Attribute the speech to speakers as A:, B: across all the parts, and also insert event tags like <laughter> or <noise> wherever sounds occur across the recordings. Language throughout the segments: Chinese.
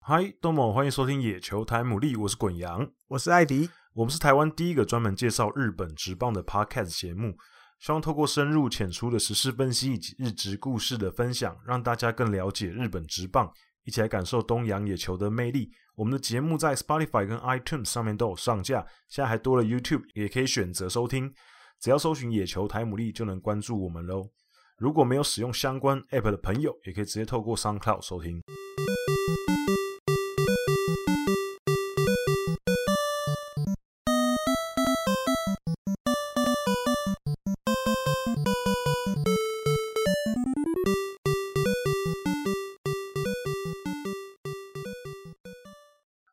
A: 嗨，东某，欢迎收听《野球台牡蛎》，我是滚羊，
B: 我是艾迪。
A: 我们是台湾第一个专门介绍日本职棒的 podcast 节目，希望透过深入浅出的时事分析以及日职故事的分享，让大家更了解日本职棒，一起来感受东洋野球的魅力。我们的节目在 Spotify 跟 iTunes 上面都有上架，现在还多了 YouTube，也可以选择收听。只要搜寻“野球台姆利”就能关注我们喽。如果没有使用相关 App 的朋友，也可以直接透过 SoundCloud 收听。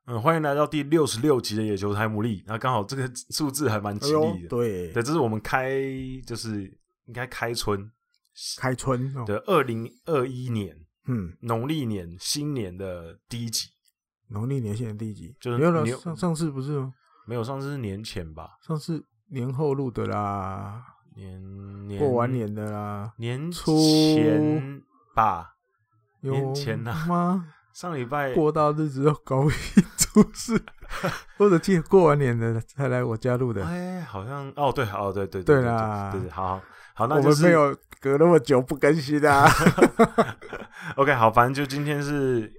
A: 嗯，欢迎来到第六十六集的野球台姆利。那刚好这个数字还蛮
B: 哎
A: 吉利
B: 呦
A: 的，，
B: 对，
A: 对，这是我们开，就是应该开春
B: 开春哦，
A: 的二零二一年
B: 嗯，
A: 农历年新年的第一集，
B: 农历年现在第一集，
A: 就是
B: 没有了
A: 牛。
B: 上上次不是吗？
A: 没有，上次是年前吧，
B: 上次年后录的啦，
A: 年年
B: 过完年的啦，
A: 年
B: 初
A: 前吧，
B: 有
A: 年前啊
B: 吗？
A: 上礼拜
B: 过到日子都搞一出事， <laughs> 或者记得过完年的才来我家录的。
A: 哎，好像哦，对，哦，对对
B: 对
A: 对
B: 啦
A: 对对，好好好，那
B: 我
A: 就
B: 们
A: 是
B: 没有隔那么久不更新
A: <laughs>
B: 的啊，
A: OK，好，反正就今天是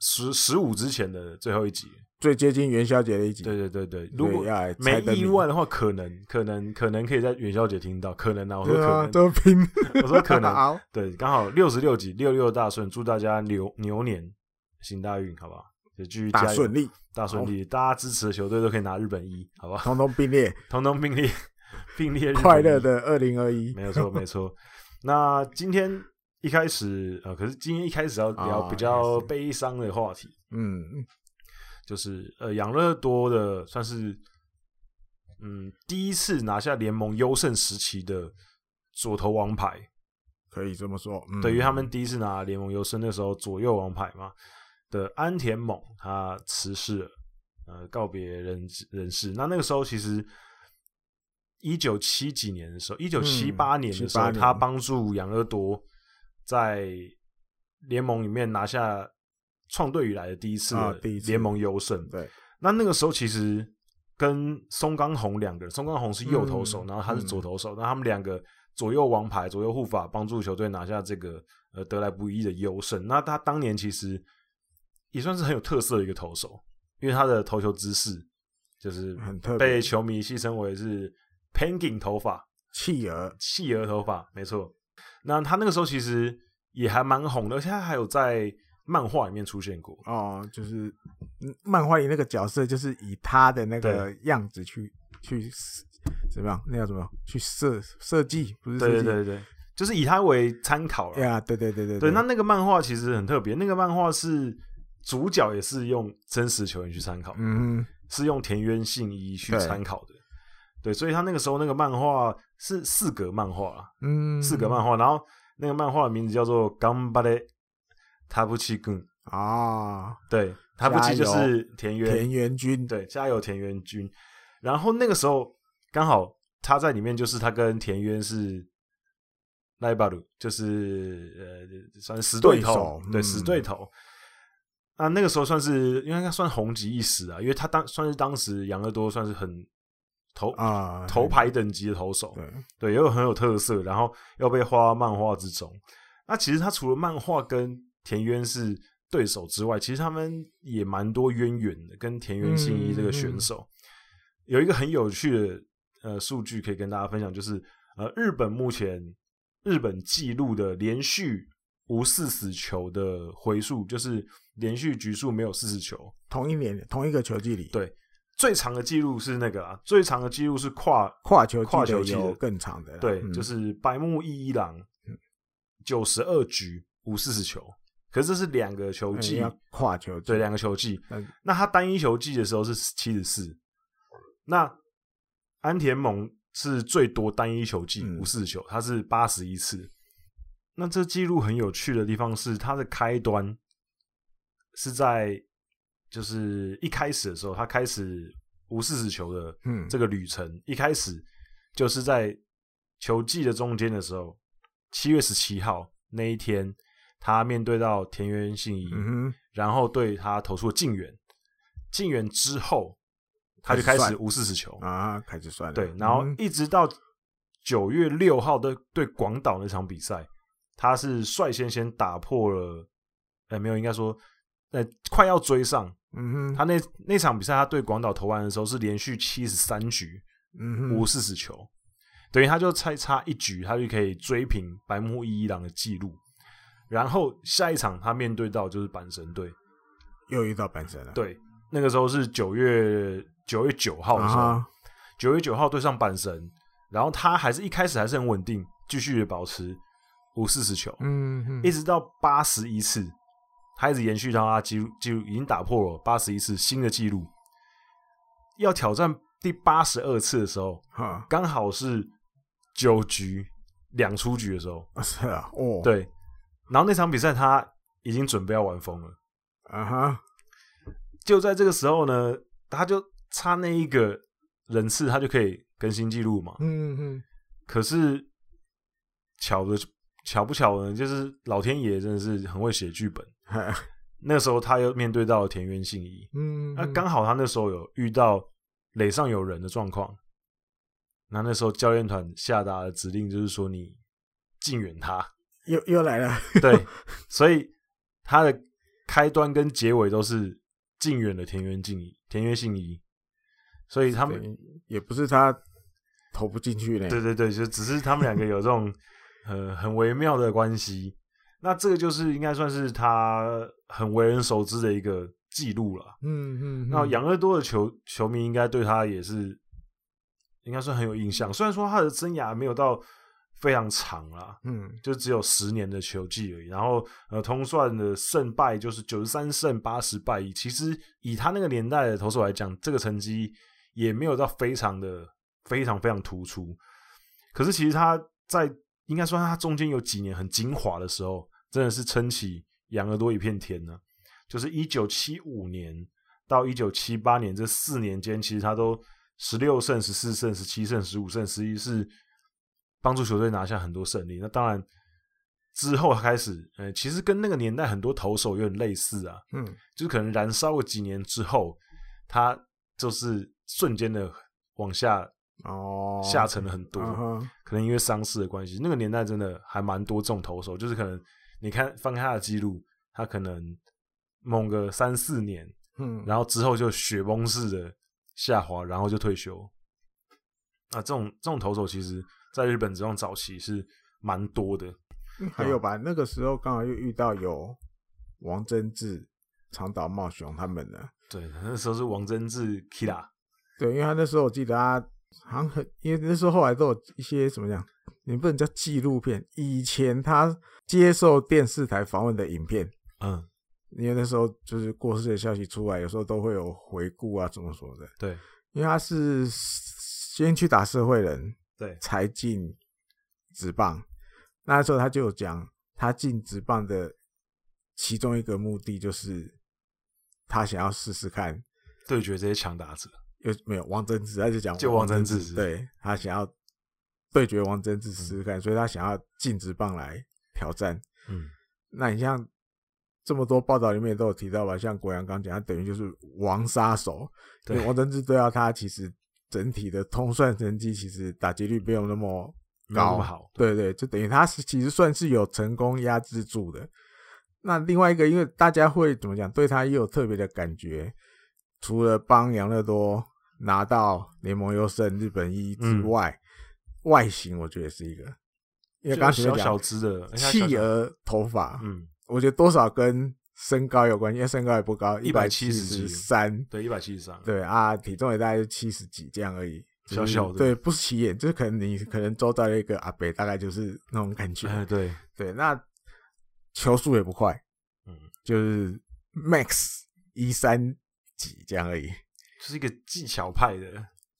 A: 十十五之前的最后一集，
B: 最接近元宵节的一集。
A: 对对对对，
B: 所
A: 如
B: 以
A: 果
B: 要来
A: 没
B: 猜灯
A: 意
B: 谜
A: 外的话，可能可能可能可以在元宵节听到，可能啊，我说
B: 对啊，
A: 可能，
B: 都拼。
A: 我说可能，
B: <laughs> 好，
A: 对，刚好六十六集六六大顺，祝大家牛牛年行大运，好不好？就继续加
B: 大
A: 油
B: 顺利，
A: 大顺利，大家支持的球队都可以拿日本一，好不好？
B: 统统并列，
A: 统统并列并列日本一
B: 快乐，的二零二一。
A: 没有错没错。那今天一开始呃，可是今天一开始要聊
B: 啊
A: 比较
B: 一开始
A: 悲伤的话题，
B: 嗯，
A: 就是呃，养乐多的算是嗯第一次拿下联盟优胜时期的左投王牌，
B: 可以这么说。嗯、
A: 对于他们第一次拿联盟优胜那时候左右王牌嘛的安田猛，他辞世了，呃，告别人人世。那那个时候其实。一九七几年的时候，一九七八年的时候，
B: 嗯78年
A: 他帮助养乐多在联盟里面拿下创队以来的第一次
B: 啊
A: 的
B: 第一次
A: 联盟优胜。
B: 对，
A: 那那个时候其实跟松冈红两个人，松冈红是右投手，
B: 嗯
A: 然后他是左投手，那、他们两个左右王牌、左右护法，帮助球队拿下这个呃得来不易的优胜。那他当年其实也算是很有特色的一个投手，因为他的投球姿势就是
B: 很特别
A: 被球迷戏称为是 penguin 头发、
B: 企鹅，
A: 企鹅头发，没错。那他那个时候其实也还蛮红的，而且他还有在漫画里面出现过。
B: 哦，就是嗯漫画里那个角色，就是以他的那个样子去去怎么样，那叫什么？去设设计，不是设
A: 对对
B: 计？
A: 对对，就是以他为参考了。
B: 呀，对对对对
A: 对，那那个漫画其实很特别，那个漫画是主角也是用真实球员去参考，
B: 嗯，
A: 是用田园信一去
B: 对
A: 参考的。对，所以他那个时候那个漫画是四格漫画啦，
B: 嗯，
A: 四格漫画，然后那个漫画的名字叫做《干巴勒塔布奇根》，
B: 啊，
A: 对，塔布奇就
B: 加
A: 是田园，
B: 田园君，
A: 对，加油田园君。然后那个时候刚好他在里面，就是他跟田园是拉巴鲁，就是呃，算是死对
B: 对
A: 头
B: 手，
A: 对，
B: 嗯
A: 死对头。那那个时候算是，因为他算红极一时啊，因为他当算是当时养乐多算是很头、
B: 啊，
A: 头牌等级的投手，
B: 对，
A: 对，也有很有特色，然后又被画到漫画之中。那其实他除了漫画跟田园是对手之外，其实他们也蛮多渊源的，跟田园信一这个选手、有一个很有趣的呃数据可以跟大家分享，就是呃日本目前日本记录的连续无四死球的回数，就是连续局数没有四十球，
B: 同一年同一个球季里，
A: 对最长的记录是那个啊，最长的记录是跨
B: 跨球
A: 跨球季
B: 季
A: 的
B: 有更长的啦，
A: 对，
B: 嗯
A: 就是白木一一郎，九十二局五四十球，可是这是两个球
B: 嗯
A: 季，
B: 要跨球季
A: 对，两个球季。
B: 嗯
A: 那他单一球季的时候是七十四，那安田萌是最多单一球季
B: 嗯
A: 五四十球，他是八十一次。那这记录很有趣的地方是，它的开端是在就是一开始的时候，他开始无四十球的
B: 嗯
A: 这个旅程，一开始就是在球季的中间的时候，七月十七号那一天，他面对到田园信一，
B: 嗯哼，
A: 然后对他投出了禁元。禁元之后，他就开
B: 开始
A: 始
B: 算
A: 无视持球。
B: 啊，开始算了。
A: 对，然后
B: 嗯
A: 一直到九月六号的对广岛那场比赛，他是率先先打破了，呃，没有，应该说，呃，快要追上
B: 嗯哼，
A: 他那那场比赛，他对广岛投完的时候是连续七十三局
B: 嗯哼
A: 无四十球，等于他就差差一局，他就可以追平白木一一郎的记录。然后下一场他面对到就是阪神队，
B: 又遇到阪神了。
A: 对，那个时候是九月九月九号的时候，
B: 啊，
A: 九月九号对上阪神，然后他还是一开始还是很稳定，继续地保持五四十球，
B: 嗯哼
A: 一直到八十一次，他一直延续到他记录记录已经打破了八十一次新的记录，要挑战第八十二次的时候，
B: 哈
A: 刚好是九局两出局的时候，
B: 啊 <laughs> 是啊，哦，，
A: 对，然后那场比赛他已经准备要玩疯了。
B: 啊哈，
A: 就在这个时候呢，他就差那一个人次，他就可以更新记录嘛。
B: 嗯 <laughs> 哼，
A: 可是巧的巧不巧呢，就是老天爷真的是很会写剧本。
B: 嗨
A: 那时候他又面对到了田园信一，
B: 嗯，
A: 那刚好他那时候有遇到垒上有人的状况，那那时候教练团下达的指令就是说你禁远他，
B: 又又来了，
A: 对，所以他的开端跟结尾都是近远的田园静怡，田园信怡，所以他们
B: 对也不是他投不进去嘞，
A: 对对对，就只是他们两个有这种呃很微妙的关系。那这个就是应该算是他很为人熟知的一个记录了。
B: 嗯嗯，
A: 那养乐多的球球迷应该对他也是，应该算很有印象。虽然说他的生涯没有到非常长啦，
B: 嗯
A: 就只有十年的球季而已。然后呃，通算的胜败就是九十三胜八十败，其实以他那个年代的投手来讲，这个成绩也没有到非常的非常非常突出。可是其实他在应该说他中间有几年很精华的时候，真的是撑起养乐多一片天呢、就是一九七五年到一九七八年这四年间，其实他都十六胜、十四胜、十七胜、十五胜、十一是帮助球队拿下很多胜利。那当然之后开始，呃，其实跟那个年代很多投手有点类似啊，
B: 嗯
A: 就是可能燃烧了几年之后，他就是瞬间的往下
B: 哦，
A: 下沉了很多。
B: 嗯哼
A: 可能因为伤势的关系，那个年代真的还蛮多这种投手，就是可能你看翻开他的记录，他可能猛个三四年，
B: 嗯，
A: 然后之后就雪崩式的下滑，然后就退休。啊，这种这种投手其实在日本这种早期是蛮多的，
B: 嗯还有吧，那个时候刚好又遇到有王贞治、长岛茂雄他们的，
A: 对，那时候是王贞治 Kira，
B: 对，因为他那时候我记得啊他好像很，因为那时候后来都有一些怎么讲，你不能叫纪录片，以前他接受电视台访问的影片，
A: 嗯，
B: 因为那时候就是过世的消息出来，有时候都会有回顾啊，怎么说的。
A: 对
B: 因为他是先去打社会人，
A: 对，
B: 才进职棒，那时候他就有讲，他进职棒的其中一个目的就是他想要试试看
A: 对决这些强打者，
B: 又没有王贞治，他就讲
A: 就王贞治是
B: 对他想要对决王贞治试试看，所以他想要禁止棒来挑战。
A: 嗯，
B: 那你像这么多报道里面都有提到吧，像国阳刚讲，他等于就是王杀手，因
A: 对
B: 为王贞治对到他其实整体的通算成绩其实打击率没有那么
A: 没有那
B: 高，
A: 么好，
B: 对对，就等于他是其实算是有成功压制住的。那另外一个，因为大家会怎么讲，对他也有特别的感觉，除了帮杨乐多拿到联盟优胜日本一之
A: 嗯
B: 外，外形我觉得也是一个，因
A: 就
B: 为刚刚前
A: 小
B: 面
A: 小
B: 讲
A: 只的而且他小
B: 企
A: 小
B: 鹅头发，
A: 嗯，
B: 我觉得多少跟身高有关系，因为身高也不高，
A: 170
B: 三，
A: 对，一百七十三，
B: 对啊，体重也大概就七十几这样而已。就是
A: 小小的
B: 对，不是起眼，就是可能你可能周遭的一个阿北，大概就是那种感觉。
A: 哎对，
B: 对，那球速也不快，
A: 嗯，
B: 就是 max 一三几这样而已。
A: 就是一个技巧派的，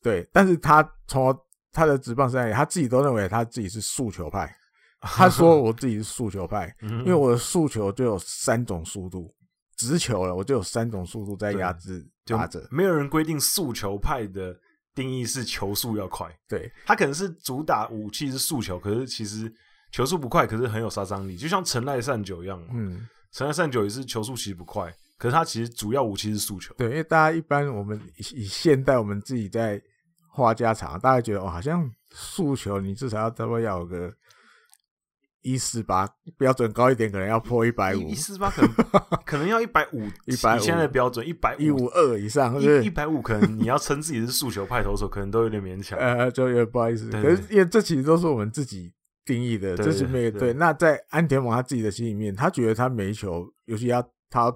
B: 对，但是他从头他的职棒生涯里，他自己都认为他自己是速
A: <laughs>
B: 球派。他说：“我自己是速球派，
A: 因
B: 因为我的诉求就有三种速度，直球了我就有三种速度在压制
A: 就
B: 打者。
A: 没有人规定速球派的定义是球速要快，
B: 对
A: 他可能是主打武器是速球，可是其实球速不快，可是很有杀伤力，就像城濑善久一样嘛。
B: 嗯，
A: 城濑善久也是球速其实不快，可是它其实主要武器是速球，
B: 对，因为大家一般我们以以现代我们自己在话家常，大家觉得哦，好像诉求你至少要差不多要有个一四八，标准高一点，可能要破一百五
A: 一、四八可 <laughs> 能可能要一百五，
B: 150
A: 现在的标准一百
B: 一五二以上，是不
A: 一一
B: 是？
A: 百五，可能你要称自己是速球派投手，可能都有点勉强。
B: 呃，就有点不好意思，
A: 对
B: 可是因为这其实都是我们自己定义的，
A: 对
B: 这是没有
A: 对
B: 对。那在安田王他自己的心里面，他觉得他每一球，尤其要他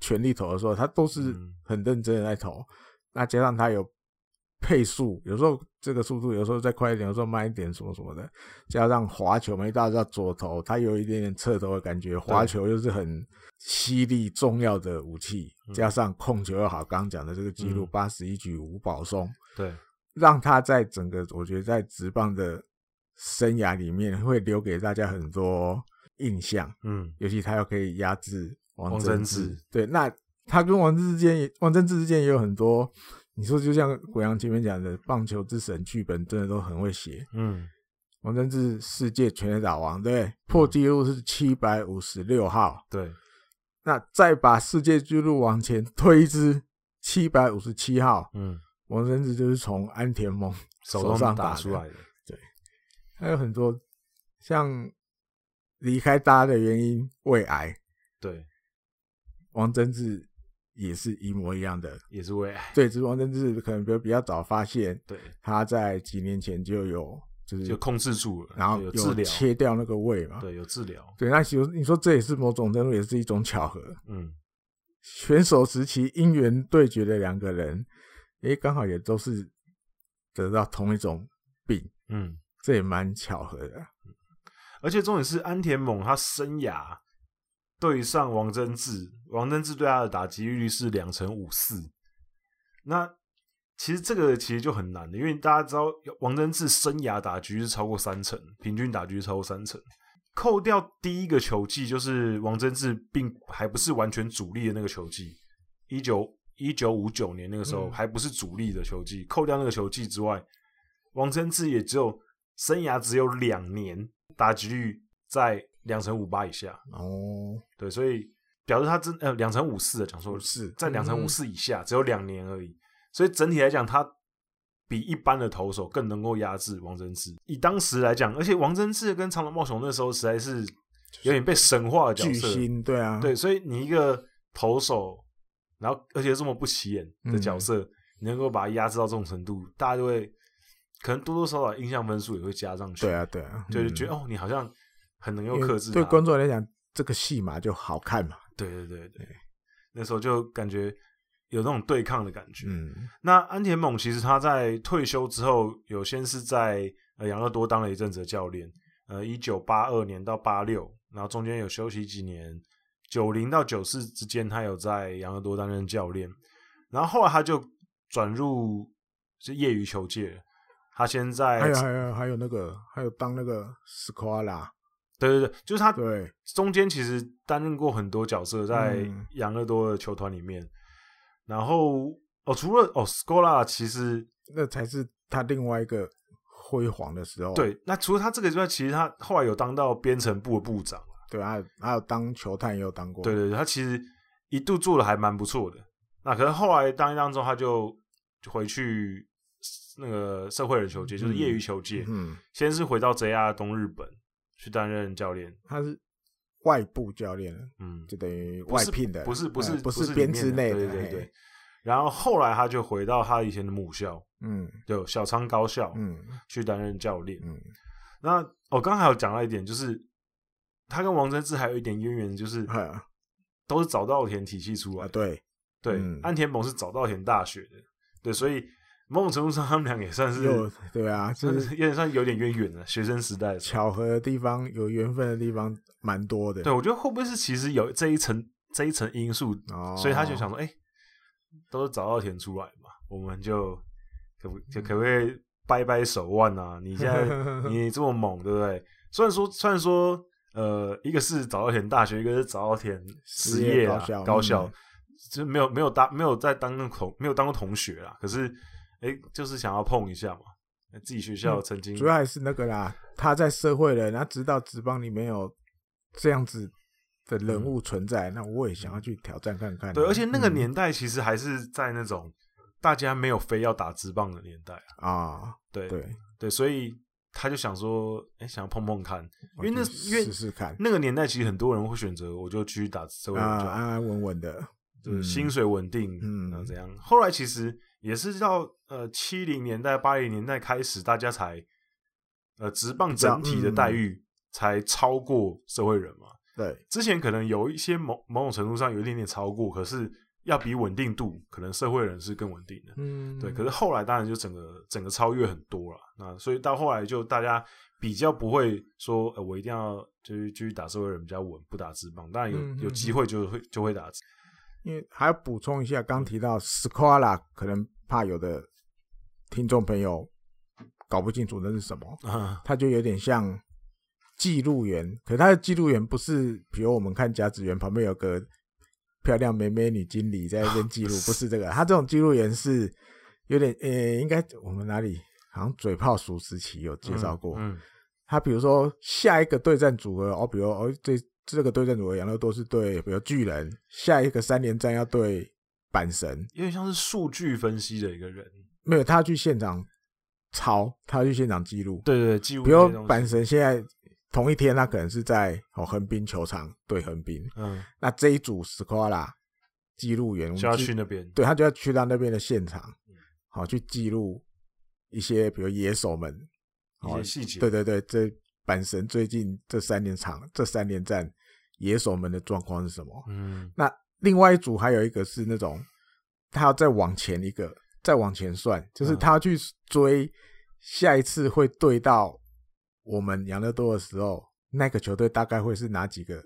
B: 全力投的时候，他都是
A: 嗯
B: 很认真的在投。那加上他有配速，有时候这个速度，有时候再快一点，有时候慢一点，什么什么的。加上滑球嘛，因为大家知道左投，他有一点点侧投的感觉，滑球又是很犀利重要的武器。加上控球又好，刚刚讲的这个记录
A: 嗯
B: 八十一局无保送，
A: <laughs> 对，
B: 让他在整个我觉得在职棒的生涯里面会留给大家很多印象，
A: 嗯，
B: 尤其他又可以压制王
A: 王
B: 贞
A: 贞
B: 治
A: 治。
B: 对，那他跟王治之间也，王贞治之间也有很多，你说就像国阳前面讲的，棒球之神剧本真的都很会写。
A: 嗯，
B: 王贞治世界全垒打王，对不对，破纪录是七百五十六号。
A: 对，
B: 那再把世界纪录往前推一支七百五十七号，
A: 嗯，
B: 王贞治就是从安田蒙手
A: 动
B: 上
A: 打
B: 的
A: 出来的，
B: 还有很多像离开大家的原因，胃癌，
A: 对，
B: 王贞治也是一模一样的。
A: 也是为爱，
B: 对，只是王贞治可能比比较早发现，
A: 对，
B: 他在几年前就有就是
A: 就控制住了，
B: 然后
A: 对嗯有治疗，
B: 切掉那个胃嘛。
A: 对，有治疗，
B: 对，那其实你说这也是某种程度也是一种巧合。
A: 嗯，
B: 选手时期因缘对决的两个人，诶，刚好也都是得到同一种病，
A: 嗯，
B: 这也蛮巧合的。啊
A: 而且重点是安田猛他生涯对上王贞治，王贞治对他的打击率是两成五四。那其实这个其实就很难的，因为大家知道王贞治生涯打击率是超过三成，平均打击率超过三成。扣掉第一个球季，就是王贞治并还不是完全主力的那个球季，一九一九五九年那个时候
B: 嗯
A: 还不是主力的球季。扣掉那个球季之外，王贞治也只有生涯只有两年打击率在两成五八以下，
B: 哦，
A: 对，所以表示他真呃两成五四的讲说
B: 是
A: 在两成
B: 嗯
A: 五四以下，只有两年而已。所以整体来讲，他比一般的投手更能够压制王贞治。以当时来讲，而且王贞治跟长岛茂雄那时候实在是有点被神化的角
B: 巨
A: 色，
B: 星，对啊，
A: 对，所以你一个投手，然后而且这么不起眼的
B: 嗯
A: 角色，你能够把他压制到这种程度，大家就会可能多多少少印象分数也会加上去，
B: 对啊，对啊，
A: 就是
B: 嗯
A: 觉得、哦，你好像很能够
B: 因为
A: 克制
B: 对
A: 他
B: 观众来讲，这个戏码就好看嘛。
A: 对对对对，那时候就感觉有那种对抗的感觉。
B: 嗯，
A: 那安田猛其实他在退休之后，有先是在呃养乐多当了一阵子的教练，呃，一九八二年到八六，然后中间有休息几年，九零到九四之间，他有在养乐多担任教练，然后后来他就转入是业余球界了，他先在
B: 还有还有还有那个，还有当那个斯科拉，
A: 对对对，就是他
B: 对，
A: 中间其实担任过很多角色，在
B: 嗯
A: 养乐多的球团里面。然后哦，除了哦，Scola 其实
B: 那才是他另外一个辉煌的时候。
A: 对，那除了他这个之外，其实他后来有当到编程部的部长。
B: 对，还有还有当球探也有当过。
A: 对对对，他其实一度做的还蛮不错的。那可是后来当一当中，他就就回去那个社会人球界，就是业余球界。
B: 嗯，
A: 先是回到 JR 东日本去担任教练，
B: 他是外部教练，
A: 嗯，
B: 就等于
A: 不
B: 外
A: 是
B: 聘的，
A: 不是不是
B: 呃不
A: 是
B: 编
A: 里面
B: 制
A: 的
B: 内的。哎
A: 对对
B: 嘿
A: 对。，然后后来他就回到他以前的母校，
B: 嗯
A: 就小仓高校、
B: 嗯
A: 去担任教练。
B: 嗯，
A: 那我、哦、刚才有讲到一点，就是他跟王贞治还有一点渊源，就是
B: 还有啊
A: 都是早稻田体系出来的。
B: 对，
A: 对，
B: 嗯
A: 安田猛是早稻田大学的，对，所以某种程度上他们俩也算是
B: 有对啊，
A: 算
B: 就是
A: <laughs> 是有点算有点渊源了，学生时代的时候。
B: 巧合的地方，有缘分的地方蛮多的。
A: 对，我觉得会不会是其实有这一层这一层因素，
B: 哦，
A: 所以他就想说，哎、都是早稻田出来嘛，我们就可
B: 嗯
A: 不就可不可以掰掰手腕啊？你现在
B: <laughs>
A: 你这么猛，对不对？虽然说，虽然说，呃，一个是早稻田大学，一个是早稻田实
B: 实业
A: 业啊
B: 高校
A: 高校
B: 嗯，
A: 就没有没有当没有在当那同没有当过同学啦。可是，哎、就是想要碰一下嘛。自己学
B: 嗯
A: 校曾经、
B: 主要还是那个啦，他在社会人，他知道职棒里面有这样子的人物存在，那我也想要去挑战看看啊。
A: 嗯对，而且那个
B: 嗯
A: 年代其实还是在那种大家没有非要打直棒的年代啊。
B: 啊，
A: 对
B: 对，
A: 对，所以他就想说，哎、想要碰碰看，因为
B: 我
A: 那
B: 去
A: 因为
B: 试试看
A: 那个年代其实很多人会选择，我就继续打社会
B: 啊，
A: 人就好
B: 安安稳稳的，
A: 就是
B: 嗯
A: 薪水稳定，嗯，
B: 嗯
A: 然后怎样？后来其实也是到呃七零年代、八零年代开始，大家才呃职棒整体的
B: 嗯
A: 待遇才超过社会人嘛。
B: 对，
A: 之前可能有一些某某种程度上有一点点超过，可是要比稳定度，可能社会人是更稳定的。
B: 嗯
A: 对，可是后来当然就整个整个超越很多了，那所以到后来就大家比较不会说，呃，我一定要就是继续打社会人比较稳，不打直棒。当然有、
B: 嗯嗯
A: 有机会
B: <laughs>
A: 就会就会打直
B: 因为还要补充一下，刚提到 s q u a l a 可能怕有的听众朋友搞不清楚那是什么，
A: 啊，
B: 它就有点像记录员，可是它的记录员不是，比如我们看甲子园旁边有个漂亮美美女经理在那边
A: <laughs>
B: 记录，不是这个，它这种记录员是有点，呃、应该我们哪里好像嘴炮熟时期有介绍过，
A: 嗯，嗯
B: 他比如说下一个对战组合哦，比如哦这这个对战组合养乐多是对，比如巨人，下一个三连战要对阪神，
A: 有点像是数据分析的一个人，
B: 没有他去现场抄，他去现场记录。
A: 对对，记录
B: 比如
A: 这些东西
B: 阪神现在同一天，他可能是在哦横滨球场对横滨，
A: 嗯，
B: 那这一组 s q u a l a 记录员我们
A: 就要
B: 记
A: 去那边，嗯
B: 对他就要去到那边的现场，好、去记录一些比如野手们
A: 一
B: 哦
A: 些细节，
B: 对对对，这阪神最近这三连场、这三连战野手们的状况是什么？
A: 嗯，
B: 那另外一组还有一个是那种，他要再往前一个，再往前算，就是
A: 嗯
B: 他要去追下一次会对到我们养乐多的时候，那个球队大概会是哪几个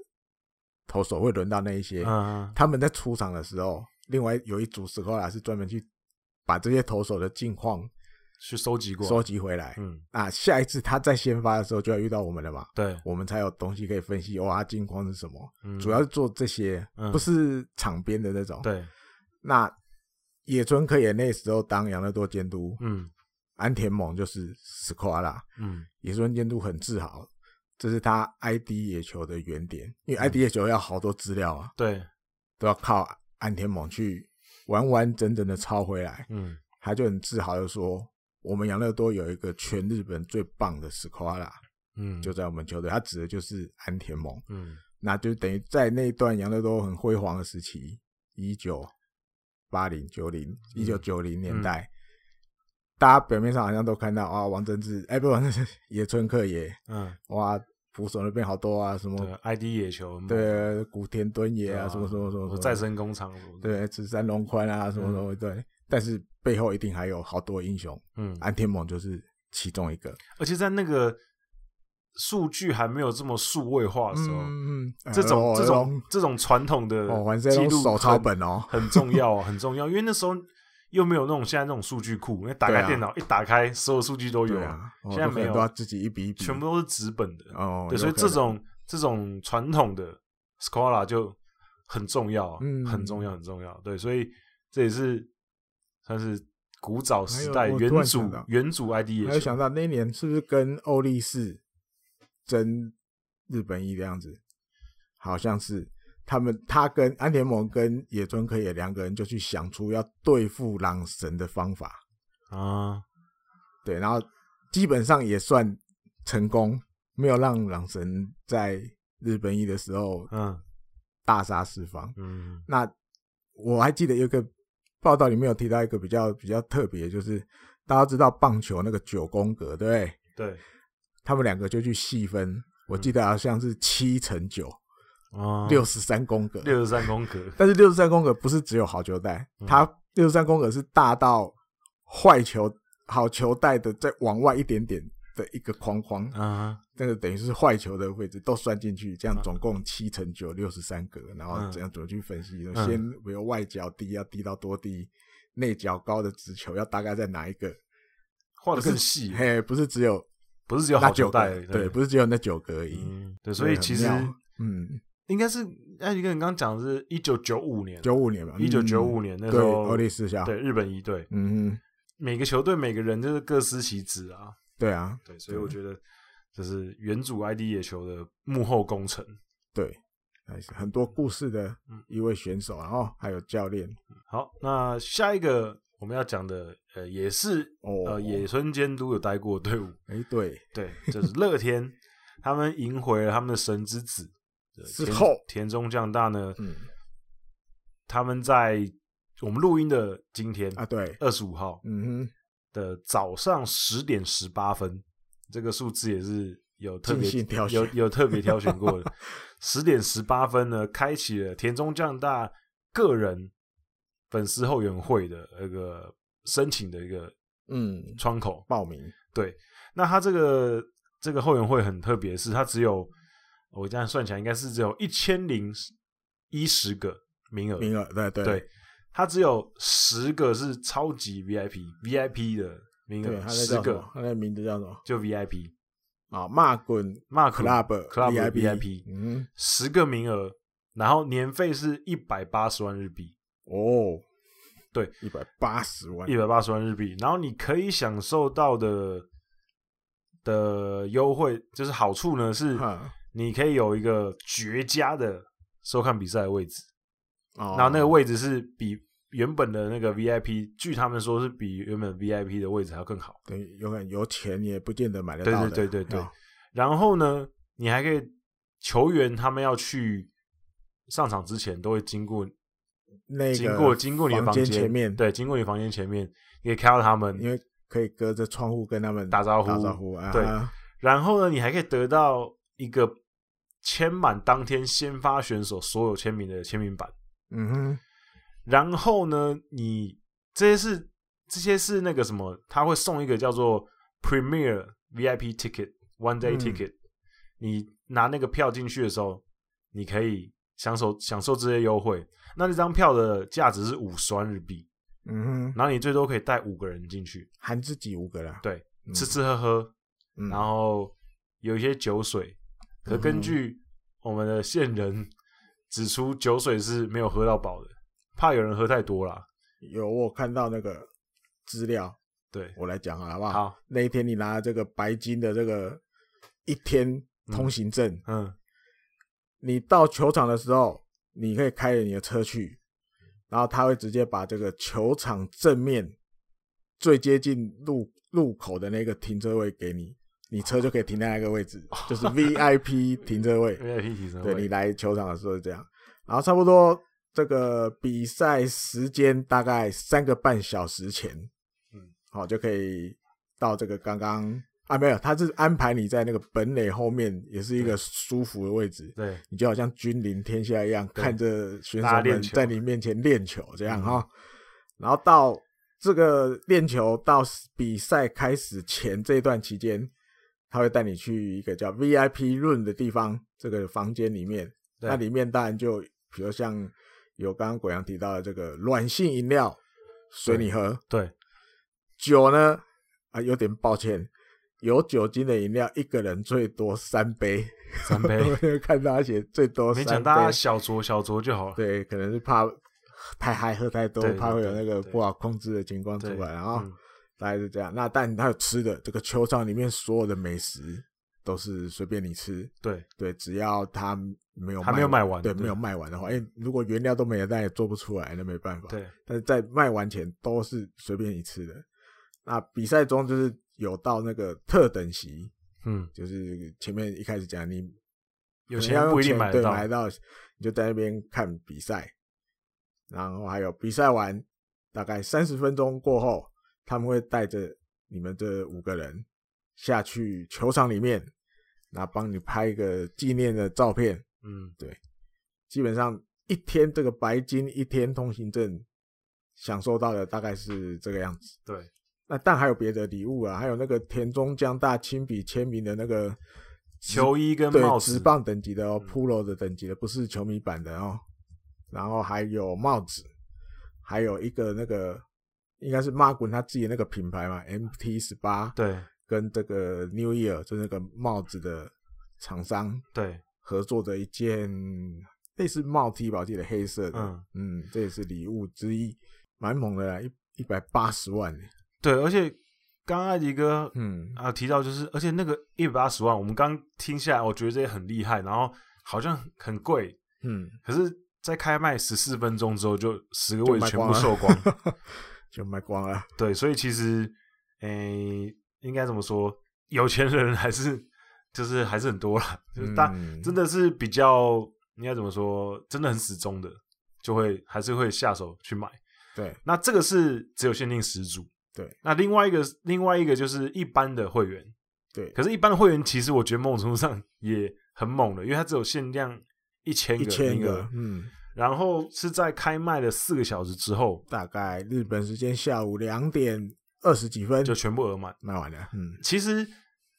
B: 投手会轮到那一些？
A: 嗯，
B: 他们在出场的时候，另外有一组史科拉是专门去把这些投手的近况
A: 去收集过，
B: 收集回来，
A: 嗯，
B: 啊，下一次他再先发的时候就要遇到我们了嘛，
A: 对，
B: 我们才有东西可以分析。哇，他近况是什么？
A: 嗯
B: 主要是做这些，
A: 嗯
B: 不是场边的那种。，
A: 对，
B: 那野村克也那时候当养乐多监督，
A: 嗯
B: 安田猛就是斯科拉拉，
A: 嗯
B: 野村监督很自豪，这是他 ID 野球的原点，因为
A: 嗯
B: ID 野球要好多资料啊，
A: 对，
B: 都要靠安田猛去完完整整的抄回来。
A: 嗯
B: 他就很自豪的说。我们养乐多有一个全日本最棒的斯科拉拉，
A: 嗯，
B: 就在我们球队，他指的就是安田猛，
A: 嗯
B: 那就等于在那一段杨乐多很辉煌的时期，一九八零九零一
A: 嗯
B: 九九零年代，大家表面上好像都看到啊，王贞治，哎、不，王贞治， <laughs> 野村克也，
A: 嗯，
B: 哇，捕手那边好多啊，什
A: 对
B: 么
A: ，ID 野球，，
B: 对古田敦也
A: 对
B: 啊，什么什么什么什么，
A: 再生工厂，
B: 对，紫山龙宽啊，什么什么对，但是背后一定还有好多英雄，
A: 嗯，
B: 安田猛就是其中一个，
A: 而且在那个数据还没有这么数位化的时候，
B: 嗯，嗯
A: 这种
B: 哎
A: 这
B: 龙
A: 种这种传统的
B: 哦，黄
A: 记
B: 山
A: 录
B: 龙手抄
A: 很
B: 本哦，
A: 很重要啊，很重要，因为那时候又没有那种现在那种数据库，那打
B: 对
A: 开
B: 啊
A: 电脑一打开，所有数据都有
B: 对，啊，哦
A: 现在
B: 都可
A: 没
B: 能
A: 有
B: 都要自己一笔一笔，
A: 全部都是纸本的。
B: 哦，
A: 对，
B: 有
A: 所以
B: 可
A: 这
B: 能
A: 种这种传统的 s c o l a 就很重要啊，
B: 嗯
A: 很重要，很重要。对，所以这也是算是古早时代
B: 还有我突
A: 原
B: 然想
A: 主
B: 到
A: 原主 ID
B: 还有
A: 也
B: 想到那一年是不是跟欧力士争日本一的样子，好像是他们他跟安田萌跟野村克也两个人就去想出要对付狼神的方法，
A: 啊，
B: 对，然后基本上也算成功，没有让狼神在日本一的时候
A: 嗯
B: 大杀四方。
A: 嗯
B: 那我还记得有一个报道里面有提到一个比较比较特别，就是大家知道棒球那个九宫格，对不对？
A: 对
B: 他们两个就去细分，我记
A: 嗯
B: 得好像是七乘九，
A: 啊，
B: 六十三宫格。
A: 六十嗯三宫格，
B: 但是六十三宫格不是只有好球带，它六十三宫格是大到坏球好球带的再往外一点点的一个框框，
A: 啊，
B: 那个等于是坏球的位置都算进去，这样总共七乘九六十三格，然后
A: 嗯
B: 怎样怎么去分析？
A: 嗯
B: 先比如外角低要低到多低，内角高的直球要大概在哪一个？
A: 画哦的更细，
B: 嘿，不是只有
A: 不是只有
B: 那
A: 好
B: 九
A: 球带
B: 个
A: 而已，，
B: 对，不是只有那九格而已。
A: 嗯对，所以
B: 对
A: 其实
B: 很妙嗯，
A: 应该是艾迪哥你刚刚讲的是一九九五年，
B: 九五年吧，
A: 一九九五
B: 嗯
A: 年那时
B: 对，
A: 候
B: 欧力士下，
A: 对日本一队，
B: 嗯哼，
A: 每个球队每个人就是各司其职啊，
B: 对啊，
A: 对，所以我觉得这是原主 ID 野球的幕后工程。
B: 对，还是很多故事的
A: 嗯
B: 一位选手，然后还有教练
A: 好，那下一个我们要讲的，呃，也是
B: 哦，
A: 呃野村监督有待过的队伍，
B: 哎对，
A: 对，就是乐天，他们赢回了他们的神之子对
B: 之
A: 田
B: 后
A: 田中将大呢，
B: 嗯
A: 他们在我们录音的今天
B: 啊对，
A: 二十五号
B: 嗯
A: 的早上十点十八分，这个数字也是有特别
B: 精心挑选
A: 有有特别挑选过
B: <laughs>
A: 的。十点十八分呢，开启了田中将大个人粉丝后援会的那个申请的一个
B: 哼嗯，
A: 窗口。
B: 报名
A: 对，那他这个这个后援会很特别，是它只有我这样算起来应该是只有一千零一十个名额，
B: 名额，对对
A: 对，它只有十个是超级 VIP VIP 的名
B: 对，
A: 额，
B: 他那
A: 十
B: 叫什么
A: 个？
B: 他那名字叫什么？
A: 就 VIP
B: 啊，骂滚
A: Mark
B: Club
A: Club
B: VIP
A: VIP
B: 嗯
A: 十个名额，然后年费是一百八十万日币，
B: 哦，
A: 对，
B: 一百八十万
A: 一，百八十万日币，然后你可以享受到的的优惠就是好处呢是，
B: 哈
A: 你可以有一个绝佳的收看比赛的位置，
B: 哦，
A: 然后那个位置是比原本的那个 VIP，据他们说是比原本 VIP 的位置还要更好。
B: 等于有可能有钱你也不见得买得到的，
A: 对对对对对
B: 啊
A: 然后呢，你还可以球员他们要去上场之前都会经过、
B: 那个
A: 经过经过你的
B: 房
A: 间
B: 前面，，
A: 对，经过你房间前面，你可以看到他们
B: 因。为可以隔着窗户跟他们
A: 打招呼
B: 打招呼啊，
A: 对然后呢，你还可以得到一个签满当天先发选手所有签名的签名版。
B: 嗯哼，
A: 然后呢，你这些是这些是那个什么，他会送一个叫做 Premier VIP Ticket One Day
B: 嗯
A: Ticket，、你拿那个票进去的时候，你可以享受享受这些优惠。那这张票的价值是五十万日币，
B: 嗯哼，
A: 然后你最多可以带五个人进去，
B: 含自己五个啦，
A: 对，
B: 嗯
A: 吃吃喝喝，
B: 嗯
A: 然后有一些酒水。可
B: 嗯
A: 根据我们的线人指出，酒水是没有喝到饱的，怕有人喝太多啦。
B: 有我有看到那个资料，
A: 对，
B: 我来讲好了好不好？
A: 好，
B: 那一天你拿这个白金的这个一天通行证，
A: 嗯，
B: 你到球场的时候，你可以开着你的车去，然后他会直接把这个球场正面最接近路路口的那个停车位给你，你车就可以停在那个位置，就是
A: <laughs>
B: VIP 停车位。
A: VIP 提升
B: 对你
A: 会，
B: 来球场的时候是这样，然后差不多这个比赛时间大概三个半小时前，嗯
A: 嗯，
B: 好、就可以到这个刚刚啊没有，他是安排你在那个本垒后面，也是一个舒服的位置，
A: 对
B: 你就好像君临天下一样，
A: 对
B: 看着选手
A: 大家
B: 们
A: 练球啊嗯
B: 在你面前练球这样哈、然后到这个练球到比赛开始前这一段期间，他会带你去一个叫 VIP room 的地方，这个房间里面，
A: 对
B: 那里面当然就比如像有刚刚果阳提到的这个软性饮料随你喝，
A: 对，
B: 酒呢啊有点抱歉。有酒精的饮料，一个人最多三杯。，
A: 三杯
B: <laughs> 我有看到他写最多
A: 没
B: 三杯。
A: 讲大家小酌小酌就好了。
B: 对，可能是怕太嗨喝太多
A: 对，对
B: 怕会有那个
A: 对
B: 不好控制的情况出
A: 对，
B: 来，啊然后
A: 嗯
B: 大概是这样。那但它有吃的，这个球场里面所有的美食都是随便你吃，
A: 对
B: 对，只要它没有
A: 还没有卖完
B: 对，
A: 对
B: 没有卖完的话，因为如果原料都没有，那也做不出来，那没办法。，
A: 对，
B: 但是在卖完前都是随便你吃的。那比赛中就是有到那个特等席，
A: 嗯，
B: 就是前面一开始讲你
A: 有
B: 可能
A: 钱
B: 要用
A: 不一定
B: 钱
A: 买
B: 对
A: 得到，
B: 买得到，你就在那边看比赛，然后还有比赛完大概三十分钟过后，他们会带着你们这五个人下去球场里面，然后帮你拍一个纪念的照片。
A: 嗯，
B: 基本上一天这个白金一天通行证享受到的大概是这个样子。
A: 对，
B: 那但还有别的礼物啊，还有那个田中将大亲笔签名的那个
A: 球衣跟
B: 对
A: 帽，
B: 直
A: 子，嗯
B: 棒等级的哦，Polo 的等级的，不是球迷版的哦。然后还有帽子，还有一个那个应该是 m a g u n 他自己的那个品牌嘛，MT 十八，，
A: 对
B: 跟这个 New Year 就那个帽子的厂商
A: 对，
B: 合作的一件类似帽 T 吧，我记得黑色的，
A: 嗯
B: 嗯这也是礼物之一，蛮猛的啦，一一百八十万耶，
A: 对，而且刚刚艾迪哥
B: 嗯，
A: 啊提到就是，而且那个一百八十万，我们刚听下来，我觉得这也很厉害，然后好像很贵，
B: 嗯，
A: 可是，在开卖十四分钟之后，就十个位
B: 就
A: 置
B: 卖
A: 全
B: 光
A: 部
B: 了
A: 售光。
B: <laughs> 就卖光了。
A: 对，所以其实，诶、应该怎么说？有钱人还是就是还是很多啦，就是大、
B: 嗯
A: 真的是比较应该怎么说？真的很死忠的，就会还是会下手去买。
B: 对，
A: 那这个是只有限定十组。
B: 对，
A: 那另外一个另外一个就是一般的会员，
B: 对，
A: 可是，一般的会员其实我觉得某种程度上也很猛的，因为它只有限量一千
B: 一
A: 个
B: 千
A: 名
B: 个
A: 额，，
B: 嗯，
A: 然后是在开卖的四个小时之后
B: 大概日本时间下午两点二十几分
A: 就全部额满。
B: 卖完了。嗯，
A: 其实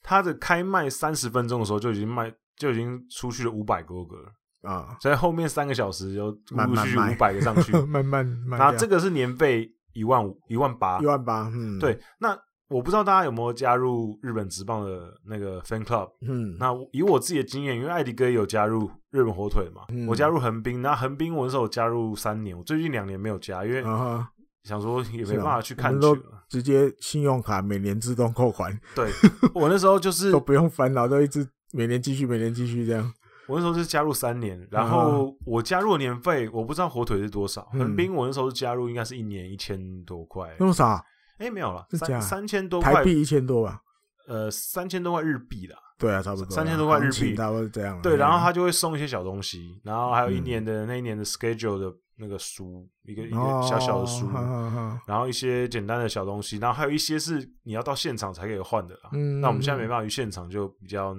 A: 它的开卖三十分钟的时候就已经卖就已经出去了五百多个了，
B: 啊，
A: 所以后面三个小时就陆
B: 慢
A: 陆
B: 慢
A: 续续
B: 卖
A: 五百个上去。
B: <laughs> 慢慢卖
A: 那
B: 掉
A: 这个是年费一万五一万八
B: 一，万八，嗯，，
A: 对。那我不知道大家有没有加入日本职棒的那个 fan club，
B: 嗯，
A: 那我以我自己的经验，因为艾迪哥也有加入日本火腿嘛，
B: 嗯
A: 我加入横滨，那横滨我那时候加入三年，我最近两年没有加，因为
B: 然后
A: 想说也没
B: 啊嗯是啊
A: 办法去看
B: 我们
A: 球
B: 都。直接信用卡每年自动扣
A: <laughs>
B: 款，
A: 对，我那时候就是
B: <laughs> 都不用烦恼，都一直每年继续，每年继续这样。
A: 我那时候是加入三年，然后我加入的年费我不知道火腿是多少，
B: 嗯
A: 横滨我那时候是加入应该是一年一千多块，
B: 那么少，
A: 哎没有了，
B: 是假
A: 三三千多块
B: 台，币一千多吧？
A: 呃三千多块日币啦。
B: 对啊，差不多
A: 3000多块日币
B: 行情差不多这样啊。
A: 对，然后
B: 嗯
A: 他就会送一些小东西，然后还有一
B: 嗯
A: 年的那一年的 schedule 的那个书，一个一个小小的书，
B: 哦哈哈哈
A: 然后一些简单的小东西，然后还有一些是你要到现场才可以换的啦。
B: 嗯
A: 那我们现在没办法去现场，就比较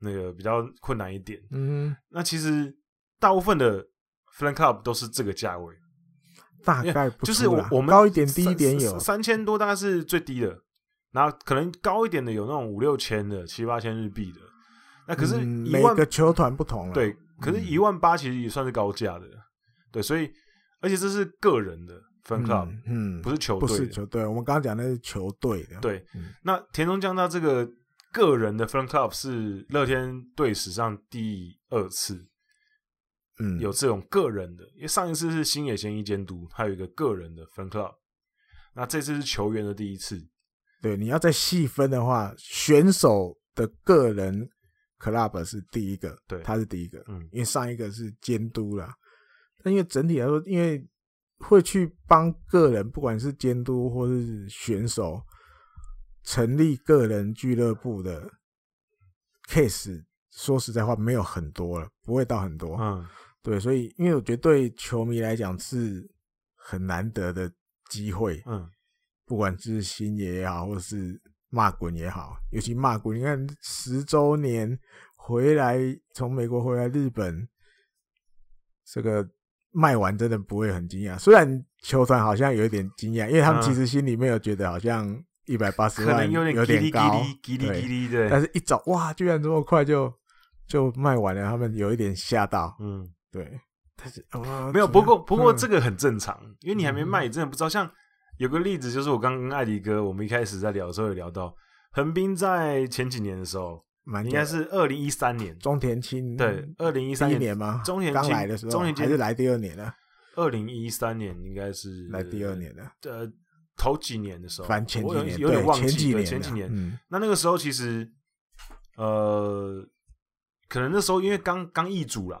A: 那个比较困难一点。
B: 嗯，
A: 那其实大部分的 Flan Club 都是这个价位，
B: 大概不
A: 就是
B: 出
A: 我
B: 啦
A: 我们
B: 高一点、
A: 三
B: 低一点有
A: 三，三千多，大概是最低的，然后可能高一点的有那种五六千的、七八千日币的。那可是
B: 嗯
A: 一
B: 每
A: 万、
B: 个球团不同了。
A: 对，可是
B: 嗯
A: 一万八其实也算是高价的，对，所以而且这是个人的 Flan
B: 嗯
A: Club，、
B: 嗯，
A: 不是球
B: 不
A: 队的，
B: 是球队，我们刚刚讲的是球队的。
A: 对，
B: 嗯
A: 那田中将他这个个人的 Fan Club 是乐天队史上第二次
B: 嗯，
A: 有这种个人的，因为上一次是星野贤一监督，他有一个个人的 Fan Club，那这次是球员的第一次，
B: 对，你要再细分的话，选手的个人 club 是第一个，
A: 对
B: 他是第一个，
A: 嗯
B: 因为上一个是监督啦。但因为整体来说，因为会去帮个人，不管是监督或是选手，成立个人俱乐部的 case，说实在话，没有很多了，不会到很多。
A: 嗯，
B: 对，所以因为我觉得对球迷来讲是很难得的机会，
A: 嗯，
B: 不管是星爷也好，或者是骂滚也好，尤其骂滚，你看十周年回来，从美国回来日本，这个卖完真的不会很惊讶。虽然球团好像有一点惊讶，因为他们
A: 嗯
B: 其实心里没有觉得好像一百八十
A: 可
B: 万
A: 能有点
B: 有
A: 叽哩
B: 点高
A: 叽哩，叽哩
B: 对
A: 叽哩对，
B: 但是一早哇，居然这么快就就卖完了，他们有一点吓到。
A: 嗯，
B: 对，但是、 <laughs> 哇
A: 没有，
B: 怎
A: 不
B: 么
A: 过不过
B: 嗯
A: 这个很正常，因为你还没卖，你真的不知道。像有个例子，就是我刚跟艾迪哥我们一开始在聊的时候有聊到，横滨在前几年的时候，
B: 蛮
A: 应
B: 应
A: 该
B: 该是
A: 是二零一三年，
B: 中田青
A: 对，二零一
B: 第
A: 三
B: 一
A: 年
B: 年吗？
A: 中田青
B: 刚来的时候，
A: 中田青
B: 还是来第二年了，
A: 二零一三年应该是
B: 来第二，年了，
A: 呃，头几年的时候，
B: 反正前
A: 我
B: 几
A: 有
B: 年
A: 有点
B: 对
A: 忘
B: 前
A: 记，
B: 几
A: 对
B: 年
A: 前
B: 了
A: 几年。
B: 嗯
A: 那那个时候其实，呃，可能那时候因为刚刚易主啦，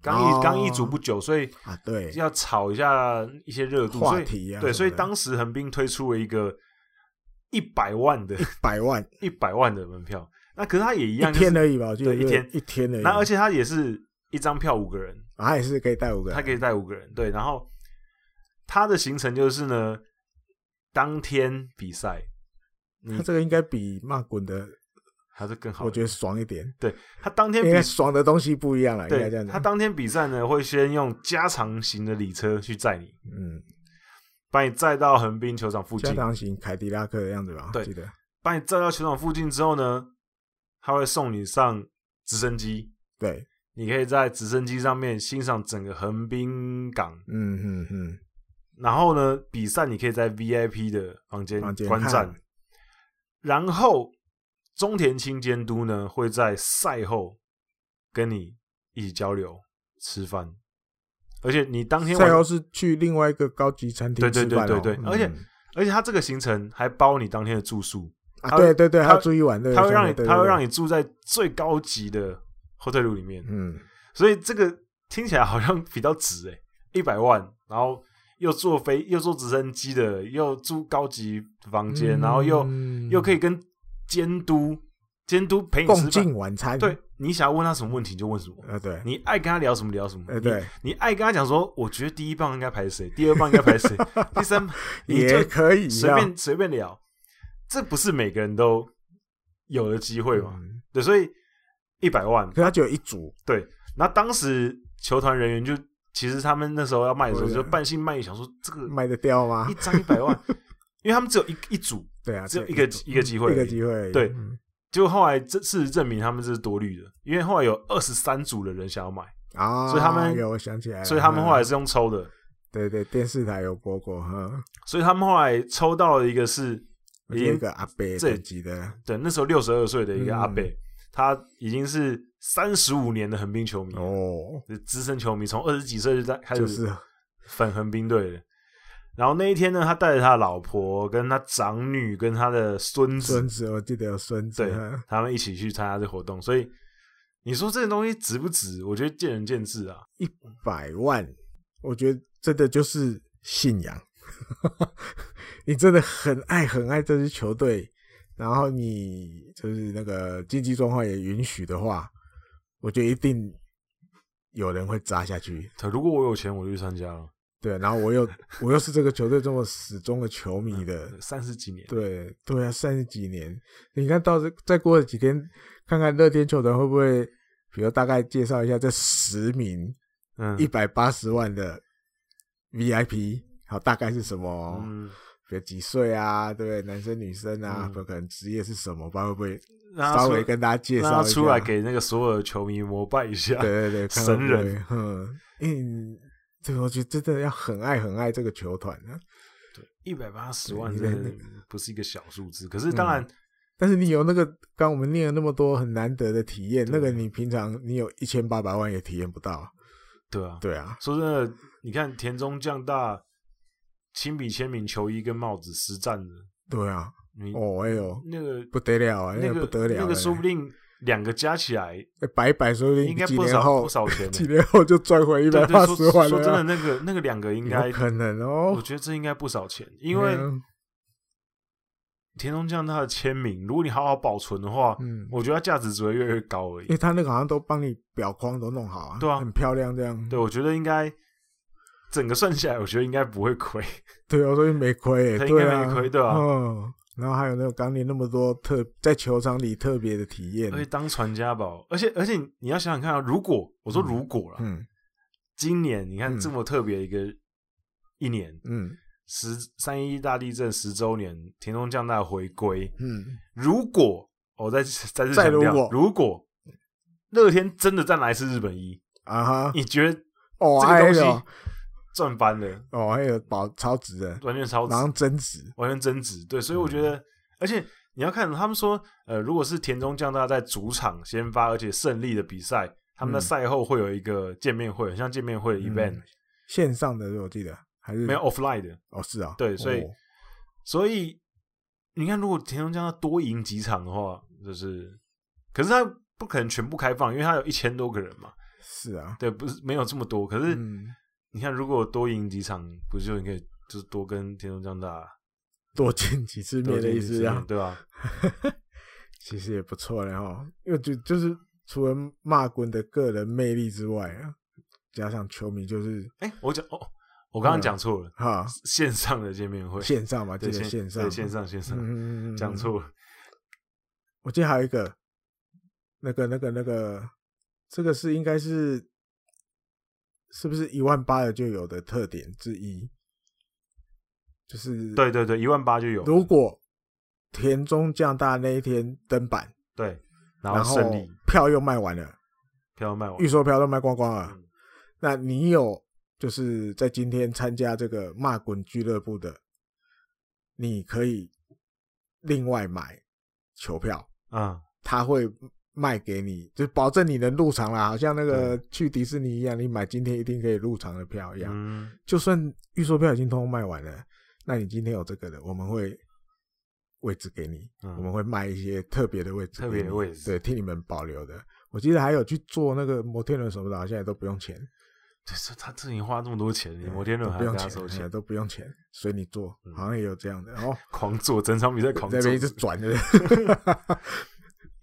A: 刚
B: 哦
A: 易刚易主不久，所以
B: 啊对，
A: 要炒一下一些热度，
B: 话
A: 所以
B: 题啊
A: 对，
B: 什
A: 所以
B: 么的
A: 当时横滨推出了一个一百万
B: <laughs>
A: 的
B: 百万
A: 一百万的门票，那可是它也一
B: 一
A: 样、就是，
B: 天而已吧，我记得
A: 对
B: 就
A: 一天
B: 一天而已，
A: 那而且它也是一张票五个人，
B: 啊他也是可以带五个人，
A: 他可以带五个人，对。然后他的行程就是呢，当天比赛，你
B: 他这个应该比骂滚的，
A: 还是更好。
B: 我觉得爽一点，
A: 对他当天
B: 因
A: 比
B: 为爽的东西不一样了，应该这
A: 对
B: 样
A: 他
B: 讲，
A: 当天比赛呢，会先用加长型的礼车去载你，
B: 嗯，
A: 把你载到横滨球场附
B: 加
A: 近，
B: 长型凯迪拉克的样子吧，
A: 对
B: 记得
A: 把你载到球场附近之后呢，他会送你上直升机，
B: 对，
A: 你可以在直升机上面欣赏整个横滨港。
B: 嗯嗯嗯，
A: 然后呢，比赛你可以在 VIP 的房间
B: 房间
A: 观战
B: 看。
A: 然后中田清监督呢会在赛后跟你一起交流、吃饭，而且你当天晚
B: 赛后是去另外一个高级餐厅
A: 对对
B: 吃饭
A: 对
B: 哦，
A: 对对而且
B: 嗯
A: 而且他这个行程还包你当天的住宿，
B: 啊
A: 他
B: 对对对，
A: 他
B: 他住一晚，对
A: 他会让你他会让
B: 你，
A: 你住在最高级的后退路里面，
B: 嗯，
A: 所以这个听起来好像比较值诶、一百万，然后又坐飞又坐直升机的，又住高级房
B: 嗯
A: 间，然后又又可
B: 以
A: 以跟监督监督陪你
B: 共
A: 吃饭。
B: 进晚餐，
A: 对，你想要问他什么问题就问什么，
B: 呃对，
A: 你爱跟他聊什么聊什么。
B: 呃对，
A: 你你爱跟他讲说，我觉得第一棒应该排谁，第二棒应该排
B: <laughs>
A: 谁，第三棒你就
B: 也可以
A: 随
B: 啊
A: 便随便聊，这不是每个人都有的机会嘛？
B: 嗯
A: 对，所以一百万，
B: 可它只有一组，
A: 对。那当时球团人员就其实他们那时候要卖的时候
B: 对啊
A: 就半信半疑，想说这个
B: 卖得掉吗
A: 一？张一百万， <laughs> 因为他们只有一一组，
B: 对啊，
A: 只有一
B: 对
A: 个一个机会而已
B: 一个机会而已，
A: 对
B: 嗯
A: 结果后来这事实证明他们这是多虑的，因为后来有二十三组的人想要买，
B: 啊，
A: 所以他们
B: 有我想起来了，
A: 所以他们
B: 嗯
A: 后来是用抽的，
B: 对对电视台有播过，哈，
A: 所以他们后来抽到了一个是
B: 我
A: 已
B: 觉得
A: 经
B: 一个阿伯
A: 这
B: 等级的，
A: 对那时候六十二岁的一个阿贝，
B: 嗯
A: 他已经是三十五年的横滨球迷，
B: 哦，
A: 是资深球迷，从二十几岁就在开
B: 就
A: 始
B: 是
A: 粉横滨队的。然后那一天呢，他带着他的老婆、跟他长女、跟他的孙子，
B: 孙子，我记得有孙子，
A: 对
B: 嗯
A: 他们一起去参加这活动，所以你说这个东西值不值？我觉得见仁见智啊。
B: 一百万，我觉得真的就是信仰。 <laughs> 你真的很爱很爱这支球队，然后你就是那个经济状况也允许的话，我觉得一定有人会砸下去。
A: 对如果我有钱，我就去参加了，
B: 对，然后我又我又是这个球队这么始终的球迷的，
A: 三十几年，
B: 对对啊，三十几年，你看到这再过了几天，看看乐天球团会不会，比如大概介绍一下这十名
A: 嗯
B: 一百八十万的 VIP，好，大概是什么？
A: 嗯，
B: 比如几岁啊，对不对？男生女生啊，
A: 嗯
B: 比如可能职业是什么吧？会不会
A: 让他
B: 稍
A: 出
B: 微跟大家介
A: 让
B: 绍
A: 他
B: 一下？
A: 出来给那个所有的球迷膜拜一下。
B: 对
A: <laughs>
B: 对对，看看
A: 神
B: 会不会
A: 人，
B: 嗯，因为这个我觉得真的要很爱很爱这个球团啊呢、
A: 一百八十万
B: 对
A: 真的
B: 对
A: 不是一个小数字，可
B: 嗯
A: 是当然，
B: 但是你有那个刚我们念了那么多很难得的体验，
A: 对
B: 那个你平常你有一千八百万也体验不到，
A: 对啊，
B: 对啊，
A: 说真的，你看田中将大亲笔签名球衣跟帽子实战的，
B: 对啊，
A: 你
B: 哦哎呦
A: 那个
B: 不得了啊，
A: 那
B: 不
A: 个
B: 得了、
A: 那个说不定两个加起来
B: 哎白白说不定
A: 应该
B: 几
A: 不
B: 年
A: 少
B: 后
A: 不少钱呢。
B: <laughs> 几年后就赚回一
A: 对
B: 百
A: 对，
B: 八
A: 说
B: 十万了啊。
A: 说真的，那个那个两个应该
B: 有，可能
A: 我
B: 哦，
A: 觉得这应该不少钱，因为
B: 嗯
A: 田中将大的签名，如果你好好保存的话，
B: 嗯，
A: 我觉得它价值只会越来越高而已
B: 因。为他那个好像都帮你表框都弄好啊，
A: 对啊
B: 很漂亮这样。
A: 对，我觉得应该整个算下来，我觉得应该不会亏。
B: 对啊，所以没亏欸，
A: 他应
B: 对
A: 该
B: 啊，
A: 没亏对啊
B: 嗯，然后还有那种刚你那么多特在球场里特别的体验
A: 而，且当传家宝，而且而且你要想想看啊，如果我说如果啦，
B: 嗯
A: 今年你看
B: 嗯
A: 这么特别一个一年，
B: 嗯
A: 十三一大地震十周年，田中将大回归，
B: 嗯，
A: 如果我再再次强
B: 再
A: 调
B: 如果，
A: 如果乐天真的再来一次日本一，
B: 啊哈，
A: 你觉得
B: 哦
A: 这个
B: 哎
A: 东西
B: 呦，
A: 赚翻了，
B: 哦还有保超值的，
A: 完全超值
B: 马，上增值，
A: 完全增值。对，所以我觉
B: 嗯
A: 得，而且你要看他们说，呃，如果是田中将大在主场先发，而且胜利的比赛，他们的
B: 嗯
A: 赛后会有一个见面会，很像见面会的 event，、
B: 嗯线上的我记得还是
A: 没有 offline 的。
B: 哦是啊，
A: 对所以
B: 哦
A: 所以你看，如果田中将大多赢几场的话，就是，可是他不可能全部开放，因为他有一千多个人嘛。
B: 是啊，
A: 对，不是没有这么多。可是
B: 嗯，
A: 你看，如果多赢几场，不是就你可以就是多跟田中将大
B: 多见几次
A: 多
B: 面的
A: 见
B: 意
A: 几次
B: 思啊
A: 面，，对吧、
B: <laughs> 其实也不错了哈，因为就就是除了骂滚的个人魅力之外啊，加上球迷就是
A: 哎、我讲哦，我刚刚讲错了，
B: 哈
A: 线上的见面会，
B: 嗯线上嘛，记
A: 对
B: 得
A: 线
B: 线
A: 对
B: 上
A: 线上线上，
B: 嗯
A: 讲。
B: 嗯嗯嗯
A: 错了，
B: 我记得还有一个，那个那个那个，这个是应该是是不是一万八的就有的特点之一，就是
A: 对对对，一万八就有了，
B: 如果田中将大那一天登板，
A: 对，然
B: 然
A: 后
B: 后
A: 胜利
B: 票又卖完了，
A: 票卖完
B: 预，售票都卖光光了
A: 嗯，
B: 那你有就是在今天参加这个骂滚俱乐部的，你可以另外买球票，
A: 嗯，
B: 他会卖给你，就保证你能入场啦，好像那个去迪士尼一样，你买今天一定可以入场的票一样。
A: 嗯，
B: 就算预售票已经通通卖完了，那你今天有这个的，我们会位置给你，
A: 嗯
B: 我们会卖一些特别的位置给你，
A: 特别的位置
B: 对，替你们保留的。我记得还有去做那个摩天轮什么的，好像也都不用钱，
A: 对，这他自己花这么多钱，你摩天轮
B: 都
A: 还
B: 不
A: 跟
B: 用
A: 他
B: 钱，
A: 收
B: 哎
A: 钱，嗯
B: 都不用钱，随你做，好像也有这样的。哦，
A: 狂做整场比赛狂
B: 在
A: 做
B: 那，边一直转的，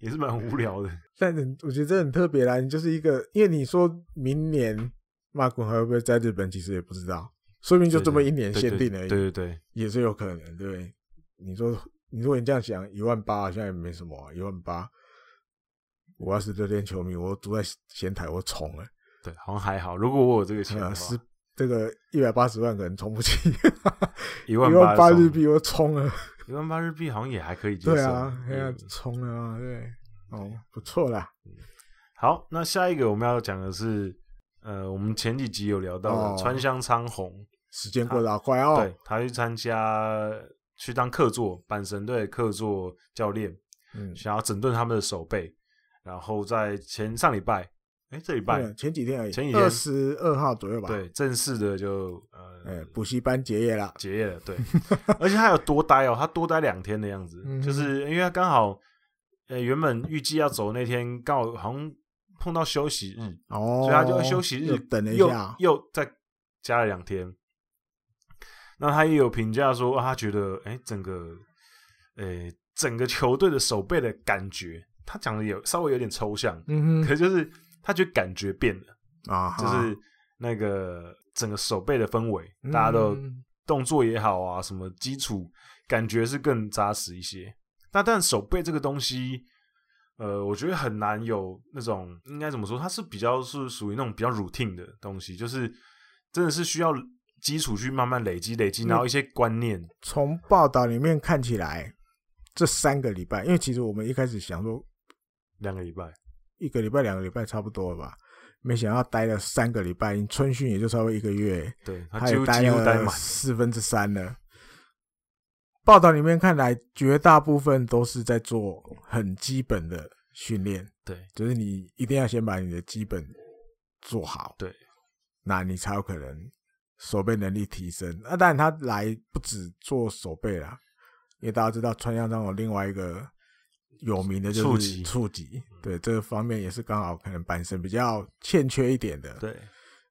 A: 也是蛮无聊的。
B: <laughs> 但很我觉得这很特别啦。你就是一个，因为你说明年马滚还会不会在日本，其实也不知道，说不定就这么一年限定
A: 对
B: 而已，
A: 对对对，
B: 也是有可能，对不对？你说，你如果你这样想，一万八好像也没什么、啊，一万八。我要是热恋球迷，我住在仙台，我宠了，
A: 对，好像还好。如果我有这个钱的
B: 呃，
A: 话，
B: 是这个一百八十万可能冲不起，
A: 一
B: 一
A: 万
B: 万八
A: 八
B: 日币我冲了。 <laughs>
A: 一万八日币好像也还可以接受。
B: 对啊，哎呀
A: 嗯，
B: 冲了啊，对，哦，不错啦，
A: 好，那下一个我们要讲的是，呃，我们前几集有聊到
B: 哦
A: 的川乡昌宏，
B: 时间过得好快哦。
A: 对他去参加去当客座阪神队的客座教练，
B: 嗯，
A: 想要整顿他们的手背，然后在前上礼拜，哎、这礼拜
B: 对前几天而已，
A: 前几天
B: 二十二号左右吧。，
A: 对正式的就呃
B: 哎，补习班结业啦。
A: 结业
B: <laughs>
A: 了，对，而且他有多待哦，他多待两天的样子，
B: 嗯哼
A: 就是因为他刚好，呃，原本预计要走那天，刚好好像碰到休息日，
B: 哦，
A: 所以他就呃休息日
B: 又等了一
A: 又
B: 下，
A: 又再加了两天。那他也有评价说，啊他觉得哎、诶整个，呃、整个球队的手背的感觉，他讲的有稍微有点抽象，
B: 嗯
A: 可就是他觉得感觉变了，
B: 哼，啊，
A: 就
B: 哈
A: 是那个整个手背的氛围，大家都
B: 嗯
A: 动作也好啊，什么基础感觉是更扎实一些。那但手背这个东西，呃，我觉得很难有那种应该怎么说，它是比较是属于那种比较 routine 的东西，就是真的是需要基础去慢慢累积累
B: 嗯
A: 积，然后一些观念，
B: 从报道里面看起来，这三个礼拜，因为其实我们一开始想说
A: 两个礼拜，
B: 一个礼拜、两个礼拜差不多了吧，没想到待了三个礼拜，你春训也就稍微一个月，
A: 对，他
B: 他
A: 啊几
B: 也
A: 乎
B: 待
A: 几乎待
B: 了
A: 满，
B: 四分之三了。报道里面看来，绝大部分都是在做很基本的训练，
A: 对
B: 就是你一定要先把你的基本做好，
A: 对，
B: 那你才有可能手背能力提升。那、当然，他来不止做手背啦，因为大家知道川上章有另外一个有名的就
A: 触
B: 是
A: 及嗯
B: 触及，对这个方面也是刚好可能板身比较欠缺一点的，
A: 对，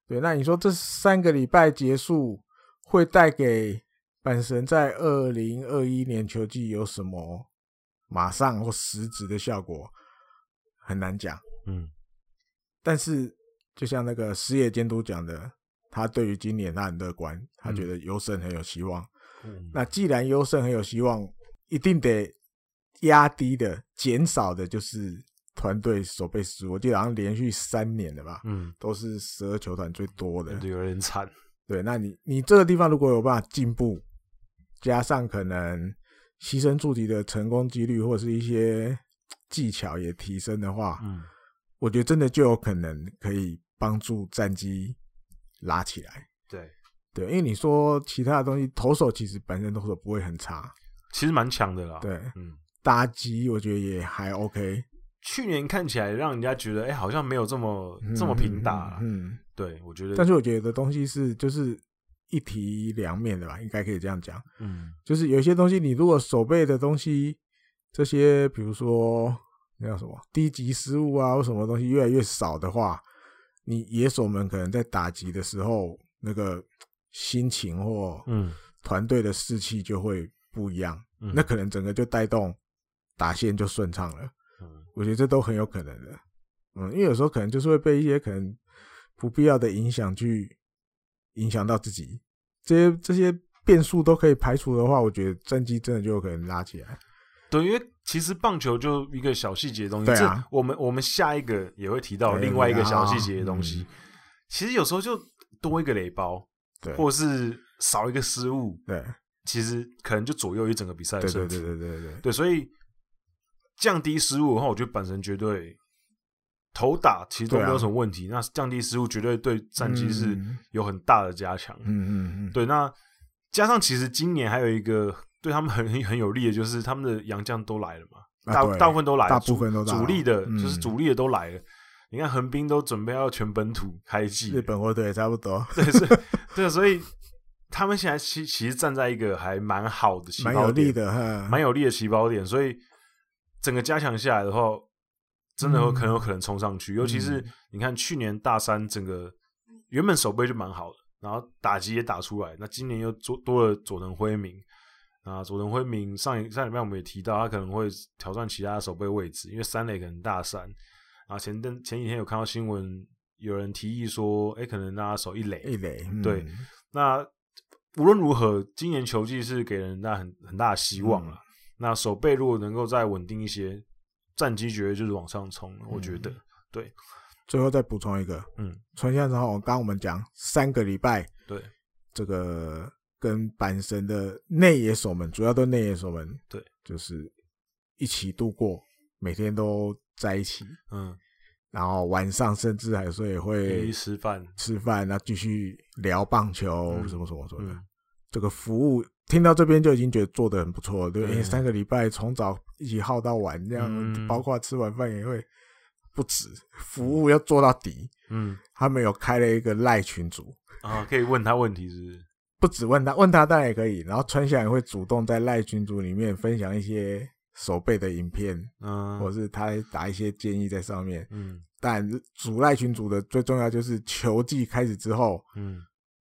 B: 对，那你说这三个礼拜结束会带给阪神在二零二一年球季有什么马上或实质的效果，很难讲。
A: 嗯，
B: 但是就像那个实业监督讲的，他对于今年他很乐观，他觉得优胜很有希望。
A: 嗯
B: 那既然优胜很有希望，一定得压低的、减少的就是团队守备失误。我记得好像连续三年了吧，
A: 嗯，
B: 都是十二球团最多的。
A: 对，有点惨，
B: 对，那你你这个地方如果有办法进步，加上可能牺牲触及的成功几率或者是一些技巧也提升的话，
A: 嗯，
B: 我觉得真的就有可能可以帮助战绩拉起来。
A: 对，
B: 对，因为你说其他的东西，投手其实本身投手不会很差，
A: 其实蛮强的啦，，
B: 对，
A: 嗯。
B: 打击我觉得也还 OK，
A: 去年看起来让人家觉得，哎、好像没有这么 <laughs> 这么平打啊、
B: 嗯，嗯嗯
A: 对，我觉得，
B: 但是我觉得东西是就是一体两面的吧，应该可以这样讲。
A: 嗯，
B: 就是有些东西，你如果手背的东西，这些比如说那叫什么低级失误啊，或什么东西越来越少的话，你野手们可能在打击的时候，那个心情或
A: 嗯
B: 团队的士气就会不一样，
A: 嗯
B: 那可能整个就带动打线就顺畅了。
A: 嗯
B: 我觉得这都很有可能的。嗯，因为有时候可能就是会被一些可能不必要的影响去影响到自己，这些这些变数都可以排除的话，我觉得战绩真的就有可能拉起来。
A: 对，因为其实棒球就一个小细节的东西，
B: 对啊
A: 这我们我们下一个也会提到
B: 对
A: 另外一个小细节的
B: 啊
A: 东西。其实有时候就多一个垒包，
B: 对，
A: 或是少一个失误，
B: 对，
A: 其实可能就左右于整个比赛的
B: 对
A: 胜
B: 对
A: 负。
B: 对对对对，
A: 对，所以降低失误的话，我觉得阪神绝对投打其实都
B: 对啊
A: 没有什么问题。那降低失误绝对对战绩是
B: 嗯
A: 有很大的加强。
B: 嗯嗯嗯，
A: 对，那加上其实今年还有一个对他们很 <laughs> 很很有利的，就是他们的洋将都来了嘛，
B: 啊
A: 大
B: 对
A: 大部分都来了，
B: 大部分都
A: 主
B: 到了
A: 主力的，
B: 嗯
A: 就是主力的都来了。你看横滨都准备要全本土开季，
B: 日本火腿也差不多，
A: 对，所以 <laughs> 对，所以他们现在其其实站在一个还蛮好的起
B: 蛮
A: 跑
B: 有力
A: 点，
B: 的哈，
A: 蛮有利的起跑点，所以整个加强下来的话，真的有
B: 嗯
A: 可能有可能冲上去。尤其是你看去年大三整个原本守备就蛮好的，然后打击也打出来。那今年又多多了佐藤辉明啊，佐藤辉明上一上礼拜我们也提到，他可能会挑战其他守备位置，因为三垒可能大三。啊，前阵前几天有看到新闻，有人提议说，哎、可能让他守一垒。
B: 一垒，嗯
A: 对那无论如何，今年球季是给人大很很大的希望
B: 嗯
A: 了。那守备如果能够再稳定一些，战绩绝对就是往上冲了。我觉得，
B: 嗯
A: 对
B: 最后再补充一个，
A: 嗯，
B: 川下之后，刚刚我们讲三个礼拜，
A: 对
B: 这个跟阪神的内野手们，主要都内野手们，
A: 对，
B: 就是一起度过，每天都在一起，
A: 嗯，
B: 然后晚上甚至还是也
A: 第
B: 会
A: 一吃饭，
B: 吃饭，然后继续聊棒球，
A: 嗯
B: 什么什么什么的。
A: 嗯
B: 这个服务听到这边就已经觉得做的很不错了，对不对？
A: 对
B: 因为三个礼拜从早一起耗到晚，这样、
A: 嗯
B: 包括吃晚饭也会不止，服务要做到底。
A: 嗯
B: 他们有开了一个赖群组，
A: 啊，可以问他问题是不是？
B: 不止问他，问他当然也可以。然后川下也会主动在赖群组里面分享一些手背的影片，
A: 嗯，
B: 或是他打一些建议在上面。
A: 嗯
B: 但主赖群组的最重要就是球季开始之后，
A: 嗯，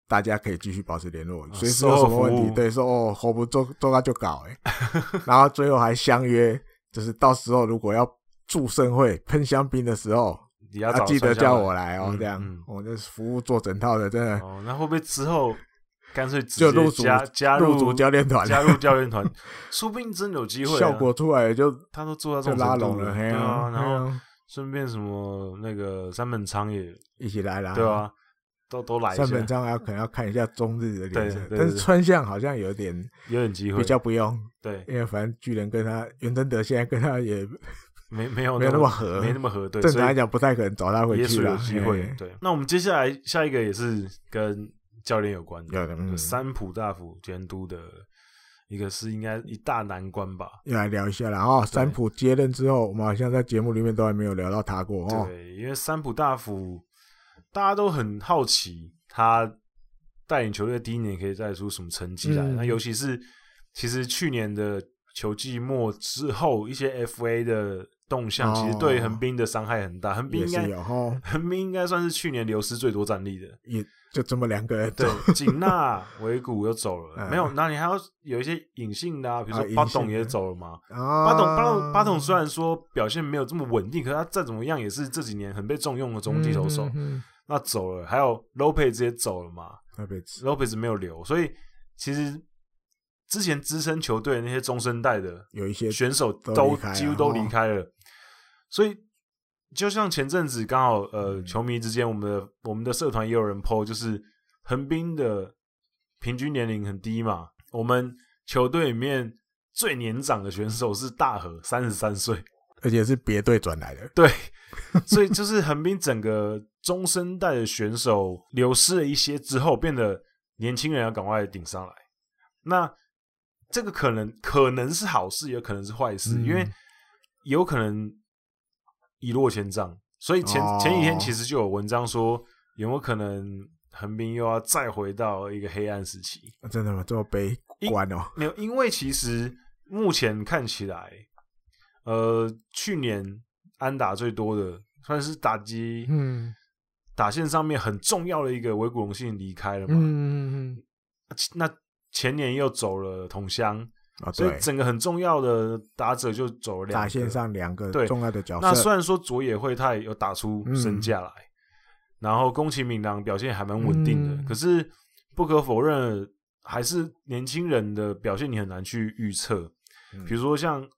B: 大家可以继续保持联络，
A: 啊
B: 随时有什么问
A: 事后服
B: 题，
A: 务
B: 对，说哦，活不做做到就搞哎、 <laughs> 然后最后还相约，就是到时候如果要祝盛会喷香槟的时候，
A: 你要
B: 要
A: 找
B: 记得
A: 山下
B: 叫我来哦，
A: 嗯
B: 这样
A: 嗯，
B: 我、这服务做整套的，真的
A: 哦，那会不会之
B: <laughs>
A: 后干脆直
B: 就入
A: 接
B: 主
A: 加加
B: 入
A: 入
B: 主教练团，
A: 加入教
B: <laughs>
A: 练团，说不定真有机会啊。
B: 效果出来就
A: 他都做到这
B: 就
A: 种
B: 拉
A: 程度
B: 拢了，嘿
A: 对啊，然后
B: 嘿啊
A: 顺便什么那个三本仓也
B: 一起来啦，
A: 对。啊，都都来一下
B: 三，本章要可能要看一下中日的脸色
A: 对，对
B: 但是
A: 对
B: 川相好像有点
A: 有点机会，
B: 比较不用，
A: 对，
B: 因为反正巨人跟他袁真德现在跟他也
A: 没没有
B: 没有那么
A: 么
B: 合，
A: 没那么合，对，
B: 正常来
A: 所
B: 讲不太可能找他
A: 以
B: 回
A: 也
B: 去
A: 许有
B: 了。
A: 机会
B: 嘿，
A: 对。那我们接下来下一个也是跟教练有关的，
B: 有的嗯
A: 就三浦大辅监督的一个是应该一大难关吧，
B: 要来聊一下了哦。三浦接任之后，我们好像在节目里面都还没有聊到他过哦。
A: 对，因为三浦大辅大家都很好奇他带领球队第一年可以带出什么成绩来，
B: 嗯
A: 那尤其是其实去年的球季末之后，一些 FA 的动向其实对
B: 哦
A: 横滨的伤害很大，横滨
B: 也
A: 应该
B: 是有哦，
A: 横滨应该算是去年流失最多战力的。
B: 也就这么两个人，
A: 对，景纳、尾谷又走了，
B: <laughs> 嗯
A: 没有，那你还要有一些隐性的啊，比如
B: 啊
A: 说
B: 隐
A: 巴
B: 性
A: 董也
B: 的
A: 走了嘛。
B: 啊，
A: 巴董巴董巴董虽然说表现没有这么稳定，可是他再怎么样也是这几年很被重用的中继投手。
B: 嗯，嗯嗯
A: 那走了，还有 Lopez 也走了嘛
B: 特别吃
A: ，Lopez 没有留，所以其实之前支撑球队的那些中生代的
B: 有一些
A: 选手都
B: 都离开了
A: 几乎都离
B: 哦
A: 开了，所以就像前阵子刚好呃，
B: 嗯
A: 球迷之间我们的我们的社团也有人 PO，就是横滨的平均年龄很低嘛，我们球队里面最年长的选手是大和三十三岁，
B: 而且是别队转来的，
A: 对，所以就是横滨整个中生代的选手流失了一些之后，变得年轻人要赶快顶上来。那这个可能可能是好事，也可能是坏事，
B: 嗯
A: 因为有可能一落千丈。所以前、
B: 哦
A: 前几天其实就有文章说，有没有可能横滨又要再回到一个黑暗时期？
B: 真的吗？这么悲观哦，
A: 没有，因为其实目前看起来，呃，去年安打最多的算是打击、
B: 嗯
A: 打线上面很重要的一个维古隆信离开了嘛。啊
B: 嗯嗯，
A: 那前年又走了桐乡，
B: 啊
A: 所以
B: 对，
A: 整个很重要的打者就走了两个
B: 打线。上两个
A: 对
B: 重要的角
A: 那
B: 色，
A: 虽然说佐野惠太有打出
B: 嗯
A: 身价来，然后宫崎敏郎表现还蛮稳定的，
B: 嗯
A: 可是不可否认，还是年轻人的表现你很难去预测。
B: 嗯
A: 比如说像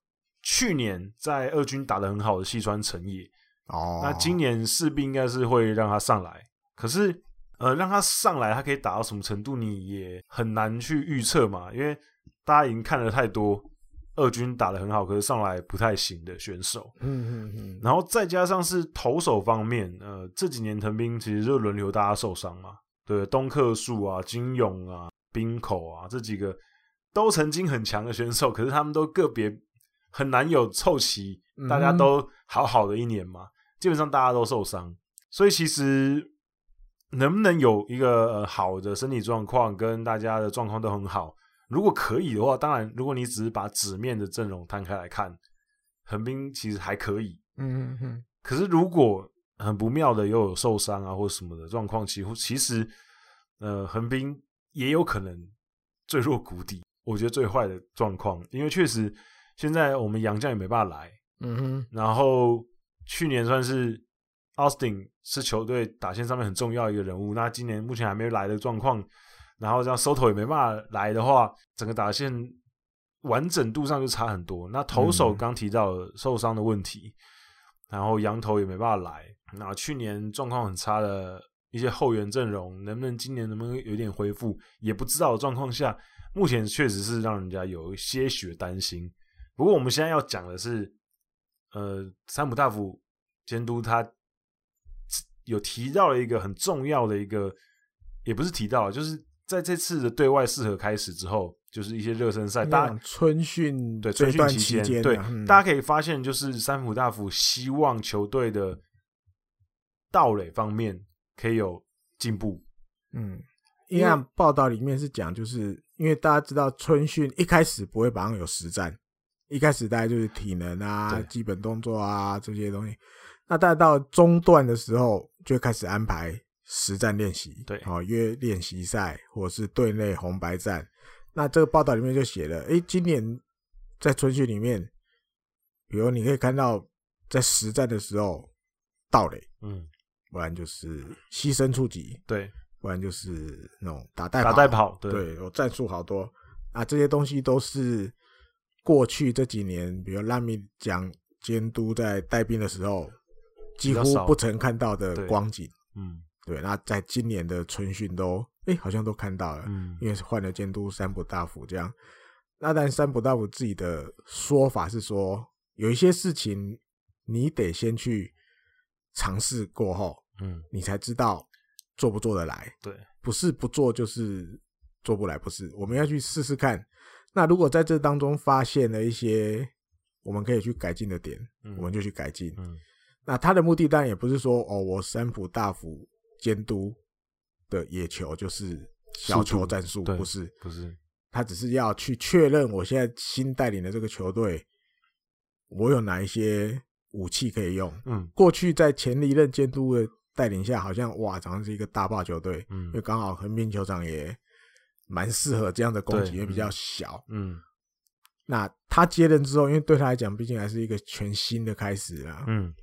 A: 去年在二军打得很好的细川成也，
B: 哦，
A: 那今年势必应该是会让他上来。可是，呃，让他上来，他可以打到什么程度，你也很难去预测嘛，因为大家已经看了太多二军打得很好，可是上来不太行的选手。
B: 嗯嗯嗯，
A: 然后再加上是投手方面，呃，这几年藤兵其实就轮流大家受伤嘛，对，东克树啊、金勇啊、冰口啊这几个都曾经很强的选手，可是他们都个别很难有凑齐，大家都好好的一年嘛，基本上大家都受伤，所以其实能不能有一个、呃、好的身体状况，跟大家的状况都很好，如果可以的话，当然，如果你只是把纸面的阵容摊开来看，横滨其实还可以，
B: 嗯嗯嗯，
A: 可是如果很不妙的，又有受伤啊或者什么的状况，其其实呃，横滨也有可能坠落谷底。我觉得最坏的状况，因为确实现在我们洋将也没办法来，
B: 嗯哼，
A: 然后去年算是 Austin 是球队打线上面很重要一个人物，那今年目前还没来的状况，然后这样 Soto 也没办法来的话，整个打线完整度上就差很多。那投手
B: 嗯
A: 刚提到了受伤的问题，然后羊头也没办法来，那去年状况很差的一些后援阵容，能不能今年能不能有点恢复，也不知道的状况下，目前确实是让人家有些许的担心。不过我们现在要讲的是，呃，山姆大夫监督他有提到了一个很重要的一个，也不是提到，就是在这次的对外适合开始之后，就是一些热身赛，大
B: 那
A: 家
B: 种春训
A: 对春
B: 这
A: 训
B: 段
A: 期
B: 间啊，
A: 对、
B: 嗯
A: 大家可以发现，就是山浦大辅希望球队的盗垒方面可以有进步，
B: 嗯，因为报道里面是讲，就是因为大家知道春训一开始不会马上有实战，一开始大家就是体能啊、
A: 对
B: 基本动作啊这些东西。那大家到中段的时候，就开始安排实战练习，
A: 对
B: 好、约练习赛或者是队内红白战。那这个报道里面就写了，诶，今年在春训里面，比如你可以看到在实战的时候盗垒，
A: 嗯，
B: 不然就是牺牲触及，
A: 对，
B: 不然就是那种打带
A: 打带跑，对，
B: 对，有战术好多啊，这些东西都是过去这几年，比如拉米讲监督在带兵的时候，几
A: 比较
B: 乎
A: 少
B: 不曾看到的光景。
A: 嗯
B: 对，那在今年的春训都，哎、好像都看到了，
A: 嗯
B: 因为是换了监督山浦大辅这样。那但山浦大辅自己的说法是说，有一些事情你得先去尝试过后，
A: 嗯，
B: 你才知道做不做得来。
A: 对，
B: 不是不做就是做不来，不是，我们要去试试看。那如果在这当中发现了一些我们可以去改进的点，
A: 嗯
B: 我们就去改进。
A: 嗯
B: 那他的目的当然也不是说哦，我三浦大辅监督的野球就是小
A: 速
B: 球
A: 度
B: 战术，
A: 对
B: 不是，
A: 不是，
B: 他只是要去确认我现在新带领的这个球队，我有哪一些武器可以用。
A: 嗯
B: 过去在前一任监督的带领下，好像哇，好像是一个大爆球队，因为
A: 嗯
B: 刚好横滨球场也蛮适合这样的攻击，
A: 对
B: 因为比较
A: 嗯
B: 小。
A: 嗯
B: 那他接任之后，因为对他来讲，毕竟还是一个全新的开始啦。
A: 嗯，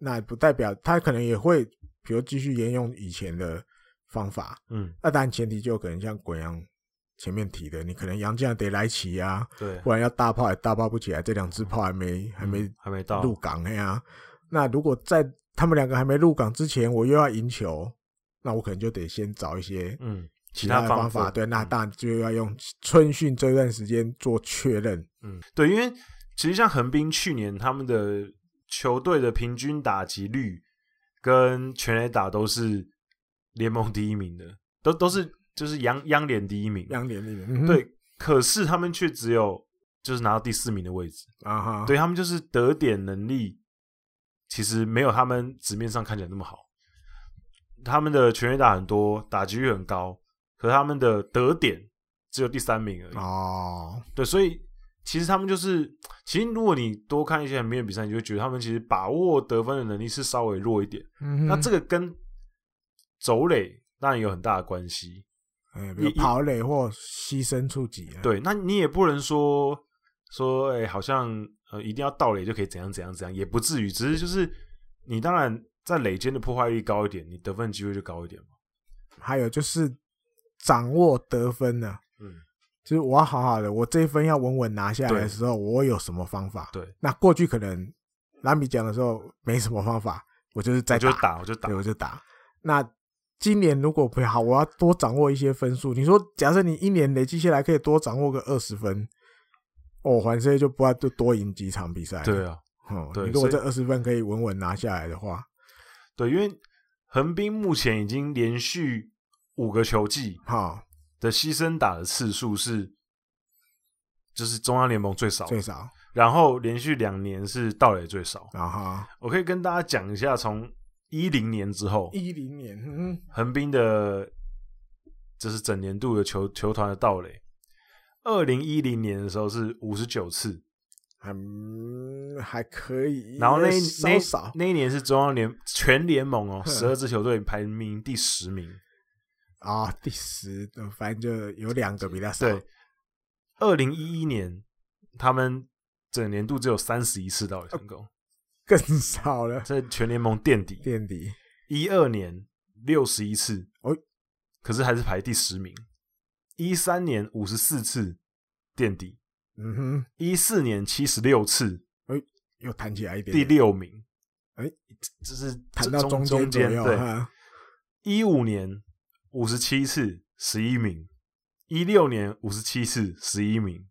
B: 那不代表他可能也会，比如继续沿用以前的方法。
A: 嗯，
B: 那当然前提就可能像滚阳前面提的，你可能杨将得来齐啊，
A: 对，
B: 不然要大炮也大炮不起来，这两支炮还没还没
A: 嗯还没到，
B: 入港哎呀、那如果在他们两个还没入港之前，我又要赢球，那我可能就得先找一些
A: 嗯，
B: 其
A: 其
B: 他
A: 他
B: 的
A: 方
B: 方法。对，那
A: 嗯
B: 当然就要用春训这段时间做确认。
A: 嗯，对，因为其实像横滨去年他们的球队的平均打击率跟全垒打都是联盟第一名的，都都是就是央央联第一名。
B: 央联里面，嗯哼
A: 对，可是他们却只有就是拿到第四名的位置，
B: 啊哈，
A: 对他们就是得点能力其实没有他们纸面上看起来那么好。他们的全垒打很多，打击率很高，可是他们的得点只有第三名而已。
B: 哦，
A: 对，所以其实他们就是，其实如果你多看一些很边的比赛，你就觉得他们其实把握得分的能力是稍微弱一点。
B: 嗯哼
A: 那这个跟走垒当然有很大的关系。
B: 哎，比如
A: 一
B: 跑垒或牺牲触及啊，
A: 对，那你也不能说说，哎、好像呃一定要到垒就可以怎样怎样怎样，也不至于，只是就是你当然在垒间的破坏力高一点，你得分机会就高一点嘛。
B: 还有就是掌握得分呢、
A: 嗯，
B: 就是我要好好的，我这一分要稳稳拿下来的
A: 对
B: 时候，我有什么方法？
A: 对，
B: 那过去可能拉米讲的时候没什么方法，我就是在
A: 我就打，我就打
B: 对，，我就打。那今年如果不好，我要多掌握一些分数。你说，假设你一年累积下来可以多掌握个二十分，哦，环赛就不要就多赢几场比赛。
A: 对，啊，
B: 哦、
A: 对
B: 你如
A: 所
B: 果
A: 以
B: 这二十分可以稳稳拿下来的话，
A: 对，因为横滨目前已经连续五个球季
B: 哈、
A: 的牺牲打的次数是，就是中央联盟最少，
B: 最少
A: 然后连续两年是盗垒最少。
B: 啊哈，
A: 我可以跟大家讲一下，从一零年之后，
B: 一零年，嗯，
A: 横滨的，就是整年度的球球团的盗垒，二零一零年的时候是五十九次，
B: 很还可以，
A: 然后那
B: 也
A: 那
B: 稍少，
A: 那一年是中央联全联盟哦，
B: 嗯
A: 十二支球队排名第十名。
B: 啊，第十，呃反正就有两个比他少。
A: 对，二零一一年他们整年度只有三十一次盗垒成功，
B: 更少了，
A: 在全联盟垫底。
B: 垫底。
A: 一二年六十一次，
B: 哦
A: 可是还是排第十名。一三年五十四次垫底，
B: 嗯哼，
A: 一四年七十六次
B: 又弹起来一点
A: 第
B: 点，
A: 六名。
B: 哎
A: 这，这是
B: 弹到
A: 中
B: 间左
A: 间
B: 右。啊
A: 对。
B: 哈
A: 一五年五十七次十一名，一六年五十七次十一名，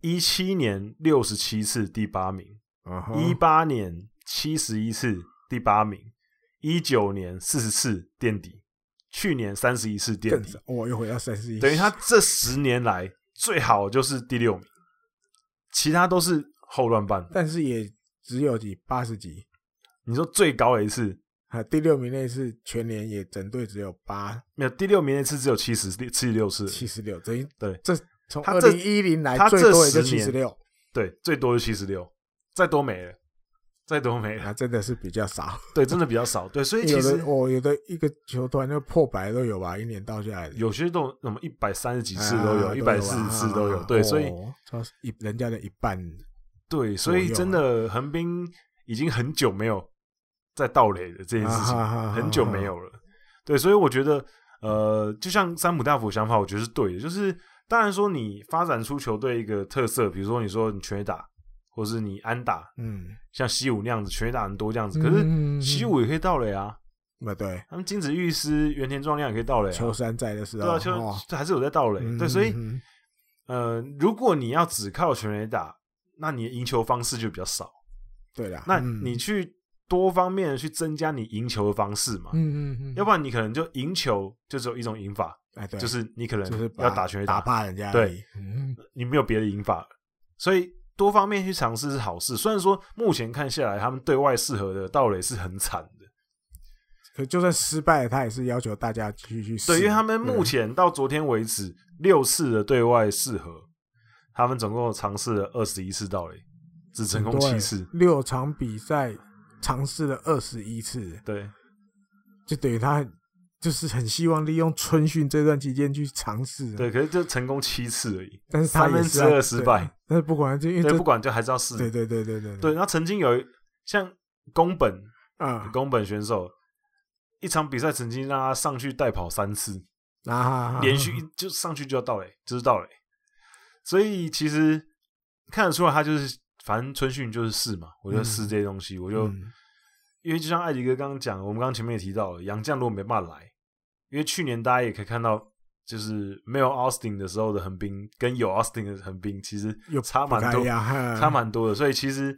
A: 一七年六十七次第八名，
B: 嗯哼
A: 一八年七十一次第八名，一九年四十次垫底，去年三十一次垫
B: 更
A: 底
B: 少，，我又回到三十一，
A: 等于他这十年来最好就是第六名，其他都是后乱办。
B: 但是也只有几八十几。
A: 你说最高的一次
B: 啊，第六名那次全年也整队只有八
A: 没有？第六名那次只有七十七十六次而已，
B: 七十六，等于
A: 对
B: 这从
A: 他
B: 二
A: 这
B: 零一零来
A: 他
B: 最
A: 这
B: 多也就
A: 10
B: 七
A: 年
B: 十六，
A: 对，最多就七十六，再多没了，再多没了。
B: <laughs> 啊，真的是比较少。
A: 对，真的比较少。对，所以其
B: 有
A: 实
B: 的我有的一个球团就破百都有吧，一年到下来的
A: 有些这种什么一百三十几次
B: 啊
A: 都有，
B: 啊
A: 一百四十
B: 啊
A: 次都有。
B: 啊
A: 对，所以
B: 哦超一人家的一半，
A: 对，所以
B: 左右
A: 真的横滨已经很久没有在盗垒的这件事情
B: 啊哈哈，哈
A: 很久没有了。对，所以我觉得，呃，就像山姆大辅的想法，我觉得是对的。就是当然说，你发展出球队一个特色，比如说你说你全垒打，或是你安打，
B: 嗯，
A: 像西武那样子，全垒打人多这样子。
B: 嗯
A: 可
B: 嗯嗯
A: 是
B: 嗯
A: 西武也可以盗垒啊，
B: 那对，
A: 他们金子玉师、原田壮亮也可以盗垒啊
B: 秋。山在的时
A: 对
B: 候，
A: 啊，就
B: 哦
A: 还是有在盗垒。对，所以
B: 嗯
A: 呃，如果你要只靠全垒打，那你的赢球方式就比较少。
B: 对啦，
A: 那
B: 嗯
A: 你去多方面的去增加你赢球的方式嘛，
B: 嗯嗯嗯，
A: 要不然你可能就赢球就只有一种赢法，
B: 哎对，
A: 就是你可
B: 就是
A: 能
B: 把
A: 要打全垒
B: 打
A: 打，
B: 怕人家而
A: 对
B: 已，嗯
A: 你没有别的赢法了，所以。多方面去尝试是好事，虽然说目前看下来，他们对外适合的盗垒是很惨的，
B: 可就算失败了，他也是要求大家去去试。
A: 对，因为他们
B: 嗯
A: 目前到昨天为止六次的对外适合，他们总共尝试了二十一次盗垒，只成功七
B: 对
A: 次，
B: 六场比赛尝试了二十一次，
A: 对，
B: 就等于他就是很希望利用春训这段期间去尝试。，
A: 对，可是就成功七次而已，
B: 但是他
A: 三
B: 也
A: 分
B: 是
A: 之
B: 要
A: 二失。败
B: 对。但是不管就因为
A: 对，
B: 这
A: 不管就还是要试。
B: 对对对对对
A: 对，那曾经有一像宫本
B: 啊
A: 宫本选手，一场比赛曾经让他上去带跑三次，
B: 啊，
A: 连续一就上去就要到垒，就是到垒。所以其实看得出来，他就是反正春训就是试嘛，我就试这些东西，我就、
B: 嗯
A: 因为就像艾迪哥刚刚讲，我们刚刚前面也提到了，杨绛如果没办法来，因为去年大家也可以看到。就是没有 Austin 的时候的横滨，跟有 Austin 的横滨其实
B: 又
A: 差
B: 不
A: 蛮
B: 该
A: 多，
B: 呀，哈
A: 差蛮多的，所以其实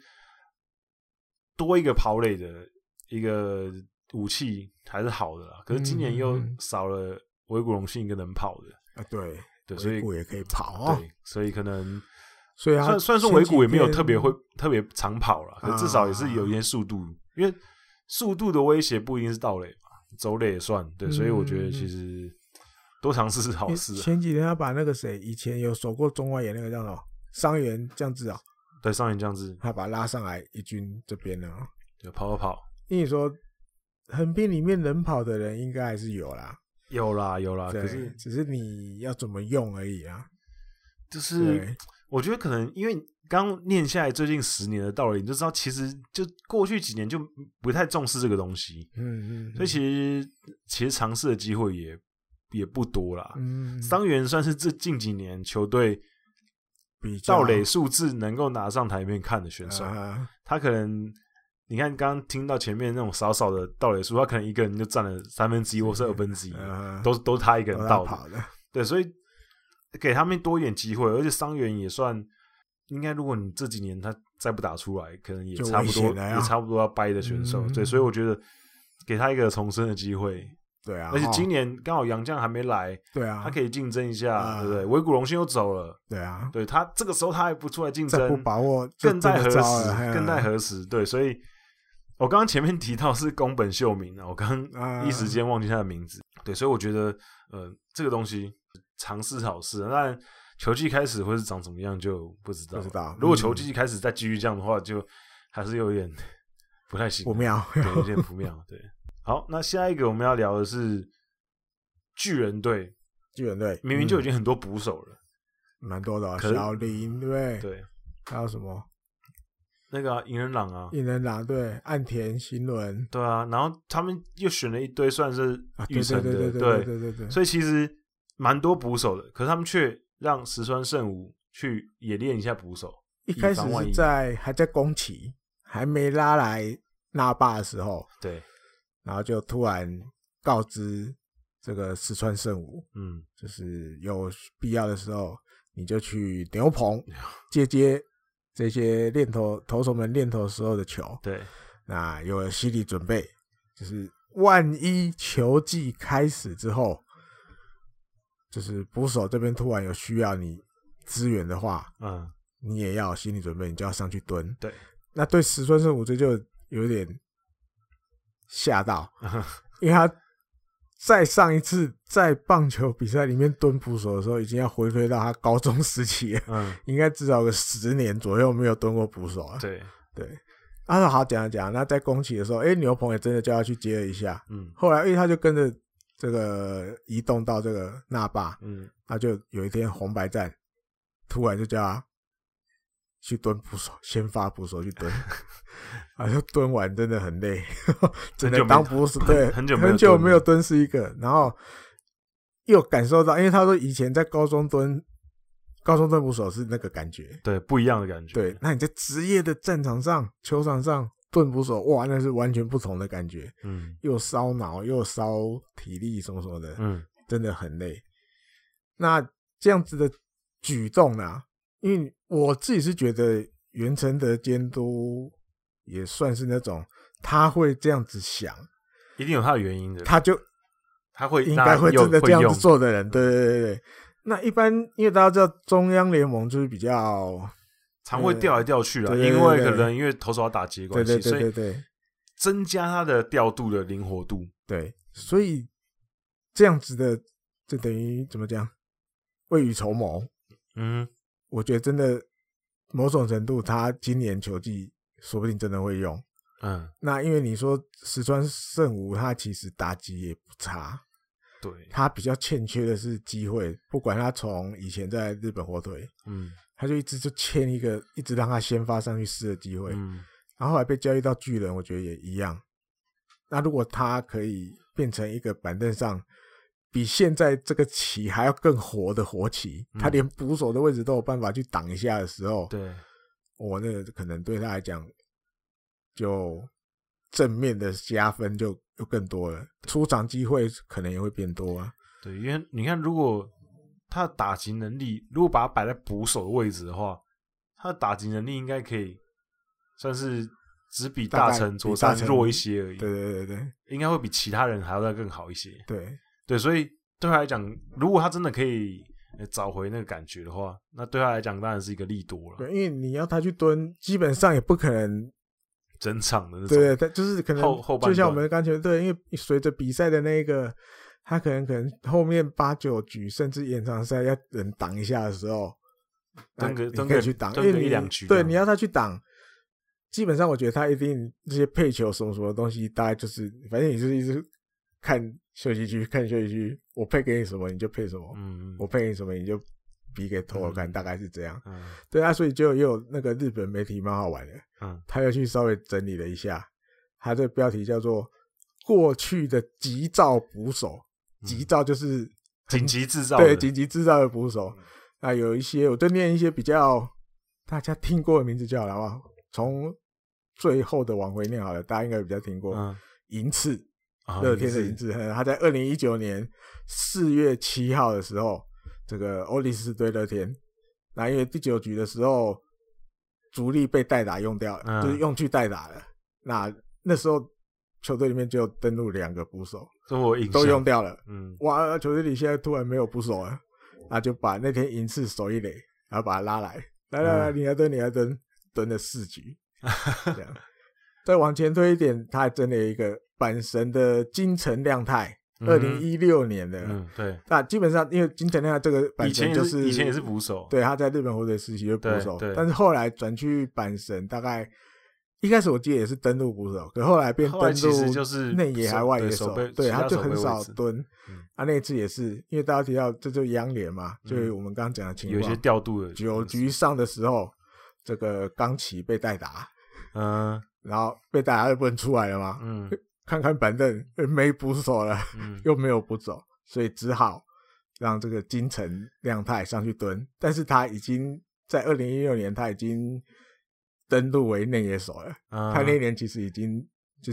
A: 多一个跑垒的一个武器还是好的啦。可是今年又
B: 嗯
A: 少了维古荣幸一个能跑的，
B: 啊对，
A: 对，所以
B: 尾骨也可以跑哦。
A: 对，所以可能
B: 所以
A: 虽
B: 他
A: 然虽然说
B: 前
A: 维
B: 几
A: 古也没有
B: 天
A: 特别会特别长跑啦，可
B: 啊
A: 至少也是有一些速度，因为速度的威胁不一定是盗垒嘛，走垒也算对，所以我觉得其实多尝试是好
B: 诶
A: 事啊。
B: 嗯前几天他把那个谁，以前有守过中外野那个叫什么伤员这样子啊，
A: 对，上一这样子
B: 他把他拉上来一军这边呢。
A: 就跑跑跑，
B: 因为你说横滨里面能跑的人应该还是有啦，
A: 有啦有啦，
B: 对，
A: 啊可是
B: 只是你要怎么用而已啊。
A: 就是
B: 对，
A: 我觉得可能因为刚念下来最近十年的道理，你就知道其实就过去几年就不太重视这个东西，
B: 嗯嗯，
A: 所以其实其实尝试的机会也也不多啦。
B: 嗯
A: 伤员算是这近几年球队
B: 比较
A: 盗垒数字能够拿上台面看的选手，
B: 啊
A: 他可能你看刚刚听到前面那种少少的盗垒数，他可能一个人就占了三分之一或是二分之一，
B: 啊
A: 都都他一个
B: 都
A: 人
B: 在
A: 盗的。
B: 跑的，
A: 对，所以给他们多一点机会，而且伤员也算应该，如果你这几年他再不打出来，可能也
B: 就
A: 差不
B: 危
A: 多，
B: 险了呀
A: 也差不多要掰的选手。
B: 嗯
A: 对，所以我觉得给他一个重生的机会，
B: 对啊，
A: 而且今
B: 哦
A: 年刚好杨绛还没来，
B: 对啊，
A: 他可以竞争一下，
B: 啊
A: 对不对？维古荣幸又走了，
B: 对啊，
A: 对他这个时候他还不出来竞
B: 再不
A: 争，
B: 把握就
A: 更待何
B: 真的
A: 时
B: 糟了？嘿啊？
A: 更待何时？对，所以。我刚刚前面提到是宫本秀明啊，我刚
B: 啊
A: 一时间忘记他的名字。对，所以我觉得，呃，这个东西尝试是好事，啊但球季开始会是长什么样就不知道。
B: 不知道
A: 如果
B: 嗯
A: 球季开始再继续这样的话，就还是有点不太行，啊
B: 不妙。
A: 对，有点不妙。对，好，那下一个我们要聊的是巨人队，
B: 巨人队
A: 明明就已
B: 经
A: 经很多捕手了，
B: 嗯蛮多的、哦，
A: 可是
B: 小林对不对？
A: 对，
B: 还有什么
A: 那个啊银、人朗啊，
B: 一人狼队、岸田新伦
A: 对啊，然后他们又选了一堆算是
B: 啊，
A: 预
B: 对对
A: 成的，
B: 对对对对对对，
A: 所以其实蛮多捕手的，可是他们却让石川圣武去也练一下捕手，
B: 一开
A: 以
B: 始
A: 防万
B: 是
A: 一
B: 在还在宫崎，还没拉来那霸的时候，
A: 对，
B: 然后就突然告知这个石川圣武，
A: 嗯，
B: 就是有必要的时候你就去牛
A: <laughs>
B: 棚接接这些练投投手们练投时候的球，
A: 对，
B: 那有了心理准备，就是万一球季开始之后，就是捕手这边突然有需要你支援的话，
A: 嗯，
B: 你也要有心理准备，你就要上去蹲。
A: 对，
B: 那对石川圣武这就有点吓到，因为他在上一次在棒球比赛里面蹲捕手的时候，已经要回推到他高中时期了，
A: 嗯，
B: 应该至少有个十年左右没有蹲过捕手了。
A: 对，
B: 对，他说好讲一讲。那在宫崎的时候，哎、牛棚也真的叫他去接了一下。
A: 嗯，
B: 后来，哎、他就跟着这个移动到这个那霸，
A: 嗯，
B: 他就有一天红白战，突然就叫他去蹲捕手，先发捕手
A: <laughs>
B: 去蹲。啊，就蹲完真的很累，只
A: 很久
B: 能
A: 没
B: 当捕手。对，
A: 很
B: 很
A: 久没有
B: 久
A: 蹲
B: 没
A: 了
B: 有蹲是一个，然后又感受到，因为他说以前在高中蹲，高中蹲捕手是那个感觉，
A: 对，不一样的感觉，
B: 对，，那你在职业的战场上、球场上蹲捕手，哇，那是完全不同的感觉，
A: 嗯，
B: 又烧脑又烧体力什么什么的，
A: 嗯，
B: 真的很累。那这样子的举动呢、因为我自己是觉得袁成德监督也算是那种他会这样子想，
A: 一定有他的原因的，
B: 他就
A: 他会嗯
B: 应该会真的这样子，
A: 大家有
B: 做的人，对对对对。对那一般，因为大家知道中央联盟就是比较，
A: 常会调来调去啊，
B: 对对对
A: 因为
B: 对
A: 可能因为投手要打击的关
B: 对对
A: 系，
B: 对
A: 所
B: 对
A: 以
B: 对，
A: 增加他的调度的灵活度，
B: 对，所以这样子的，就等于怎么讲，未雨绸缪。
A: 嗯，
B: 我觉得真的某种程度，他今年球季说不定真的会用。
A: 嗯，
B: 那因为你说石川圣吾，他其实打击也不差，
A: 对，
B: 他比较欠缺的是机会。不管他从以前在日本火腿，
A: 嗯，
B: 他就一直就欠一个，一直让他先发上去试的机会。
A: 嗯，
B: 然后后来被交易到巨人，我觉得也一样。那如果他可以变成一个板凳上比现在这个棋还要更活的活棋，
A: 嗯
B: 他连捕手的位置都有办法去挡一下的时候，
A: 对，
B: 我那个可能对他来讲就正面的加分就又更多了，出场机会可能也会变多啊。
A: 对，因为你看，如果他的打击能力，如果把他摆在捕手的位置的话，他的打击能力应该可以算是只比
B: 大
A: 大
B: 概
A: 成
B: 比
A: 卓
B: 大
A: 山
B: 成
A: 弱一些而已，
B: 对对对对
A: 应该会比其他人还要再更好一些。
B: 对
A: 对，所以对他来讲，如果他真的可以呃找回那个感觉的话，那对他来讲当然是一个利多了，
B: 对，因为你要他去蹲，基本上也不可能
A: 整场的那种。
B: 对对，他就是可能
A: 后后半
B: 就像我
A: 段
B: 们的钢球队，因为随着比赛的那个，他可能可能后面八九局甚至延长赛要人挡一下的时候，那
A: 蹲个
B: 你
A: 蹲
B: 可以
A: 个
B: 去挡，因
A: 蹲
B: 为
A: 个一
B: 你
A: 两局这
B: 对，
A: 样
B: 你要他去挡。基本上，我觉得他一定这些配球什么什么东西，大概就是反正你就是一直看休息区，看休息区，我配给你什么你就配什么，
A: 嗯，
B: 我配给你什么你就比给投我看，大概是这样。
A: 嗯
B: 对啊，所以就也有那个日本媒体蛮好玩的，
A: 嗯
B: 他又去稍微整理了一下，他这标题叫做“过去的急躁捕手”，急躁就是
A: 紧急嗯制造嗯
B: 对
A: 的
B: 紧急制造的捕手。啊，有一些我就念一些比较大家听过的名字就好了，好不好？从最后的往回念好了，大家应该比较听过。
A: 嗯，
B: 银次，
A: 啊
B: 乐
A: 也
B: 天的
A: 是
B: 银次，他在二零一九年四月七号的时候，这个欧力士对乐天，那因为第九局的时候，主力被代打用掉，
A: 嗯
B: 就是用去代打了。那那时候球队里面只有登录两个捕手，
A: 这我有印象
B: 都用掉了。
A: 嗯
B: 哇，啊球队里现在突然没有捕手了，那就把那天银次手一垒，然后把他拉来，来来来，
A: 嗯
B: 你来蹲，你来蹲，蹲了
A: <laughs>
B: 四局，这样。再往前推一点，他还真的有一个阪神的金城亮太，
A: 嗯
B: 二零一六年的。
A: 嗯对，
B: 那基本上，因为金城亮太这个
A: 以
B: 阪
A: 前
B: 神
A: 也
B: 就是
A: 以前也是捕手，
B: 对，他在日本火腿时期就捕手
A: 对对，
B: 但是后来转去阪神，大概一开始我记得也是登陆捕手，可后来变
A: 后
B: 登
A: 来其实就
B: 陆
A: 是
B: 内野还
A: 手
B: 外野
A: 对手背，
B: 对，
A: 其
B: 他就
A: 手
B: 很
A: 背位
B: 少
A: 置
B: 蹲
A: 嗯。
B: 啊，那一次也是，因为大家提到这就是央联嘛，
A: 嗯
B: 就是我们刚刚讲的情
A: 有一些
B: 况。
A: 调度的
B: 九局上的时候，这个冈崎被代打，
A: 嗯
B: 然后被代打就不能出来了嘛， <laughs>
A: 嗯
B: 看看板凳呃没捕手了，
A: 嗯，
B: 又没有捕手，所以只好让这个金城亮太上去蹲，但是他已经在二零一六年他已经登录为内野手了。
A: 他
B: 他那一年其实已经就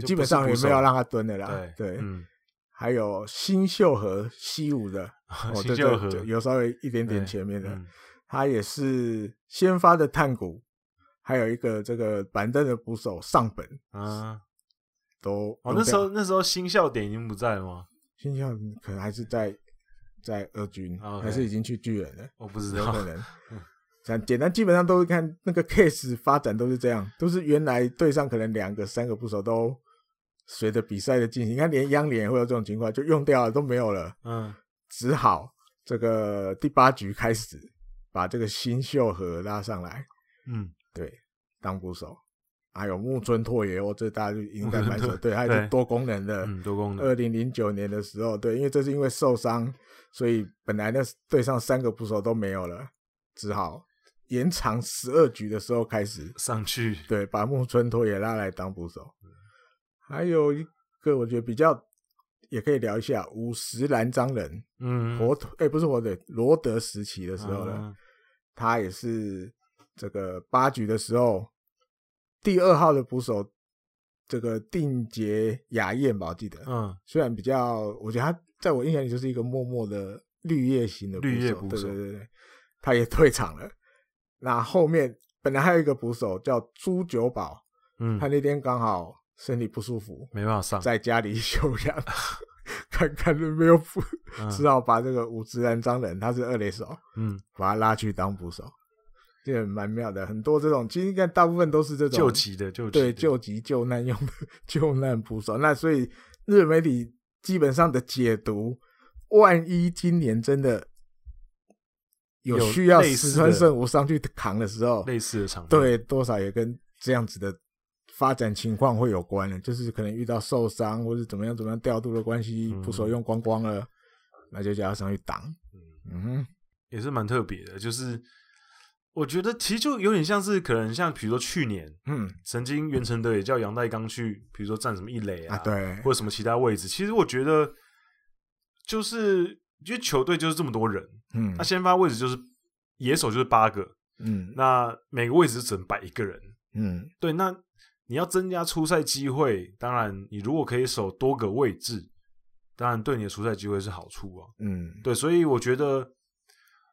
A: 啊就
B: 基
A: 不
B: 本
A: 是
B: 上
A: 捕
B: 也没
A: 手
B: 有让他蹲的啦。
A: 对
B: 啊对，
A: 嗯，
B: 还有新秀和西
A: <laughs>
B: 武的，哦，
A: 新
B: 对
A: 秀和
B: 对，对有稍微一点点前面的，
A: 嗯
B: 他也是先发的探谷，还有一个这个板凳的捕手上本
A: 啊，
B: 都
A: 哦，
B: 用
A: 那时
B: 掉
A: 候那时候新笑点已经不在了吗？
B: 新秀可能还是在在二军，
A: 啊，OK
B: 还是已经去巨人
A: <laughs>
B: 了，
A: 我不知
B: 有
A: 道，
B: 可能。简简单，基本上都是看那个 case 发展都是这样，都是原来队上可能两个、三个捕手都随着比赛的进行，你看连央联也会有这种情况，就用掉了都没有了，
A: 嗯
B: 只好这个第八局开始把这个新秀和拉上来
A: 嗯，
B: 当捕手，还有木村拓也哦，这大家就已经在
A: 木
B: 拍手，
A: 村拓
B: 对，他呃也
A: <laughs> 对
B: 是多功能的，
A: 嗯，多功能，
B: 二零零九年的时候，对，因为这是因为受伤，所以本来那队上三个捕手都没有了，只好延长十二局的时候开始，
A: 上去，
B: 对，把木村拓也拉来当捕手。还有一个我觉得比较也可以聊一下五十岚章人
A: 嗯，
B: 火腿，哎、不是火腿，罗德时期的时候呢，
A: 嗯
B: 他也是这个八局的时候第二号的捕手，这个定杰雅彦吧，我记得，
A: 嗯，
B: 虽然比较，我觉得他在我印象里就是一个默默的绿叶型的
A: 绿叶
B: 捕
A: 捕手
B: 对对对对，他也退场了。那后面本来还有一个捕手叫朱九宝，
A: 嗯
B: 他那天刚好身体不舒服，
A: 没办法上，
B: 在家里 <laughs> 休养，看看有没有捕，
A: <laughs> 嗯
B: 只好把这个五直男张人，他是二垒手，
A: 嗯，
B: 把他拉去当捕手，这个蛮妙的。很多这种，其实应该大部分都是这种
A: 救急的救急的，
B: 对救急救难用的 <laughs> 救难捕手。那所以日本媒体基本上的解读，万一今年真的有
A: 有
B: 需要
A: 类似
B: 石川
A: 的
B: 圣武上去扛的时候，
A: 类似的场面，
B: 对多少也跟这样子的发展情况会有关了，就是可能遇到受伤或者怎么样怎么样调度的关系，捕手
A: 嗯
B: 用光光了，那就叫他上去挡。嗯哼，
A: 也是蛮特别的，就是我觉得其实就有点像是可能像比如说去年
B: 嗯
A: 曾经袁成德也叫杨代刚去，比如说站什么一垒
B: 啊，对，
A: 或者什么其他位置，其实我觉得就是因为球队就是这么多人，
B: 嗯
A: 那先发位置就是野手就是八个，
B: 嗯
A: 啊那每个位置只能摆一个人，
B: 嗯
A: 对，那你要增加出赛机会，当然你如果可以守多个位置，当然对你的出赛机会是好处啊。
B: 嗯，
A: 对，所以我觉得，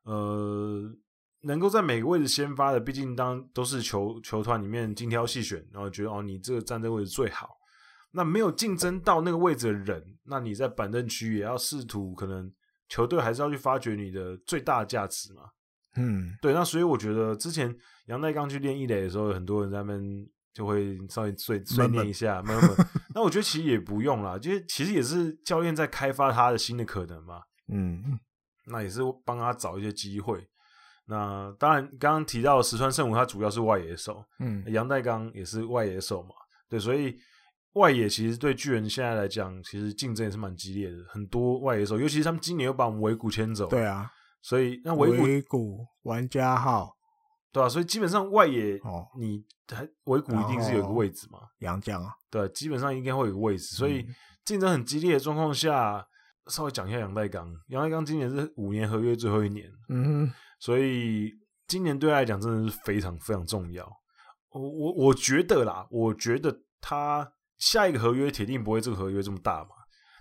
A: 呃，能够在每个位置先发的，毕竟当都是球球团里面精挑细选，然后觉得哦，你这个站这个位置最好。那没有竞争到那个位置的人，那你在板凳区也要试图可能球队还是要去发掘你的最大的价值嘛。
B: 嗯
A: 对，那所以我觉觉得之前杨代刚去练一垒的时候，很多人在那边就会稍微碎碎
B: 闷
A: 念
B: 闷
A: 一下，闷 <laughs> 闷。那我觉得其实也不用啦，就是其实也是教练在开发他的新的可能嘛。
B: 嗯
A: 那也是帮他找一些机会。那当然，刚刚提到石川圣武，他主要是外野手，
B: 嗯
A: 杨代刚也是外野手嘛，对，所以外野其实对巨人现在来讲，其实竞争也是蛮激烈的，很多外野手，尤其是他们今年又把我们尾谷牵走，
B: 对，啊，
A: 所以那尾谷
B: 尾谷玩家号
A: 对吧、啊所以基本上外野、
B: 哦，
A: 你还尾谷一定是有一个位置嘛，
B: 杨绛啊，
A: 对，基本上应该会有一个位置，所以
B: 嗯
A: 竞争很激烈的状况下，稍微讲一下杨代刚，杨代刚今年是五年合约最后一年，
B: 嗯哼，
A: 所以今年对他来讲真的是非常非常重要。我我我觉得啦，我觉得他下一个合约铁定不会这个合约这么大嘛，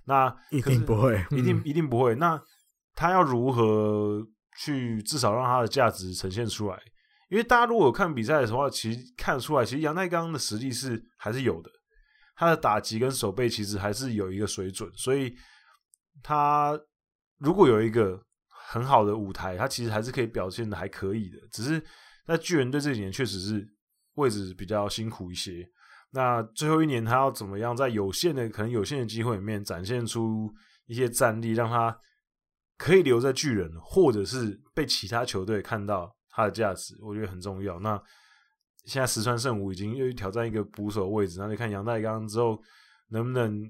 A: 那
B: 一
A: 可是
B: 定不会，
A: 一定
B: 嗯
A: 一定不会。那他要如何去至少让他的价值呈现出来？因为大家如果有看比赛的话，其实看得出来，其实杨代刚的实力是还是有的，他的打击跟手背其实还是有一个水准，所以他如果有一个很好的舞台，他其实还是可以表现的还可以的。只是在巨人队这几年确实是位置比较辛苦一些，那最后一年他要怎么样在有限的可能有限的机会里面展现出一些战力，让他可以留在巨人，或者是被其他球队看到他的价值，我觉得很重要。那现在石川圣武已经又去挑战一个捕手位置，那就看杨代刚之后能不能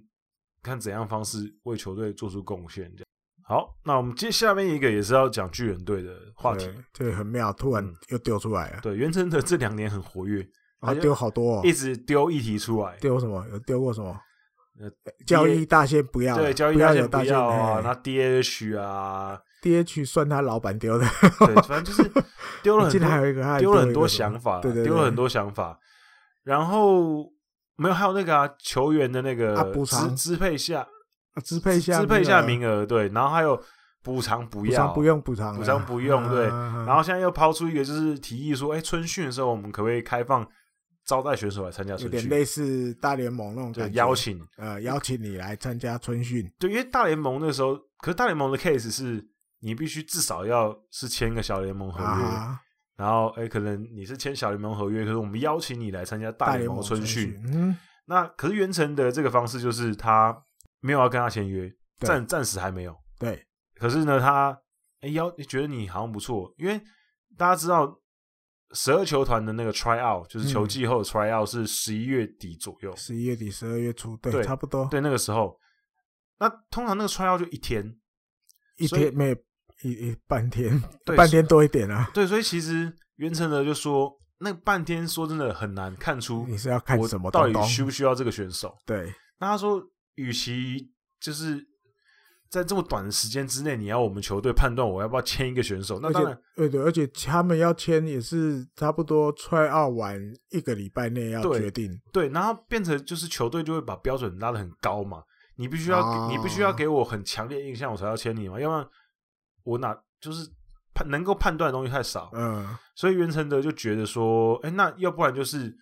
A: 看怎样方式为球队做出贡献。这样好，那我们接下面一个也是要讲巨人队的话题。
B: 对这个很妙，突然
A: 嗯
B: 又丢出来了，
A: 对，袁成德这两年很活跃，
B: 然
A: 他
B: 后
A: 就
B: 丢好多、哦
A: 一，直丢议题出来。
B: 丢什么？有丢过什么
A: 呃？
B: 交易大仙不要了，
A: 对，交易
B: 不
A: 大
B: 要
A: 线
B: 有
A: 不
B: 大哎仙
A: 要啊，
B: 嘿
A: 那 DH 啊，
B: DH 算他老板丢的，
A: 对，反正
B: <laughs>
A: 就是丢了很
B: 竟然还
A: 多
B: 有一个，还
A: 丢了很
B: 一
A: 多
B: 个什么
A: 想法，
B: 对对，对
A: 丢了很多想法。然后没有，还有那个啊，球员的那个
B: 啊补
A: 支
B: 偿
A: 支配下
B: 啊支配下
A: 支配下名
B: 额，
A: 额，对，然后还有补偿不
B: 补
A: 要啊
B: 偿不，用补哎嗯偿了，啊
A: 补偿不用对然
B: 然
A: 后现在又抛出一个就是提议说，哎，春训的时候我们可不可以开放招待选手来参加
B: 有
A: 春
B: 点
A: 训？
B: 类似大联盟那种
A: 对，
B: 感觉
A: 邀请
B: 呃邀请你来参加春训，
A: 对，因为大联盟那时候，可是大联盟的 case 是你必须至少要是签个小联盟合约，
B: 啊哈，
A: 然后哎，可能你是签小联盟合约，可是我们邀请你来参加
B: 大
A: 联
B: 联
A: 盟
B: 盟
A: 春训。
B: 训，嗯，
A: 那可是袁成的这个方式就是他没有要跟他签约，
B: 对
A: 暂暂时还没有。
B: 对，
A: 可是呢，他哎邀觉得你好像不错，因为大家知道十二球团的那个 try out 就是球
B: 嗯
A: 季后的 try out 是十一月底左右，
B: 十一月底、十二月初，
A: 对
B: 对，差不多
A: 对那个时候，那通常那个 try out 就一天，
B: 一
A: 所以
B: 天每一一半天，
A: <laughs> 对
B: 半天多一点啊。
A: 对，所以其实袁成德就说，那半天说真的很难看出
B: 你是要看什
A: 我
B: 么
A: 到底
B: 东东？
A: 需不需要这个选手。
B: 对，
A: 那他说，与其就是在这么短的时间之内，你要我们球队判断我要不要签一个选手，那
B: 而
A: 当然
B: 且对对，而且他们要签也是差不多 try out 完一个礼拜内要
A: 对
B: 决定，
A: 对，然后变成就是球队就会把标准拉得很高嘛，你必须要、
B: 哦
A: 你必须要给我很强烈的印象，我才要签你嘛，要不然我哪就是判能够判断的东西太少，
B: 嗯，
A: 所以袁成德就觉得说，哎、那要不然就是，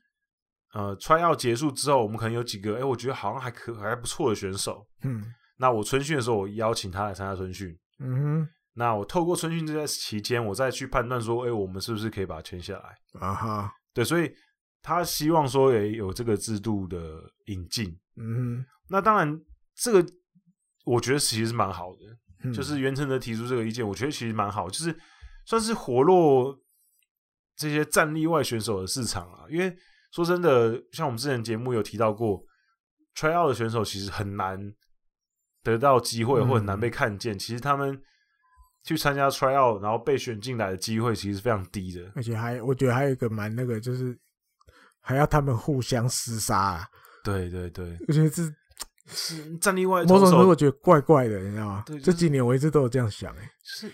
A: 呃，try out 结束之后，我们可能有几个，哎、我觉得好像还可还不错的选手，
B: 嗯
A: 那我春训的时候，我邀请他来参加春训，
B: 嗯
A: 那我透过春训这段期间，我再去判断说，哎、我们是不是可以把他签下来？
B: 哼，啊哈，
A: 对，所以他希望说，也有这个制度的引进。
B: 嗯
A: 那当然，这个我觉得其实是蛮好的，
B: 哼，
A: 就是袁成德提出这个意见，我觉得其实蛮好，就是算是活络这些战力外选手的市场啊。因为说真的，像我们之前节目有提到过，try out 的选手其实很难得到机会，
B: 嗯
A: 或很难被看见。其实他们去参加 try out，然后被选进来的机会其实是非常低的。
B: 而且还我觉得还有一个蛮那个，就是还要他们互相厮杀、啊，
A: <laughs> 对对对，
B: 我觉得这
A: 是战力外
B: 某
A: 投
B: 种程度
A: 手
B: 我觉得怪怪的，你知道吗？
A: 对就是
B: 这几年我一直都有这样想、欸，
A: 是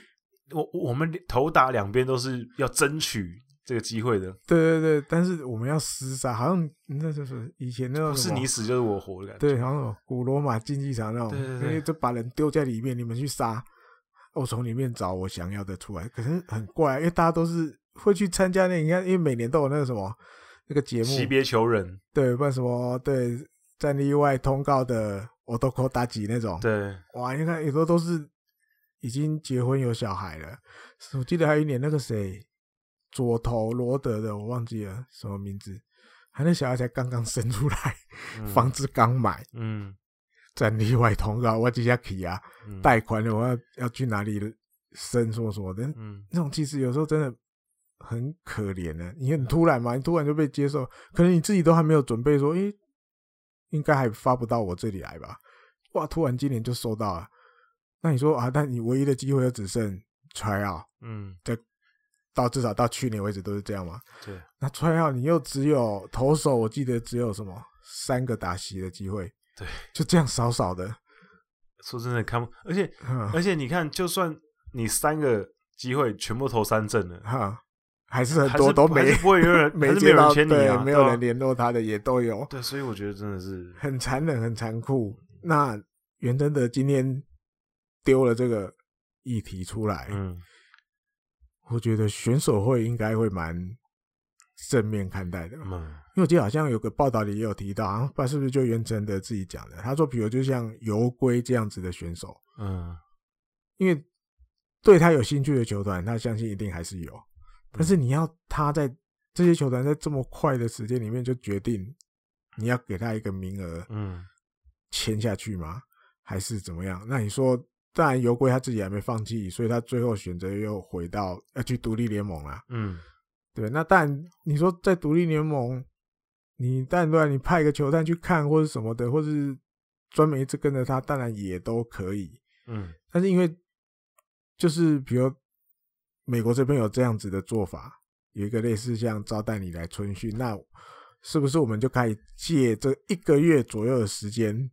A: 我我们头打两边都是要争取这个机会的，
B: 对对对，但是我们要厮杀，好像那就是以前那种
A: 不是
B: 什么
A: 你死就是我活的感觉。
B: 对，好像那种古罗马竞技场那种，
A: 对对
B: 因
A: 对
B: 为就把人丢在里面，你们去杀，我从里面找我想要的出来。可是很怪，啊因为大家都是会去参加那，你看，因为每年都有那个什么那个节目，
A: 惜别求人，
B: 对，不然什么对战例外通告的，我都扣打几那种，
A: 对，
B: 哇，你看有时候都是已经结婚有小孩了。我记得还有一年那个谁，左投罗德的，我忘记了什么名字，他那小孩才刚刚生出来，
A: 嗯
B: 房子刚买。
A: 嗯，
B: 战例外通告，我几下起啊，
A: 嗯，
B: 贷款的我要要去哪里生什么什么的，
A: 嗯，
B: 那种其实有时候真的很可怜的、你很突然嘛，你突然就被接受，可能你自己都还没有准备说，诶、应该还发不到我这里来吧？哇，突然今年就收到了，那你说啊，但你唯一的机会又只剩 try out，
A: 嗯，
B: 到至少到去年为止都是这样嘛。
A: 对，
B: 那 try out 你又只有投手，我记得只有什么三个打席的机会，
A: 对，
B: 就这样少少的，嗯
A: 说真的看不，而且
B: 哼
A: 而且你看，就算你三个机会全部投三
B: <laughs>
A: 振了，
B: 哈，嗯还是很
A: 还
B: 多
A: 是
B: 都
A: 还
B: 没
A: 是不会有人，还
B: 没
A: 是没
B: 接
A: 有人
B: 到，
A: 签你
B: 对
A: 啊，，
B: 没
A: 对
B: 有
A: 吧
B: 人联络他的也都有，
A: 对，所以我觉得真的是，
B: 很残忍，很残酷。那袁真的今天丢了这个议题出来，
A: 嗯，
B: 我觉得选手会应该会蛮正面看待的，
A: 嗯，
B: 因为我记得好像有个报道里也有提到，好像不知道是不是就袁真的自己讲的，他说，比如就像游龟这样子的选手，
A: 嗯，
B: 因为对他有兴趣的球团，他相信一定还是有。
A: 嗯
B: 但是你要他在这些球团在这么快的时间里面就决定你要给他一个名额
A: 嗯，
B: 签下去吗？还是怎么样？那你说，当然呃游龟他自己还没放弃，所以他最后选择又回到要去独立联盟啦。
A: 嗯，
B: 对，那但你说在独立联盟，你但对、你派一个球探去看或者什么的，或是专门一直跟着他，当然也都可以。
A: 嗯
B: 但是因为就是比如美国这边有这样子的做法，有一个类似像招待你来春训，那是不是我们就可以借这一个月左右的时间，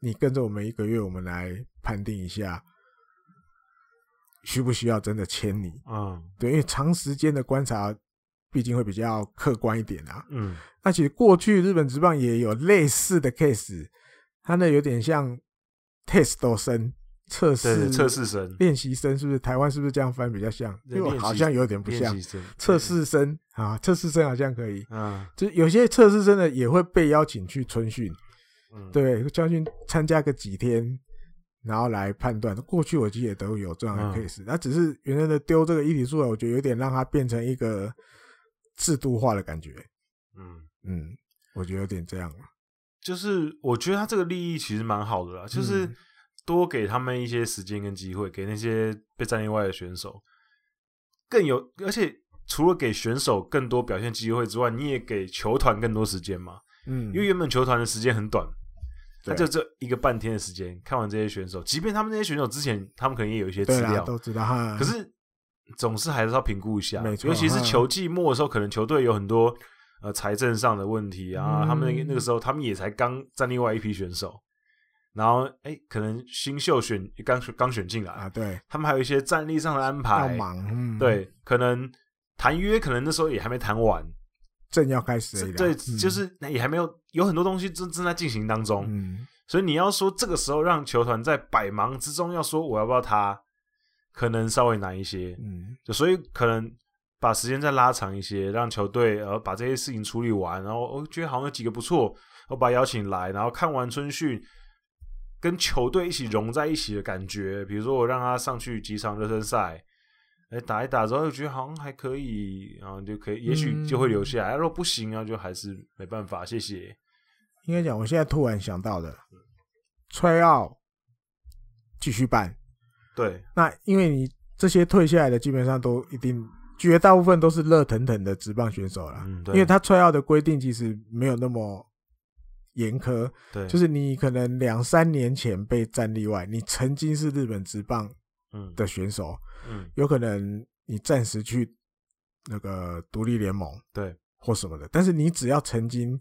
B: 你跟着我们一个月，我们来判定一下需不需要真的签你？
A: 啊
B: 对，因为长时间的观察，毕竟会比较客观一点啊。
A: 嗯
B: 那其实过去日本职棒也有类似的 case，它那有点像 test 生测
A: 对
B: 试
A: 对测试生
B: 练习生是不是？台湾是不是这样翻比较像？
A: 对
B: 因为我
A: 练习
B: 好像有点不
A: 练
B: 像
A: 习生
B: 测试生啊，测试生好像可以。
A: 啊
B: 就有些测试生呢也会被邀请去春训，
A: 嗯
B: 对，将军参加个几天，然后来判断。过去我记得也都有这样的
A: 嗯
B: case，那、只是原来的丢这个议题出来，我觉得有点让它变成一个制度化的感觉。
A: 嗯。
B: 嗯，我觉得有点这样。
A: 就是我觉得他这个利益其实蛮好的啦，就是
B: 嗯
A: 多给他们一些时间跟机会，给那些被战力外的选手更有，而且除了给选手更多表现机会之外，你也给球团更多时间嘛，
B: 嗯，
A: 因为原本球团的时间很短，他
B: 对
A: 就这一个半天的时间看完这些选手，即便他们那些选手之前他们可能也有一些
B: 对
A: 资
B: 啦，
A: 料，
B: 都知道哈。
A: 可是总是还是要评估一下
B: 啊没，错
A: 尤其是
B: 嗯
A: 球季末的时候，可能球队有很多呃财政上的问题啊，
B: 嗯
A: 他们那个那个时候他们也才刚站另外一批选手，然后哎，可能新秀选刚刚选进来，
B: 啊，对，
A: 他们还有一些战力上的安
B: 要
A: 排，
B: 忙，嗯，，
A: 对，可能谈约可能那时候也还没谈完，
B: 正要开始而
A: 这
B: 已啦，
A: 对，
B: 嗯
A: 就是那也还没有有很多东西正正在进行当中，
B: 嗯，
A: 所以你要说这个时候让球团在百忙之中要说我要不要他，可能稍微难一些，
B: 嗯，
A: 就所以可能把时间再拉长一些，让球队呃把这些事情处理完，然后我、哦觉得好像有几个不错，我把他邀请来，然后看完春训，跟球队一起融在一起的感觉，比如说我让他上去几场热身赛。哎，打一打之后觉得好像还可以，然后就可以，也许就会留下
B: 嗯
A: 来。如果不行啊，就还是没办法，谢谢。
B: 应该讲，我现在突然想到的，吹奥继续办。
A: 对，
B: 那因为你这些退下来的，基本上都一定绝大部分都是热腾腾的职棒选手啦。
A: 嗯，对，
B: 因为他吹奥的规定其实没有那么严苛，
A: 对，
B: 就是是你可能两三年前被战例外，你曾经是日本职棒
A: 嗯
B: 的选手，
A: 嗯，
B: 有可能你暂时去那个独立联盟
A: 对，
B: 或什么的，但是你只要曾经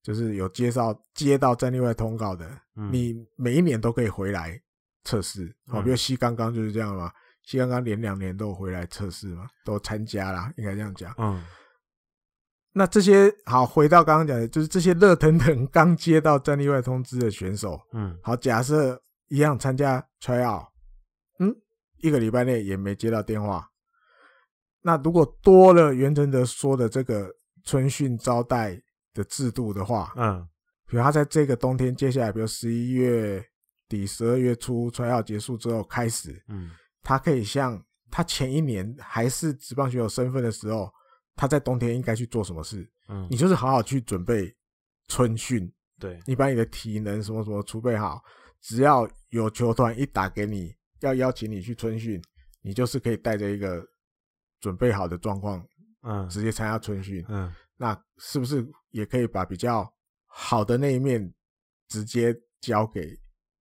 B: 就是有介绍接到战例外通告的，
A: 嗯
B: 你每一年都可以回来测试，
A: 嗯
B: 好、比如西刚刚就是这样嘛，西刚刚连两年都有回来测试嘛，都参加啦，应该这样讲。
A: 嗯
B: 那这些好，回到刚刚讲的，就是这些热腾腾刚接到战例外通知的选手，
A: 嗯
B: 好，假设一样参加 tryout，嗯，一个礼拜内也没接到电话，那如果多了袁成德说的这个春训招待的制度的话，
A: 嗯
B: 比如他在这个冬天，接下来比如十一月底、十二月初 tryout 结束之后开始，
A: 嗯
B: 他可以像他前一年还是职棒选手身份的时候，他在冬天应该去做什么事，
A: 嗯，
B: 你就是好好去准备春训。
A: 对，
B: 你把你的体能什么什么储备好，只要有球团一打给你，要邀请你去春训，你就是可以带着一个准备好的状况
A: 嗯
B: 直接参加春训。
A: 嗯
B: 那是不是也可以把比较好的那一面直接交给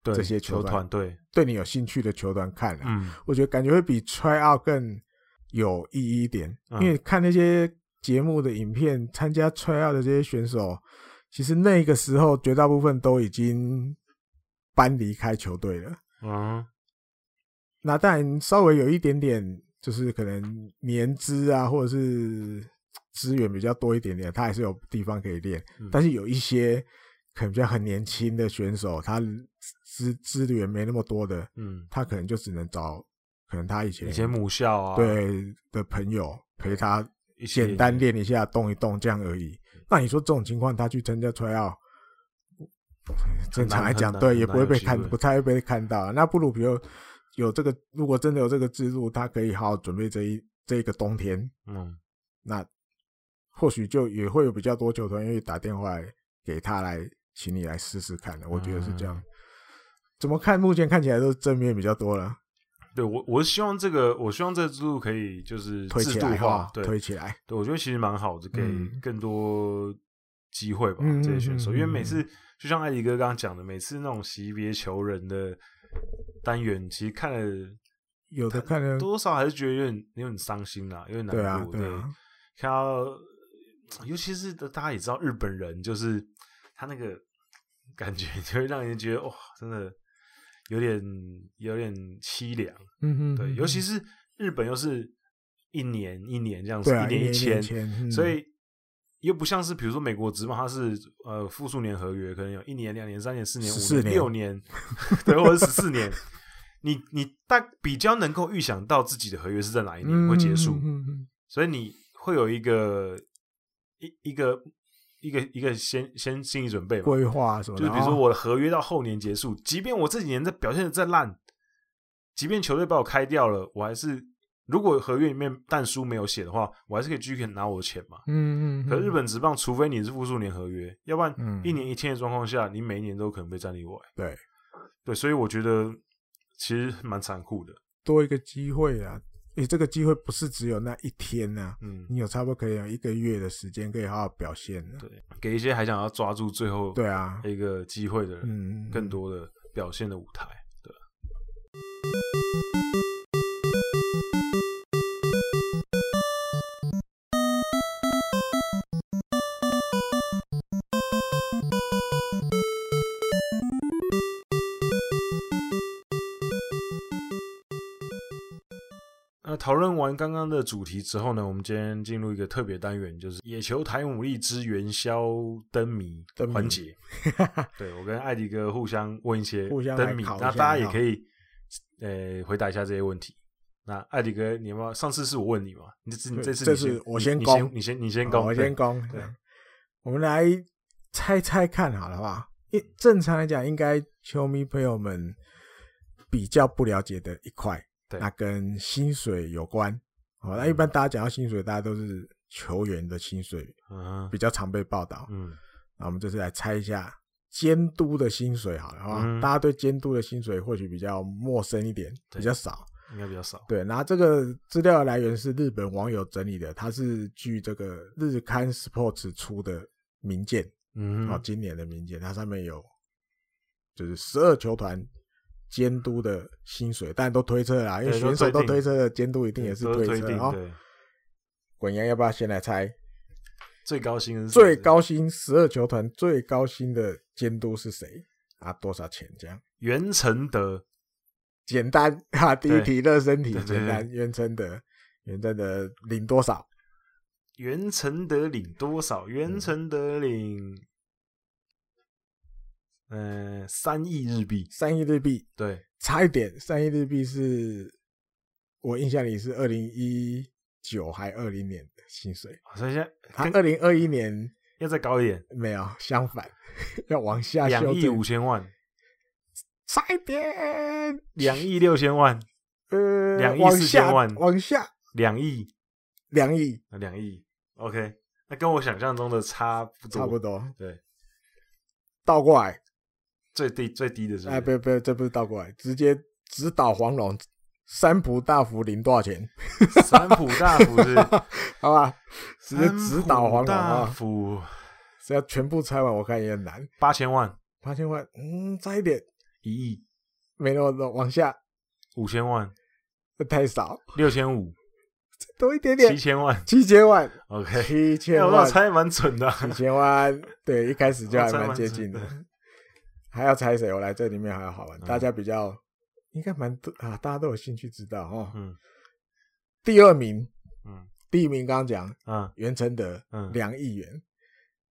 A: 对，
B: 这些
A: 球
B: 球
A: 团
B: 团
A: 对，
B: 对你有兴趣的球团看啊？
A: 嗯
B: 我觉得感觉会比 try out 更有意义一点，
A: 嗯
B: 因为看那些节目的影片，参加 try out 的这些选手，其实那个时候绝大部分都已经搬离开球队了。
A: 嗯
B: 那当然稍微有一点点，就是可能年资啊，或者是资源比较多一点点，他还是有地方可以练。
A: 嗯
B: 但是有一些可能比较很年轻的选手，他资资源没那么多的，
A: 嗯，
B: 他可能就只能找可能他以前
A: 以前母校啊，，
B: 对的朋友陪他
A: 一起
B: 简单练一下，动一动这样而已。
A: 嗯
B: 那你说这种情况，他去参加 tryout，正常来讲，
A: 很难
B: 对，
A: 很
B: 也不会被
A: 很难有
B: 看
A: 机，会
B: 不太会被看到啊。那不如比如有这个，如果真的有这个制度，他可以好好准备这一这一个冬天，
A: 嗯
B: 那或许就也会有比较多球团愿意打电话给他来，请你来试试看的。我觉得是这样。
A: 嗯
B: 怎么看？目前看起来都是正面比较多了。
A: 对我，我是希望这个，我希望这个制度可以就是
B: 推起
A: 制度
B: 来
A: 化
B: 哈，，
A: 对，
B: 推起来，
A: 对，我觉得其实蛮好的，给
B: 嗯
A: 更多机会吧，
B: 嗯
A: 这些选手，
B: 嗯
A: 因为每次
B: 嗯
A: 就像艾迪哥刚刚讲的，每次那种惜别求人的单元，其实看
B: 嗯
A: 了
B: 有的看人
A: 多少还是觉得有点有点伤心啦，有点难
B: 对啊
A: 过。
B: 对啊，
A: 看到呃尤其是大家也知道日本人，就是他那个感觉就会让人觉得哇、真的有点有点凄凉。
B: 嗯嗯，
A: 对，
B: 嗯
A: 尤其
B: 嗯
A: 是日本又是一年一年这样子，
B: 对啊，
A: 一年
B: 一
A: 签，
B: 签，嗯
A: 所以又不像是比如说美国职棒，它是呃复数年合约，可能有一年、两年、三年、四年、五
B: 14
A: 年、
B: 年
A: 六年， <laughs> 对，或者十四年。你你大比较能够预想到自己的合约是在哪一年会结束，
B: 嗯嗯嗯嗯
A: 所以你会有一个一一个一个一个先先心理准备嘛，
B: 规划什么
A: 就
B: 的，
A: 是比如
B: 哦
A: 说我的合约到后年结束，即便我这几年在表现的再烂，即便球队把我开掉了，我还是如果合约里面但书没有写的话，我还是可以继续拿我的钱嘛。
B: 嗯嗯，嗯
A: 可日本职棒，除非你是复数年合约，要不然
B: 嗯
A: 一年一签的状况下，你每一年都可能被战例外。
B: 对
A: 对，所以我觉得其实蛮残酷的。
B: 多一个机会啊，你这个机会不是只有那一天呢、
A: 嗯，
B: 你有差不多可以有一个月的时间可以好好表现的、
A: 对，给一些还想要抓住最后
B: 对啊，
A: 一个机会的人，
B: 嗯，
A: 更多的表现的舞台。对，那讨论完刚刚的主题之后呢，我们今天进入一个特别单元，就是野球台牡蛎之元宵灯谜
B: 灯谜
A: 环节。对我跟艾迪哥互相问一些
B: 互相来
A: 灯谜，
B: 考一
A: 那
B: 下
A: 大家也
B: 哈
A: 可以呃回答一下这些问题。那艾迪哥，你有没有上次是我问你嘛？你这次你
B: 对
A: 这次
B: 这
A: 你
B: 次我
A: 你
B: 先
A: 你
B: 攻
A: 先你先你先
B: 好
A: 攻，
B: 我
A: 对
B: 先攻。
A: 对
B: 对，我们来猜猜看，好了吧？因正常来讲，应该球迷朋友们比较不了解的一块，
A: 对嗯
B: 那跟薪水有关。好，那一般大家讲到薪水，大家都是球员的薪水
A: 嗯
B: 比较常被报道。
A: 嗯
B: 那我们这次来猜一下监督的薪水好了，好吧？
A: 嗯
B: 大家对监督的薪水或许比较陌生一点，
A: 对
B: 比较少。
A: 应该比较少。
B: 对，然后这个资料来源是日本网友整理的，它是据这个日刊 Sports 出的民件，
A: 嗯
B: 哦，今年的民件，它上面有就是十二球团监督的薪水，但都推测啦，因为
A: 对都
B: 选手
A: 推
B: 都
A: 定
B: 推测了，监督一定也是
A: 都是推
B: 推测
A: 定
B: 哦。
A: 对
B: 滚羊要不要先来猜？
A: 最高薪是
B: 最高薪十二球团最高薪的监督是谁啊？多少钱？这样
A: 袁成德，
B: 简单哈、啊，第一
A: 对
B: 题热身题
A: 对对
B: 简单，袁成德，袁成德领多少？
A: 袁成德领多少？
B: 嗯
A: 袁成德领，嗯，三亿日币。
B: 三亿日币，
A: 对，
B: 差一点，三亿日币是我印象里是二零一九还二零年的薪水，
A: 所以现
B: 他
A: 在
B: 二
A: 跟
B: 零二一年
A: 要再高一点，
B: 没有，相反 <laughs> 要往下修
A: 两亿
B: 正
A: 五，千万，
B: 差一点，
A: 两亿六千万，
B: 呃，
A: 两亿
B: 往
A: 四千
B: 下
A: 万
B: 往下
A: 两亿，
B: 两亿，
A: 啊两亿。OK，那跟我想象中的差不多，
B: 差不。多
A: 对，
B: 倒过来，
A: 最低最低的是不
B: 哎，
A: 是
B: 不要不要，这不是倒过来，直接直捣黄龙。三浦大辅领多少钱？ <laughs>
A: <laughs> 三浦大辅是，
B: 好吧， <laughs> 直接直捣黄龙
A: 大
B: 啊！
A: 辅
B: 只要全部拆完，我看也很难。
A: 八千万，
B: 八千万，嗯，差一点，
A: 一亿
B: 没那么多，往下
A: 五千万，
B: 太少， <laughs>
A: 六千五，
B: 多一点
A: 七
B: 点，
A: 千万。
B: 七千万，
A: <laughs> OK，
B: 七
A: 哎
B: 千
A: 我
B: 万，
A: 猜得蛮准的啊。
B: 七千万，对，一开始就还
A: 我猜
B: 蛮
A: 蛮
B: 接近的
A: 准。
B: 还要猜谁？我来这里面还要好玩，
A: 嗯
B: 大家比较应该蛮多啊，大家都有兴趣知道哦。
A: 嗯
B: 第二名，
A: 嗯
B: 第一名刚刚讲
A: 嗯
B: 袁成德
A: 嗯
B: 两亿元。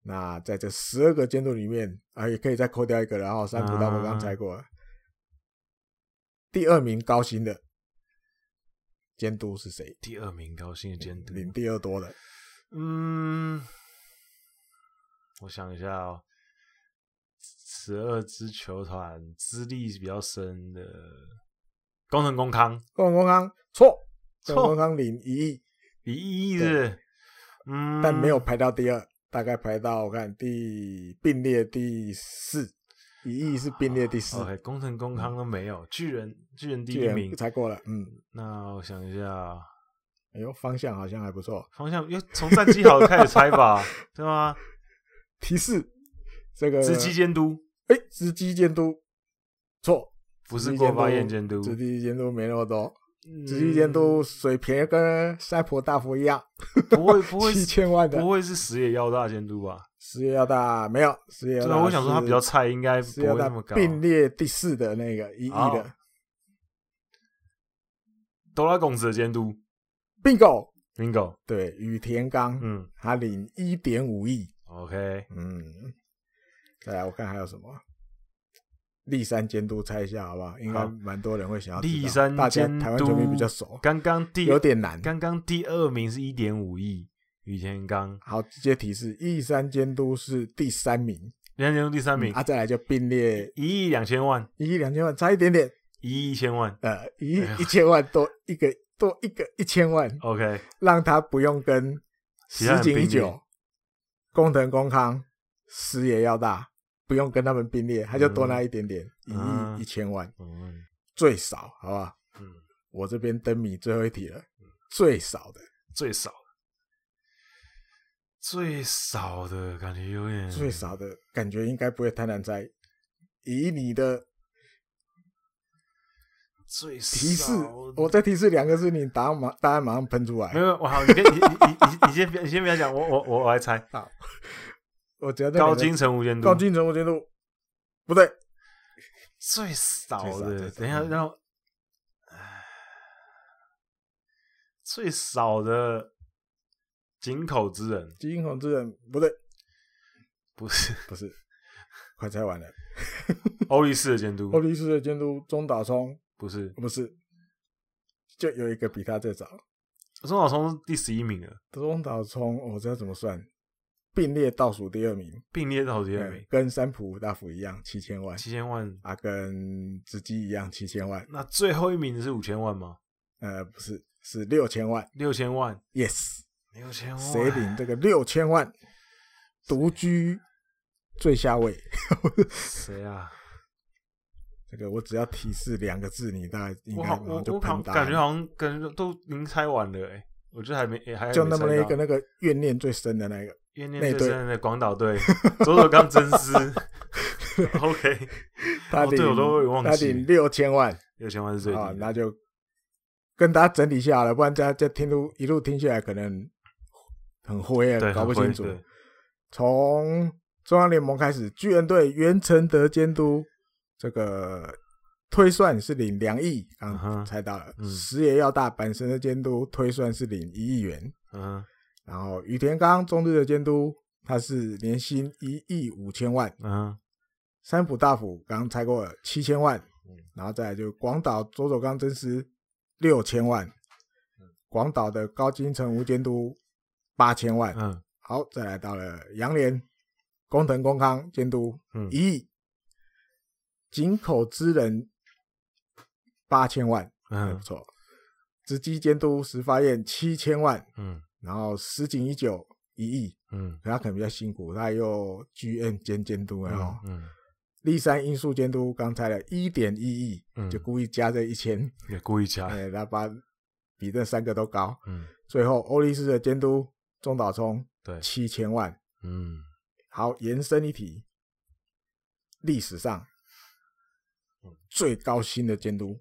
B: 那在这十二个监督里面啊，也可以再扣掉一个，然后三浦大辅刚刚猜
A: 啊
B: 过了。第二名高薪的监督是谁？
A: 第二名高薪的监督，
B: 领第二多的，
A: 嗯，我想一下哦，十二支球团资历比较深的，工藤工康，
B: 工人工康错，
A: 错
B: 工人工康领一亿，
A: 比一亿是，嗯，
B: 但没有排到第二，大概排到我看第并列第四，一亿是并列第四，
A: OK，工藤工康都没有，巨人巨人哦第
B: 嗯巨
A: 一
B: 人
A: 名。
B: 才过了。嗯，
A: 那我想一下，哦
B: 哎呦，方向好像还不错。
A: 方向要从战绩好的开始猜吧，
B: <laughs>
A: 对吗？
B: 提示这个
A: 直击监督
B: 哎，直击监督错，
A: 不是过发验监督，
B: 直击监督没那么多，
A: 嗯
B: 直击监督水平跟塞婆大佛一样，
A: 嗯不会不
B: <laughs>
A: 会
B: 七
A: 是
B: 千万的
A: 不会是石野耀大监督吧？
B: 石业要大没有石业要
A: 对
B: 大
A: 啊，
B: 是，
A: 我想说他比较菜，应该不
B: 石业
A: 会
B: 要
A: 那
B: 大
A: 么高。
B: 并列第四的那个一亿
A: 好
B: 的
A: 哆啦公子的监督
B: bingo，
A: Bingo，
B: 对，羽田刚
A: 嗯
B: 他领一点五亿，
A: ，OK，
B: 嗯，再来我看还有什么。立山监督猜一下好不好？应该
A: 好
B: 蛮多人会想要知道
A: 立山
B: 大家
A: 监
B: 台湾球迷
A: 督
B: 比较熟，
A: 刚刚第
B: 有点难。
A: 刚刚第二名是一点五亿，羽田刚，
B: 好，直接提示，一山监督是第三名，
A: 羽田监督第三名
B: 啊，，再来就并列
A: 一亿两千万，
B: 一亿两千万，差一点点，
A: 一亿一千万
B: 呃，一亿一千万多一个多一个一千万，
A: ，OK，
B: 让他不用跟
A: 其他
B: 石
A: 人
B: 井一
A: 并列
B: 九、工藤公康、石野耀大不用跟他们并列，他就多那一点点，一
A: 嗯
B: 亿一千万
A: 嗯
B: 最少，好吧？
A: 嗯，
B: 我这边灯谜最后一题了，最少的，
A: 最少的，最少的感觉有点
B: 最少的感觉应该不会太难猜，以你的
A: 最
B: 提示
A: 少，
B: 我再提示两个字，你答案马答案马上喷出
A: 没
B: 来。
A: 有，没有我好，你跟你你你你先别你先不要讲，我我我我来
B: <laughs>
A: 猜，
B: 我只要这两
A: 高
B: 个
A: 金城无监督，
B: 高金城，我觉得不对，
A: 最少
B: 最少
A: 的
B: 最，少
A: 等一下
B: 嗯
A: 让我，唉最少的井口之人
B: 金孔之人不对，
A: 不是
B: 不是，快猜完了。
A: 欧力士的监督
B: 欧，力士的监督中岛聪哦
A: 不是
B: 不是，就有一个比他最早。
A: 中岛聪是第十一名了，
B: 中岛聪，我知道怎么算，并列倒数第二名，
A: 并列到第二
B: 嗯
A: 名，
B: 跟三浦大辅一样七千万
A: 七千万。
B: 啊，跟直基一样七千万。
A: 那最后一名是五千万吗？
B: 呃，不是，是六千万。
A: 六千万，
B: Yes。
A: 六千万，
B: 谁领这个六千万？独居最下位，
A: 谁啊？
B: 这个我只要提示两个字，你大概应
A: 我
B: 该
A: 好，
B: 马
A: 我
B: 上就
A: 我好，
B: 喷答案
A: 感觉好像感觉都您猜完了哎、欸，我觉得还没，欸、还
B: 就
A: 没
B: 那么
A: 猜
B: 那
A: 到
B: 个那个怨念最深的那个，
A: 怨念
B: 那
A: 最
B: 队
A: 深的广岛队，佐佐冈真司。OK，
B: 他
A: 哦对
B: 领、
A: 我都会忘
B: 他
A: 记
B: 领六千万
A: 六千万是最低
B: 啊，
A: 的。
B: 那就跟大家整理一下了，不然大家这听路一路听下来可能很灰啊，
A: 对，
B: 搞不
A: 很会
B: 清楚。
A: 对
B: 从中央联盟开始，巨人队袁成德监督，这个推算是领两亿，刚
A: 嗯哼
B: 刚猜到了。
A: 嗯
B: 石野耀大本身的监督推算是领一亿元，
A: 嗯
B: 然后羽田刚中日的监督，他是年薪一亿五千万，
A: 嗯，
B: 三浦大辅刚刚猜过了七千万，
A: 嗯
B: 然后再来就广岛佐佐冈真司六千万，
A: 嗯
B: 广岛的高金城无监督八千万，
A: 嗯，
B: 好，再来到了杨连、工藤公康监督
A: 嗯
B: 一亿，井口之人八千万，还
A: 嗯
B: 不错。直击监督石发彦七千万，
A: 嗯
B: 然后石井一九一亿，
A: 嗯
B: 可他可能比较辛苦，他又 GM 兼监督然后
A: 嗯嗯，
B: 立山因素监督刚才的一点一亿
A: 嗯，啊
B: 就故意加这一千，
A: 也故意加。
B: 哎，他把比这三个都高。
A: 嗯，
B: 最后欧力士的监督中岛聪
A: 对，
B: 七千万，
A: <laughs> 嗯
B: 好，延伸一题，历史上
A: 嗯
B: 最高薪的监督，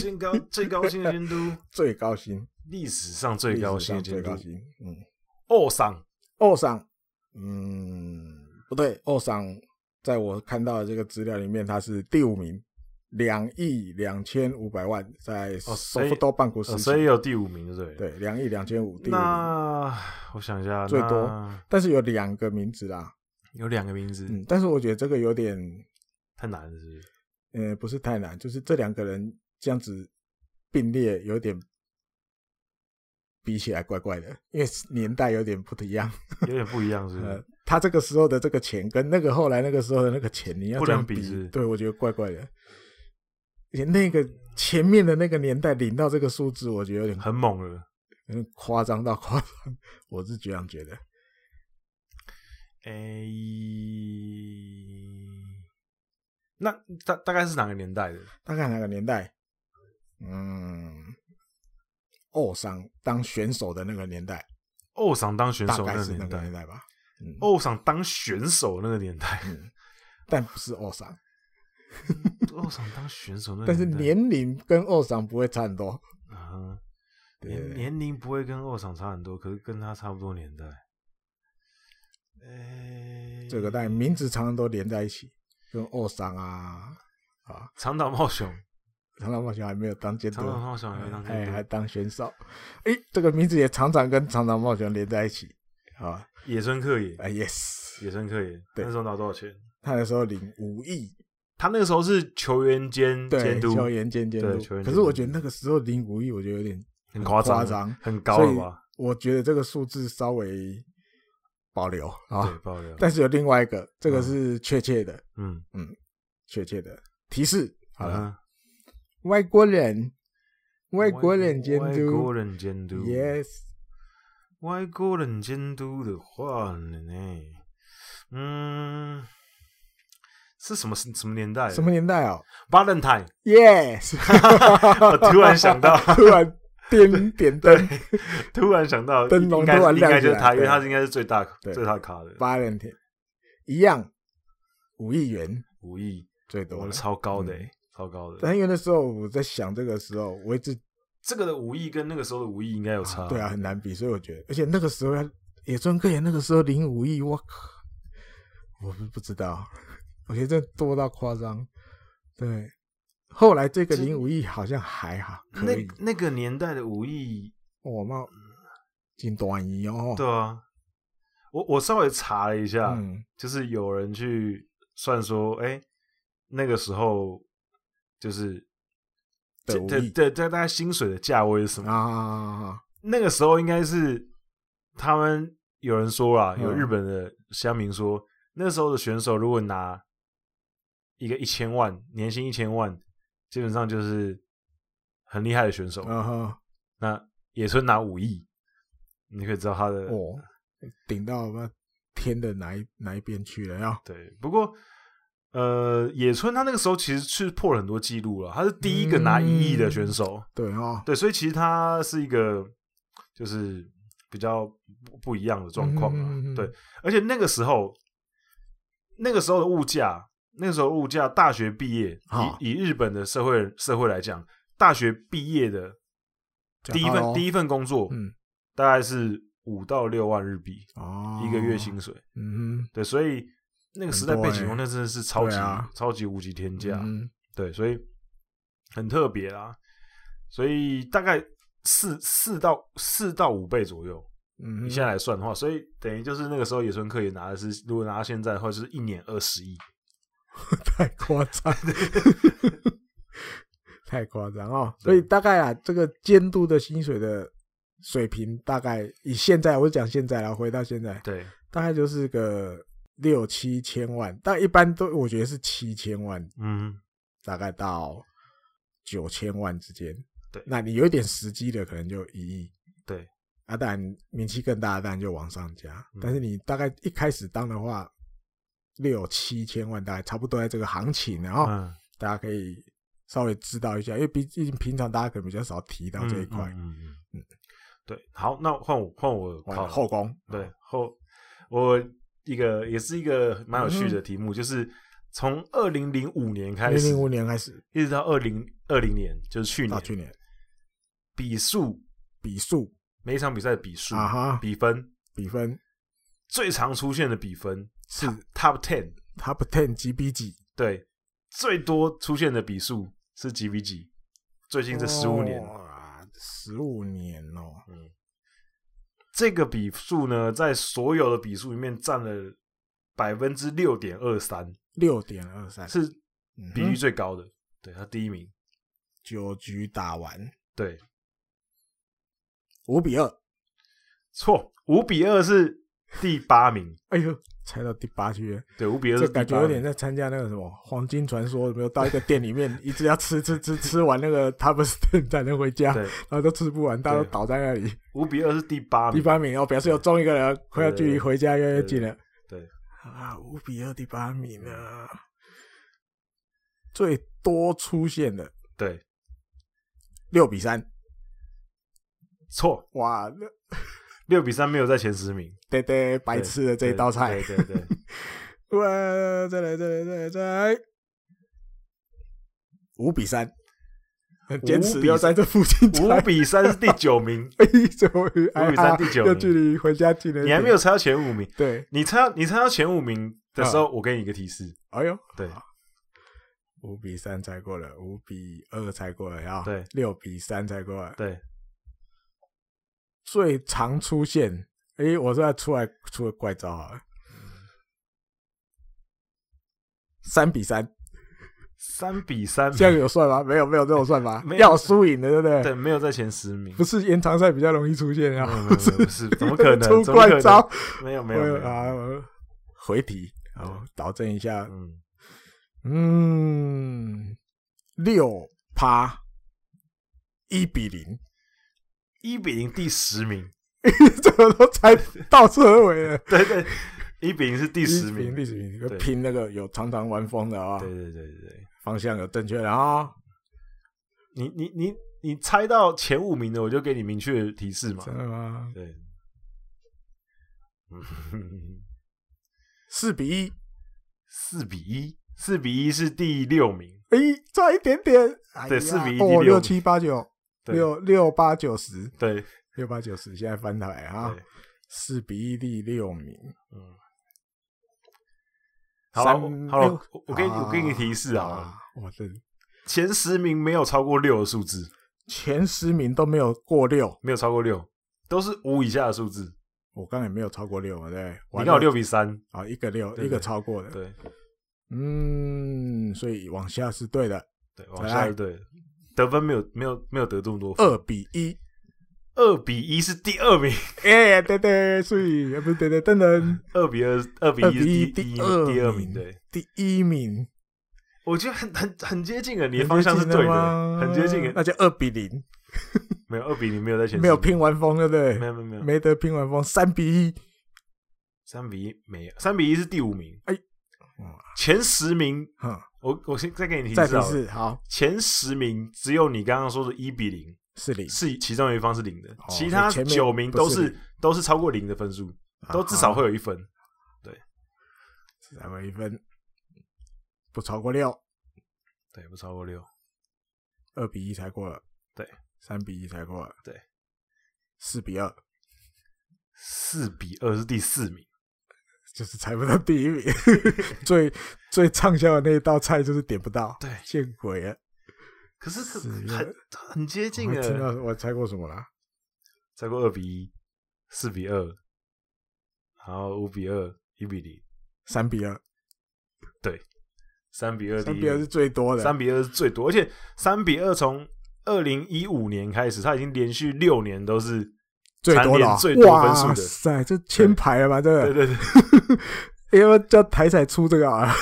A: 最高最高薪的监督，
B: 最高薪，
A: 历史上最高薪的
B: 历史
A: 监
B: 上最
A: 督
B: 高，薪，嗯，
A: 哦上
B: 奥赏，嗯，不对，奥赏在我看到的这个资料里面，他是第五名，两亿两千五百万，在
A: 哦
B: 首
A: 所以
B: 富多半股时
A: 哦
B: 期，
A: 所以有第五名，对不对？
B: 对，两亿两千五，第五名，
A: 那我想一下，
B: 最
A: 那
B: 多但是有两个名字啦，
A: 有两个名字，
B: 嗯，但是我觉得这个有点
A: 太难了，是不是？
B: 呃，不是太难，就是这两个人这样子并列，有点比起来怪怪的，因为年代有点不一样。
A: 有点不一样，是 <laughs> 不
B: 呃
A: 是？，
B: 他这个时候的这个钱跟那个后来那个时候的那个钱，你要
A: 不
B: 这
A: 能
B: 样
A: 比是不是
B: 对我觉得怪怪的。而且那个前面的那个年代领到这个数字，我觉得有点
A: 很猛了。
B: 有点夸张到夸张，
A: 呃
B: 我是这样觉得。
A: 哎、那大大概是哪个年代的？
B: 大概哪个年代？嗯，奥桑当选手的那个年代，
A: 欧桑当选
B: 大
A: 手
B: 概
A: 个
B: 是那
A: 年
B: 个年
A: 代，
B: 代吧。嗯，
A: 欧桑当选手那个年
B: <laughs>
A: 代，
B: 但不是奥桑，
A: 欧桑当选手那个
B: 但是
A: 年代，
B: 年龄跟奥桑不会差很多。
A: 啊，
B: 对
A: 年年龄不会跟欧桑差很多，可是跟他差不多年代。诶，
B: 这个代名字常常都连在一起，跟奥桑啊啊，
A: 长岛茂雄，
B: 长岛茂雄还没有当监督，
A: 长岛茂雄还没当监
B: 哎
A: 督
B: 还当选手，哎，这个名字也常常跟长岛茂雄连在一起啊。
A: 野生克也，
B: 啊，yes，
A: 野生克也，
B: 对
A: 那时候拿多少钱？
B: 他那时候领五亿，
A: 他那个时候是球员兼监
B: 对，
A: 督，
B: 球员兼监
A: 对
B: 督
A: 球员。
B: 可
A: 兼
B: 是我
A: 监
B: 觉得那个时候领五亿，我觉得有点
A: 很夸
B: 夸
A: 张
B: 张，
A: 很高了
B: 所以
A: 吧？
B: 我觉得这个数字稍微保留
A: 对，
B: 啊。
A: 爆料。
B: 但是有另外一个，这个
A: 嗯
B: 是确切的，
A: 嗯，
B: 确切的提示。好了，
A: 嗯，
B: 外国人，外国人监
A: 外
B: 督
A: 国人监督
B: ，yes，
A: 外国人监督的话呢，eh? 嗯，是什么是什么年代？
B: 什么年代哦
A: Valentine？
B: ？yes，
A: <laughs> 我突然想到
B: <laughs> 突然点点灯
A: 突然想到，
B: 灯笼
A: 应该
B: 突然
A: 应该就是
B: 亮起来
A: 他，因为
B: 对
A: 他是应该是最大
B: 对
A: 最大咖的，
B: ，Valentine 一样，五亿元
A: 五亿，
B: 最多
A: 我
B: 了。
A: 超高的
B: 嗯
A: 欸，超高的。
B: 但因为那时候我在想这个时候，我一直
A: 这个的五亿跟那个时候的五亿应该有差，
B: 对啊，很难比，所以我觉得，而且那个时候要野村克也那个时候零五亿，我靠，我不不知道，我觉得这多到夸张。对，后来这个
A: 这
B: 零五亿好像还好，可
A: 那
B: 以。哦
A: 那个年代的五亿，
B: 我嘛，金短衣哦，
A: 对啊，我我稍微查了一下，
B: 嗯，
A: 就是有人去算说，哎、那个时候就是
B: 的
A: 这
B: 五
A: 这
B: 亿
A: 这这大概薪水的价位是什么？
B: 啊，
A: 那个时候应该是他们有人说啦，
B: 嗯
A: 有日本的乡民说，那时候的选手如果拿一个一千万年薪一千万，基本上就是很厉害的选手。
B: 然后
A: 那野村拿五亿，你可以知道他的
B: 哦，顶到那天的哪一哪一边去了呀？
A: 对，不过呃，野村他那个时候其实是破了很多记录了，他是第一个拿
B: 嗯
A: 一亿的选手，
B: 对哦，
A: 对，所以其实他是一个就是比较不不一样的状况啊，
B: 嗯嗯嗯嗯
A: 对，而且那个时候那个时候的物价，那个时候物价，大学毕业
B: 好
A: 以以日本的社会社会来讲，大学毕业的第一份第
B: 一
A: 一份工作，
B: 啊嗯，
A: 大概是五到六万日币、
B: 哦，
A: 一个月，薪水。
B: 嗯
A: 对，所以那个时代
B: 很多
A: 背
B: 欸
A: 景中，那真的是超级、
B: 对啊
A: 超级无极天
B: 哼，
A: 价，
B: 嗯
A: 对，所以很特别啦。所以大概四四到四到五倍左右，
B: 嗯
A: 你
B: 哼，
A: 现在来算的话，所以等于就是那个时候野村克也拿的是，如果拿到现在的话，就是一年二十亿。
B: <laughs> 太夸张， <laughs> 太夸张哦！
A: 对
B: 所以大概啊，这个监督的薪水的水平，大概以现在我讲现在啦，回到现在，
A: 对，
B: 大概就是个六七千万，但一般都我觉得是七千万，
A: 嗯，
B: 大概到九千万之间。
A: 对
B: 那你有一点时机的，可能就一亿。
A: 对，
B: 啊，当然名气更大，当然就往上加。
A: 嗯
B: 但是你大概一开始当的话，六七千万，大概差不多在这个行情，然后。
A: 嗯，
B: 大家可以稍微知道一下，因为毕竟平常大家可能比较少提到这一块。
A: 嗯嗯嗯嗯对，好，那换我换我
B: 完
A: 考
B: 了后啊宫，
A: 对，后我一个也是一个蛮有趣的题目，就是从二零零五年开
B: 嗯零
A: 始，
B: 零五年开始
A: 一直到二零二零年，就是去
B: 到
A: 年，
B: 啊去年，
A: 比数
B: 比数
A: 每一场比赛的比数、
B: 啊哈
A: 比分
B: 比分
A: 最常出现的比分
B: 是
A: top ten，
B: Top Ten 几比几？
A: 对，最多出现的比数是几比几？最近这十五年，
B: 哦哇，十五年哦，
A: 这个比数呢，在所有的比数里面占了百分之六点二三，
B: 六点二三，
A: 是
B: 嗯哼
A: 比率最高的，对，他第一名，
B: 九局打完
A: 对，
B: 五比二，
A: 错，五比二是第八名，
B: 哎呦，猜到第八局了，
A: 对，五比二
B: 这
A: 是第
B: 感觉
A: 八
B: 有
A: 名
B: 点在参加那个什么黄金传说，有没有？到一个店里面，一直要吃吃吃吃完那个 Top Ten 才能回家，
A: 对，
B: 然后都吃不完，大家都
A: 对
B: 倒在那里。
A: 五比二是第八
B: 第
A: 名，
B: 八名哦，表示有中一个人，快要距离回家越来越近了。
A: 对对
B: 啊，五比二第八名啊！最多出现的
A: 对，
B: 六比三，
A: 错，
B: 哇，那
A: 六比三没有在前十名，
B: 对对，白吃的这一
A: 对
B: 道菜，
A: 对对对，
B: 哇，再来再来再来再来，五比三，很坚持要在 <laughs> 这附近
A: 五
B: 猜，
A: 比三是第九
B: <laughs>
A: 名，
B: 哎，怎么五
A: 五比三第九
B: 又
A: 名
B: 啊距离回家近了一
A: 你
B: 点，
A: 还没有猜到前五名。
B: 对，
A: 你猜到你猜到前五名的时候，
B: 嗯
A: 我给你一个提示。
B: 哎呦，
A: 对
B: 五比三猜过了，五比二猜过了啊，
A: 对
B: 六比三猜过了，
A: 对，
B: 最常出现，哎，我这出来出个怪招啊好了，三比 <laughs> 三，
A: 三比三，
B: 这样有算吗？没有，没有这种算法
A: <laughs> 没，有
B: 要输赢的，对不对？
A: 对，没有在前十
B: <laughs>
A: 名
B: 不。是延长赛比较容易出现
A: 没有
B: 啊，
A: 没有没有不是，怎么
B: <laughs>
A: 可能？
B: 出
A: 怎么可
B: 怪
A: 能
B: 招？
A: 没有没
B: 没
A: 有没有
B: 啊，我回题，然后导正一下，
A: 嗯，
B: 嗯，六趴一比零， <laughs>
A: 一比零第十名，？
B: 怎么都猜到车尾了
A: 对对，一比零是 <laughs> 第
B: 第
A: 十名，
B: 第十名，
A: 对
B: 拼那个有常常玩疯的啊
A: 对，对对对对，
B: 方向有正确的啊，
A: 你你你你猜到前五名的，我就给你明确的提示嘛。
B: 真的吗？
A: 对，嗯
B: 四比一，
A: 四比一，四比一是第六名，
B: 哎，差一点点，哎
A: 对
B: 呀
A: 4比1
B: 哦，
A: 第六
B: 六
A: 名
B: 七八九，
A: 对
B: 六六八九十，
A: 对
B: 六八九十，现在翻台啊
A: 对，，
B: 四比一第六名，
A: 嗯。好了，
B: 三
A: 我好了
B: 六，
A: 我我给你，我给你提示啊
B: 啊，，我这
A: 前十名没有超过六的数字，
B: 前十名都没有过六，
A: 没有超过六，都是五以下的数字。
B: 我刚刚也没有超过六嘛，对不对，
A: 你刚
B: 完了
A: 好六比三，
B: 啊，一个六，
A: 对
B: 一个超过的，
A: 对
B: 嗯，所以往下是对的，
A: 对，往下就对了。得分没有没有没有得这么多分，
B: 二比一，
A: 二比一是第二名，
B: 哎，对对，所以啊不是对对，等等，
A: 二比二二比
B: 二
A: 一
B: 比
A: 是
B: 一
A: 第
B: 第
A: 一第二名，
B: 名，
A: 对，，
B: 第一名，
A: 我觉得很很很接近啊，你的方向是
B: 很接近
A: 对的，
B: 吗
A: 很接近
B: 那
A: 啊。
B: 就二比零，
A: 没有二比零没有在前十名，
B: 没有拼完风，对不对？
A: 没有没有没有
B: 没得拼完风，三比一，
A: 三比一没有三比一是第五名，
B: 哎哇
A: 前十名
B: 哼，
A: 我我先再给你提
B: 再
A: 示
B: 提
A: 好了，
B: 示，好，
A: 前十名只有你刚刚说的一比零
B: 是零，
A: 是其中有一方是零的，
B: 哦
A: 其他
B: 前面
A: 九名都
B: 不是啊
A: 是都是超过零的分数，都至少会有一分，
B: 咱们一分，不超过六，
A: 对，不超过六，
B: 二比一才过了，
A: 对，
B: 三比一才过了，
A: 对，
B: 四比二
A: 四比二是第四名。
B: 就是猜不到第一名， <laughs> 最最畅销的那一道菜就是点不到，
A: 对
B: 见鬼了！
A: 可是可
B: 是
A: 很很接近
B: 我听到
A: 了，
B: 我猜过什么啦？
A: 再过二比一，四比二，然后五比二，一比零，
B: 三比二，
A: 三比二，
B: 三比二是最多的，
A: 三比二是最多，而且三比二从二零一五年开始，他已经连续六年都是
B: 最
A: 蝉
B: 多的、哦
A: 联，最多分数
B: 哇
A: 的，
B: 塞，这千排了吧？这
A: 对
B: 个，
A: 对对，
B: <laughs> 要不要叫台彩出这个啊？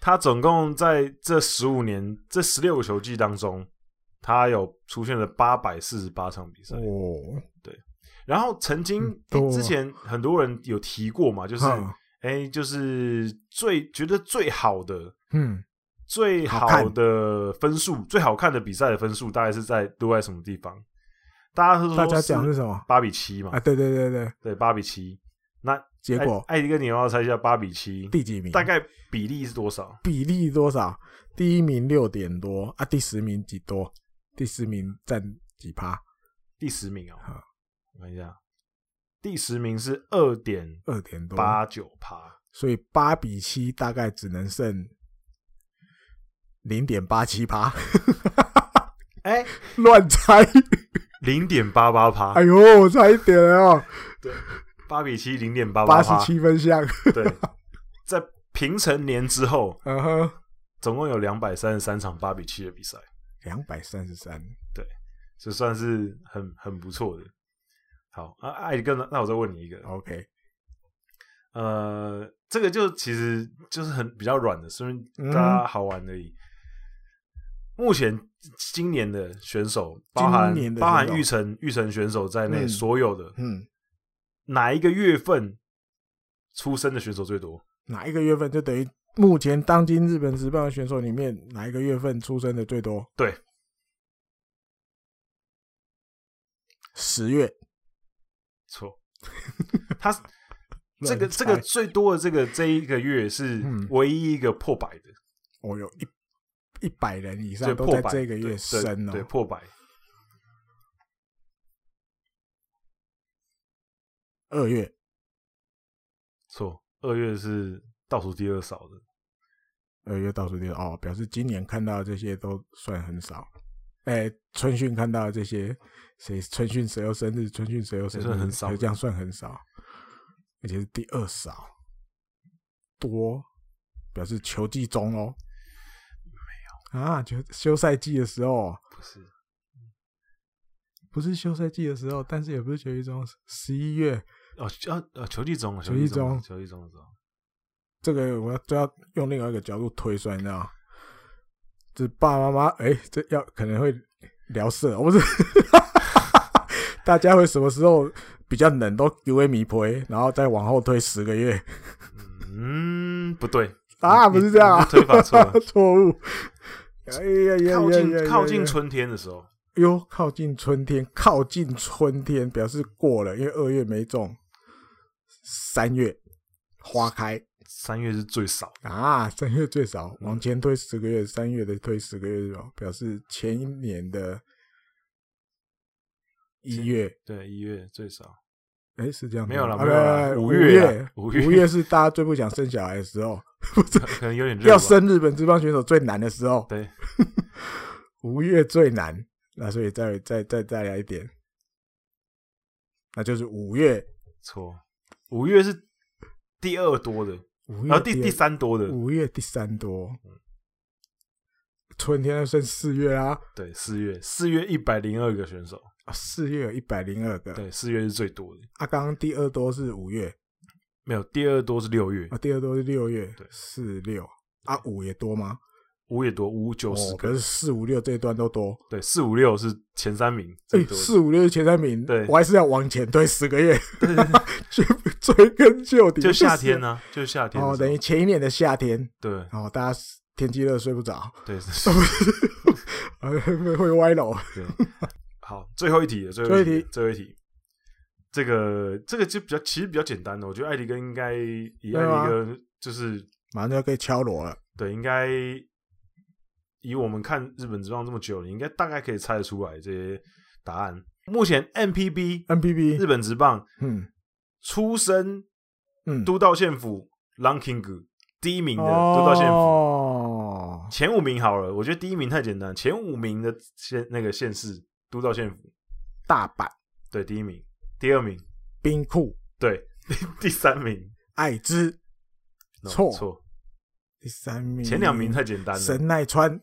A: 他总共在这十五年这十六个球季当中，他有出现了八百四十八场比赛，
B: 哦， <laughs>
A: 然后曾经
B: 很多啊
A: 之前很多人有提过嘛，就是
B: 嗯
A: 哎，就是最觉得最好的
B: 嗯，
A: 最
B: 好
A: 好
B: 看
A: 的分数、最好看的比赛的分数，大概是在都在什么地方？大家都说
B: 大家讲是什么
A: 八比七嘛？
B: 啊？对对对对，
A: 对，八比七。那
B: 结果
A: 艾艾迪哥，你要不要猜一下八比七，
B: 第几名？
A: 哎大概比例是多少？
B: 比例多少？第一名六点多啊，第十名几多？第十名占几趴？
A: 第十名哦
B: 好，
A: 我看一下，第十名是二点
B: 二点多，
A: 八九趴，
B: 所以八比七大概只能剩零点八七趴， <laughs>
A: 哎，
B: 乱
A: <laughs>
B: 猜。
A: 零点八八趴
B: 哎，呦，我差一点了哦，
A: 八比七，零点八八
B: 八十七分项。
A: 对，在平成年之后，
B: 嗯哼，
A: 总共有两百三十三场八比七的比赛。
B: 两百三十三。
A: 这算是很很不错的。好啊，艾迪哥呢，那我再问你一个，
B: OK，
A: 呃，这个就其实就是很比较软的，顺便
B: 嗯
A: 大家好玩而已。目前今年的选手，包
B: 今
A: 含
B: 年的选手
A: 包含玉成玉成选手在内，
B: 嗯
A: 所有的
B: 嗯，
A: 哪一个月份出生的选手最多？
B: 哪一个月份就等于目前当今日本职棒的选手里面，哪一个月份出生的最多？
A: 对，
B: 十月。
A: 错，他这个这个
B: <laughs> 乱猜
A: 最多的这个这一个月是
B: 嗯
A: 唯一一个破百的，
B: 哦，有一一百人以
A: 对
B: 上都
A: 破
B: 在
A: 百
B: 这个
A: 对
B: 月
A: 对
B: 生哦。
A: 对破百，
B: 二月
A: 错，二月是倒数第二少的，
B: 二月倒数第二哦，表示今年看到的这些都算很少。哎，春训看到的这些，谁春训谁又生日？春训谁又生日？
A: 也算很少
B: 哎这样算很少，而且是第二少，多表示球季中哦。没有啊，就休赛季的时候，
A: 不是
B: 不是休赛季的时候，但是也不是球季中，十一月
A: 哦，啊啊，球季中，
B: 球
A: 季
B: 季中
A: 球季中的时候，
B: 这个我要都要用另外一个角度推算，你知道吗？这爸爸妈妈，哎、这要可能会聊色，哦我不是？ <laughs> 大家会什么时候比较冷都丢为米婆，然后再往后推十个月 <laughs>
A: 嗯，不对，
B: 啊？
A: 你
B: 不是这样
A: 你
B: 啊， <laughs>
A: 推法错了
B: 错误。哎呀呀
A: 靠
B: 呀呀
A: 近
B: 呀！
A: 靠近春天的时候，
B: 哟，靠近春天，靠近春天表示过了，因为二月没中，三月花开。
A: 三月是最少，
B: 啊，三月最少，
A: 嗯
B: 往前推十个月，三月的推十个月哦，表示前一年的一月，
A: 对，一月最少，
B: <laughs> 哎，是这样吗
A: 没有啦
B: 啊
A: 没有啦
B: 不不
A: 五
B: 五
A: 月啦
B: 五
A: 五月
B: 是大家最不想生小孩的时
A: <laughs>
B: 候，
A: 可能有点热吧，
B: 要生日本职棒选手最难的时候，
A: 对，
B: 五月最难，那所以再再再再来一点，那就是五月，
A: 错，五月是第二多的，
B: 五月
A: 然后第第三嗯多的，
B: 五月第三多，春天要剩四月啊，
A: 对，四月，四月一百零二个选手，
B: 啊四月有一百零二个，
A: 对，四月是最多的，
B: 啊，刚刚第二多是五月，
A: 没有，第二多是六月
B: 啊，，第二多是六月，
A: 对
B: 四六啊，五也多吗？
A: 五也多，五九十
B: 哦，可
A: 个
B: 是，四五六这一段都多，
A: 对，四五六是前三名最
B: 哎，
A: 多的，
B: 四五六是前三名，
A: 对
B: 我还是要往前推十个月，追追根究
A: <laughs>
B: 底，
A: 就夏天
B: 呢、
A: 呢，就是夏天的时候，
B: 哦，等于前一年的夏天，
A: 对
B: 哦，大家天气热睡不着， <laughs>
A: 对是
B: 啊， <laughs> 会会歪楼，
A: <laughs> 对，好，最后一题了，最后
B: 后
A: 一
B: 一
A: 题
B: 题
A: 了，最后一题。这个这个就比较，其实比较简单的，我觉得艾迪哥应该以艾
B: 对吗
A: 迪哥就是
B: 马上就要可以敲锣了。
A: 对，应该以我们看日本职棒这么久，你应该大概可以猜得出来这些答案。目前 NPB
B: NPB，
A: 日本职棒
B: 嗯
A: 出身
B: 嗯，
A: 都道县府 ranking 第一名的都道县府
B: 哦，
A: 前五名好了，我觉得第一名太简单，前五名的县那个县市都道县府
B: 大阪
A: 对第一名，第二名
B: 冰库
A: 对 <laughs> 第三名
B: 爱知，
A: No，
B: 错
A: 错，
B: 第三名
A: 前两名太简单了，
B: 神奈川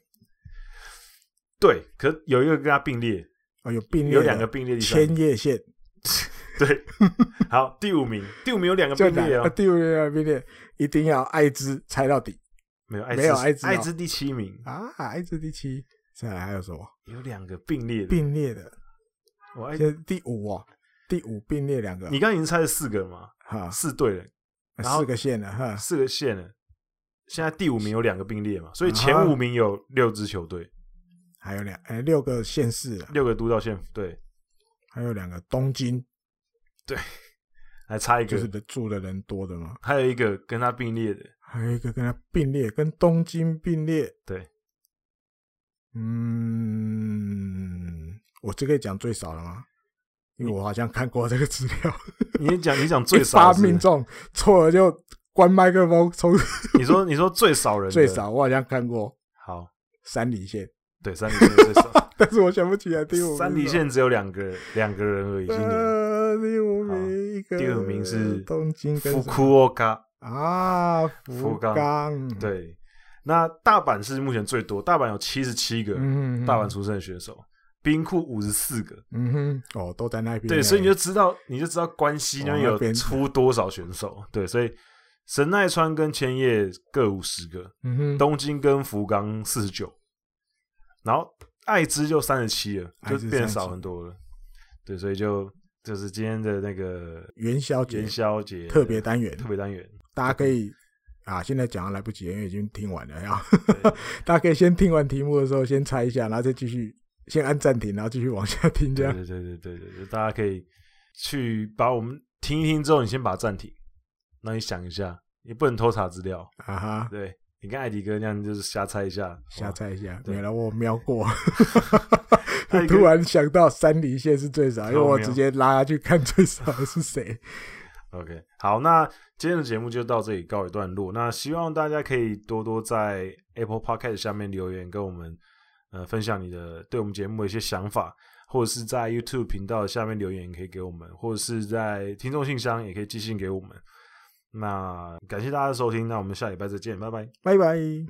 A: 对，可有一个跟他并列，
B: 哦，有并列的，
A: 有两个并列第三名
B: 千叶县，
A: 对， <laughs> 好，第五名，第五名有两个
B: 就
A: 并
B: 两
A: 列
B: 个
A: 哦，
B: 啊第五个并列，一定要爱知猜到底
A: 没有，艾滋
B: 没有艾滋哦
A: 艾滋第七名
B: 啊！爱知第七，再来还有什么
A: 有两个并列的，
B: 并列的？
A: 我艾
B: 现，在第五哦，第五并列两个，
A: 哎你刚刚已经猜了四个了嘛，
B: 哈呃
A: 四对了，然后
B: 四个县了哈，
A: 四个线了，现在第五名有两个并列嘛，所以前
B: 啊
A: 五名有六支球队，
B: 还有两哎六个县市了，
A: 六个都道县府队，
B: 还有两个东京，
A: 还差一
B: 就是
A: 个，
B: 的住的人多的嘛，
A: 还有一个跟他并列的，
B: 还有一个跟它并列，跟东京并列。
A: 对，
B: 嗯，我这个讲最少了吗？因为我好像看过这个资料。
A: 你讲你讲最
B: <laughs> 一
A: 少
B: 发命
A: 是，
B: 中，错了就关麦克风，从
A: 你说你说最少人的
B: 最，少我好像看过
A: 好，
B: 山梨县，
A: 对，三里线
B: <laughs>
A: 最少，
B: 但是我想不起来第五名。
A: 三里，县只有两个两个人而已，今年。
B: 呃，第五
A: 好
B: 名一个，
A: 第五名是
B: 东京跟
A: 福
B: 什么
A: 库沃卡，
B: 啊，
A: 福
B: 福
A: 冈
B: 冈，，
A: 对，那大阪是目前最多，大阪有七十七个
B: 嗯，
A: 大阪，出生的选手，兵库五十四个，
B: 嗯哼，哦，都在那边，
A: 对，所以你就知道，你就知道关西那边
B: 哇那
A: 有
B: 边
A: 出多少选手，对，所以神奈川跟千叶各五十个，
B: 嗯哼，
A: 东京跟福冈四十九，然后爱知就三十七了，就
B: 爱知
A: 变
B: 37
A: 少很多了，对，所以就就是今天的那个
B: 元宵节
A: 元宵节
B: 特别单元
A: 特，别单元，
B: 大家可以啊，现在讲还来不及，因为已经听
A: <laughs>
B: 完了呀。 <laughs> 大家可以先听完题目的时候先猜一下，然后再继续先按暂停，然后继续往下听这
A: 对
B: 样。
A: 对对对对对，就大家可以去把我们听一听之后，你先把它暂停，那你想一下，也不能偷查资料。
B: 啊哈，
A: 对你跟艾迪哥那样，就是瞎猜一下，
B: 瞎猜一下，
A: 对
B: 没了，我瞄
A: <laughs>
B: 过， <laughs>
A: 艾迪哥
B: 突然想到三离线是最少，因为
A: 好
B: 我
A: 瞄
B: 直接拉下去看最少的是谁。
A: OK，好，那今天的节目就到这里告一段落。那希望大家可以多多在 Apple Podcast 下面留言，跟我们呃分享你的对我们节目的一些想法，或者是在 YouTube 频道下面留言可以给我们，或者是在听众信箱也可以寄信给我们。那感谢大家的收听，那我们下礼拜再见，拜拜。
B: 拜拜。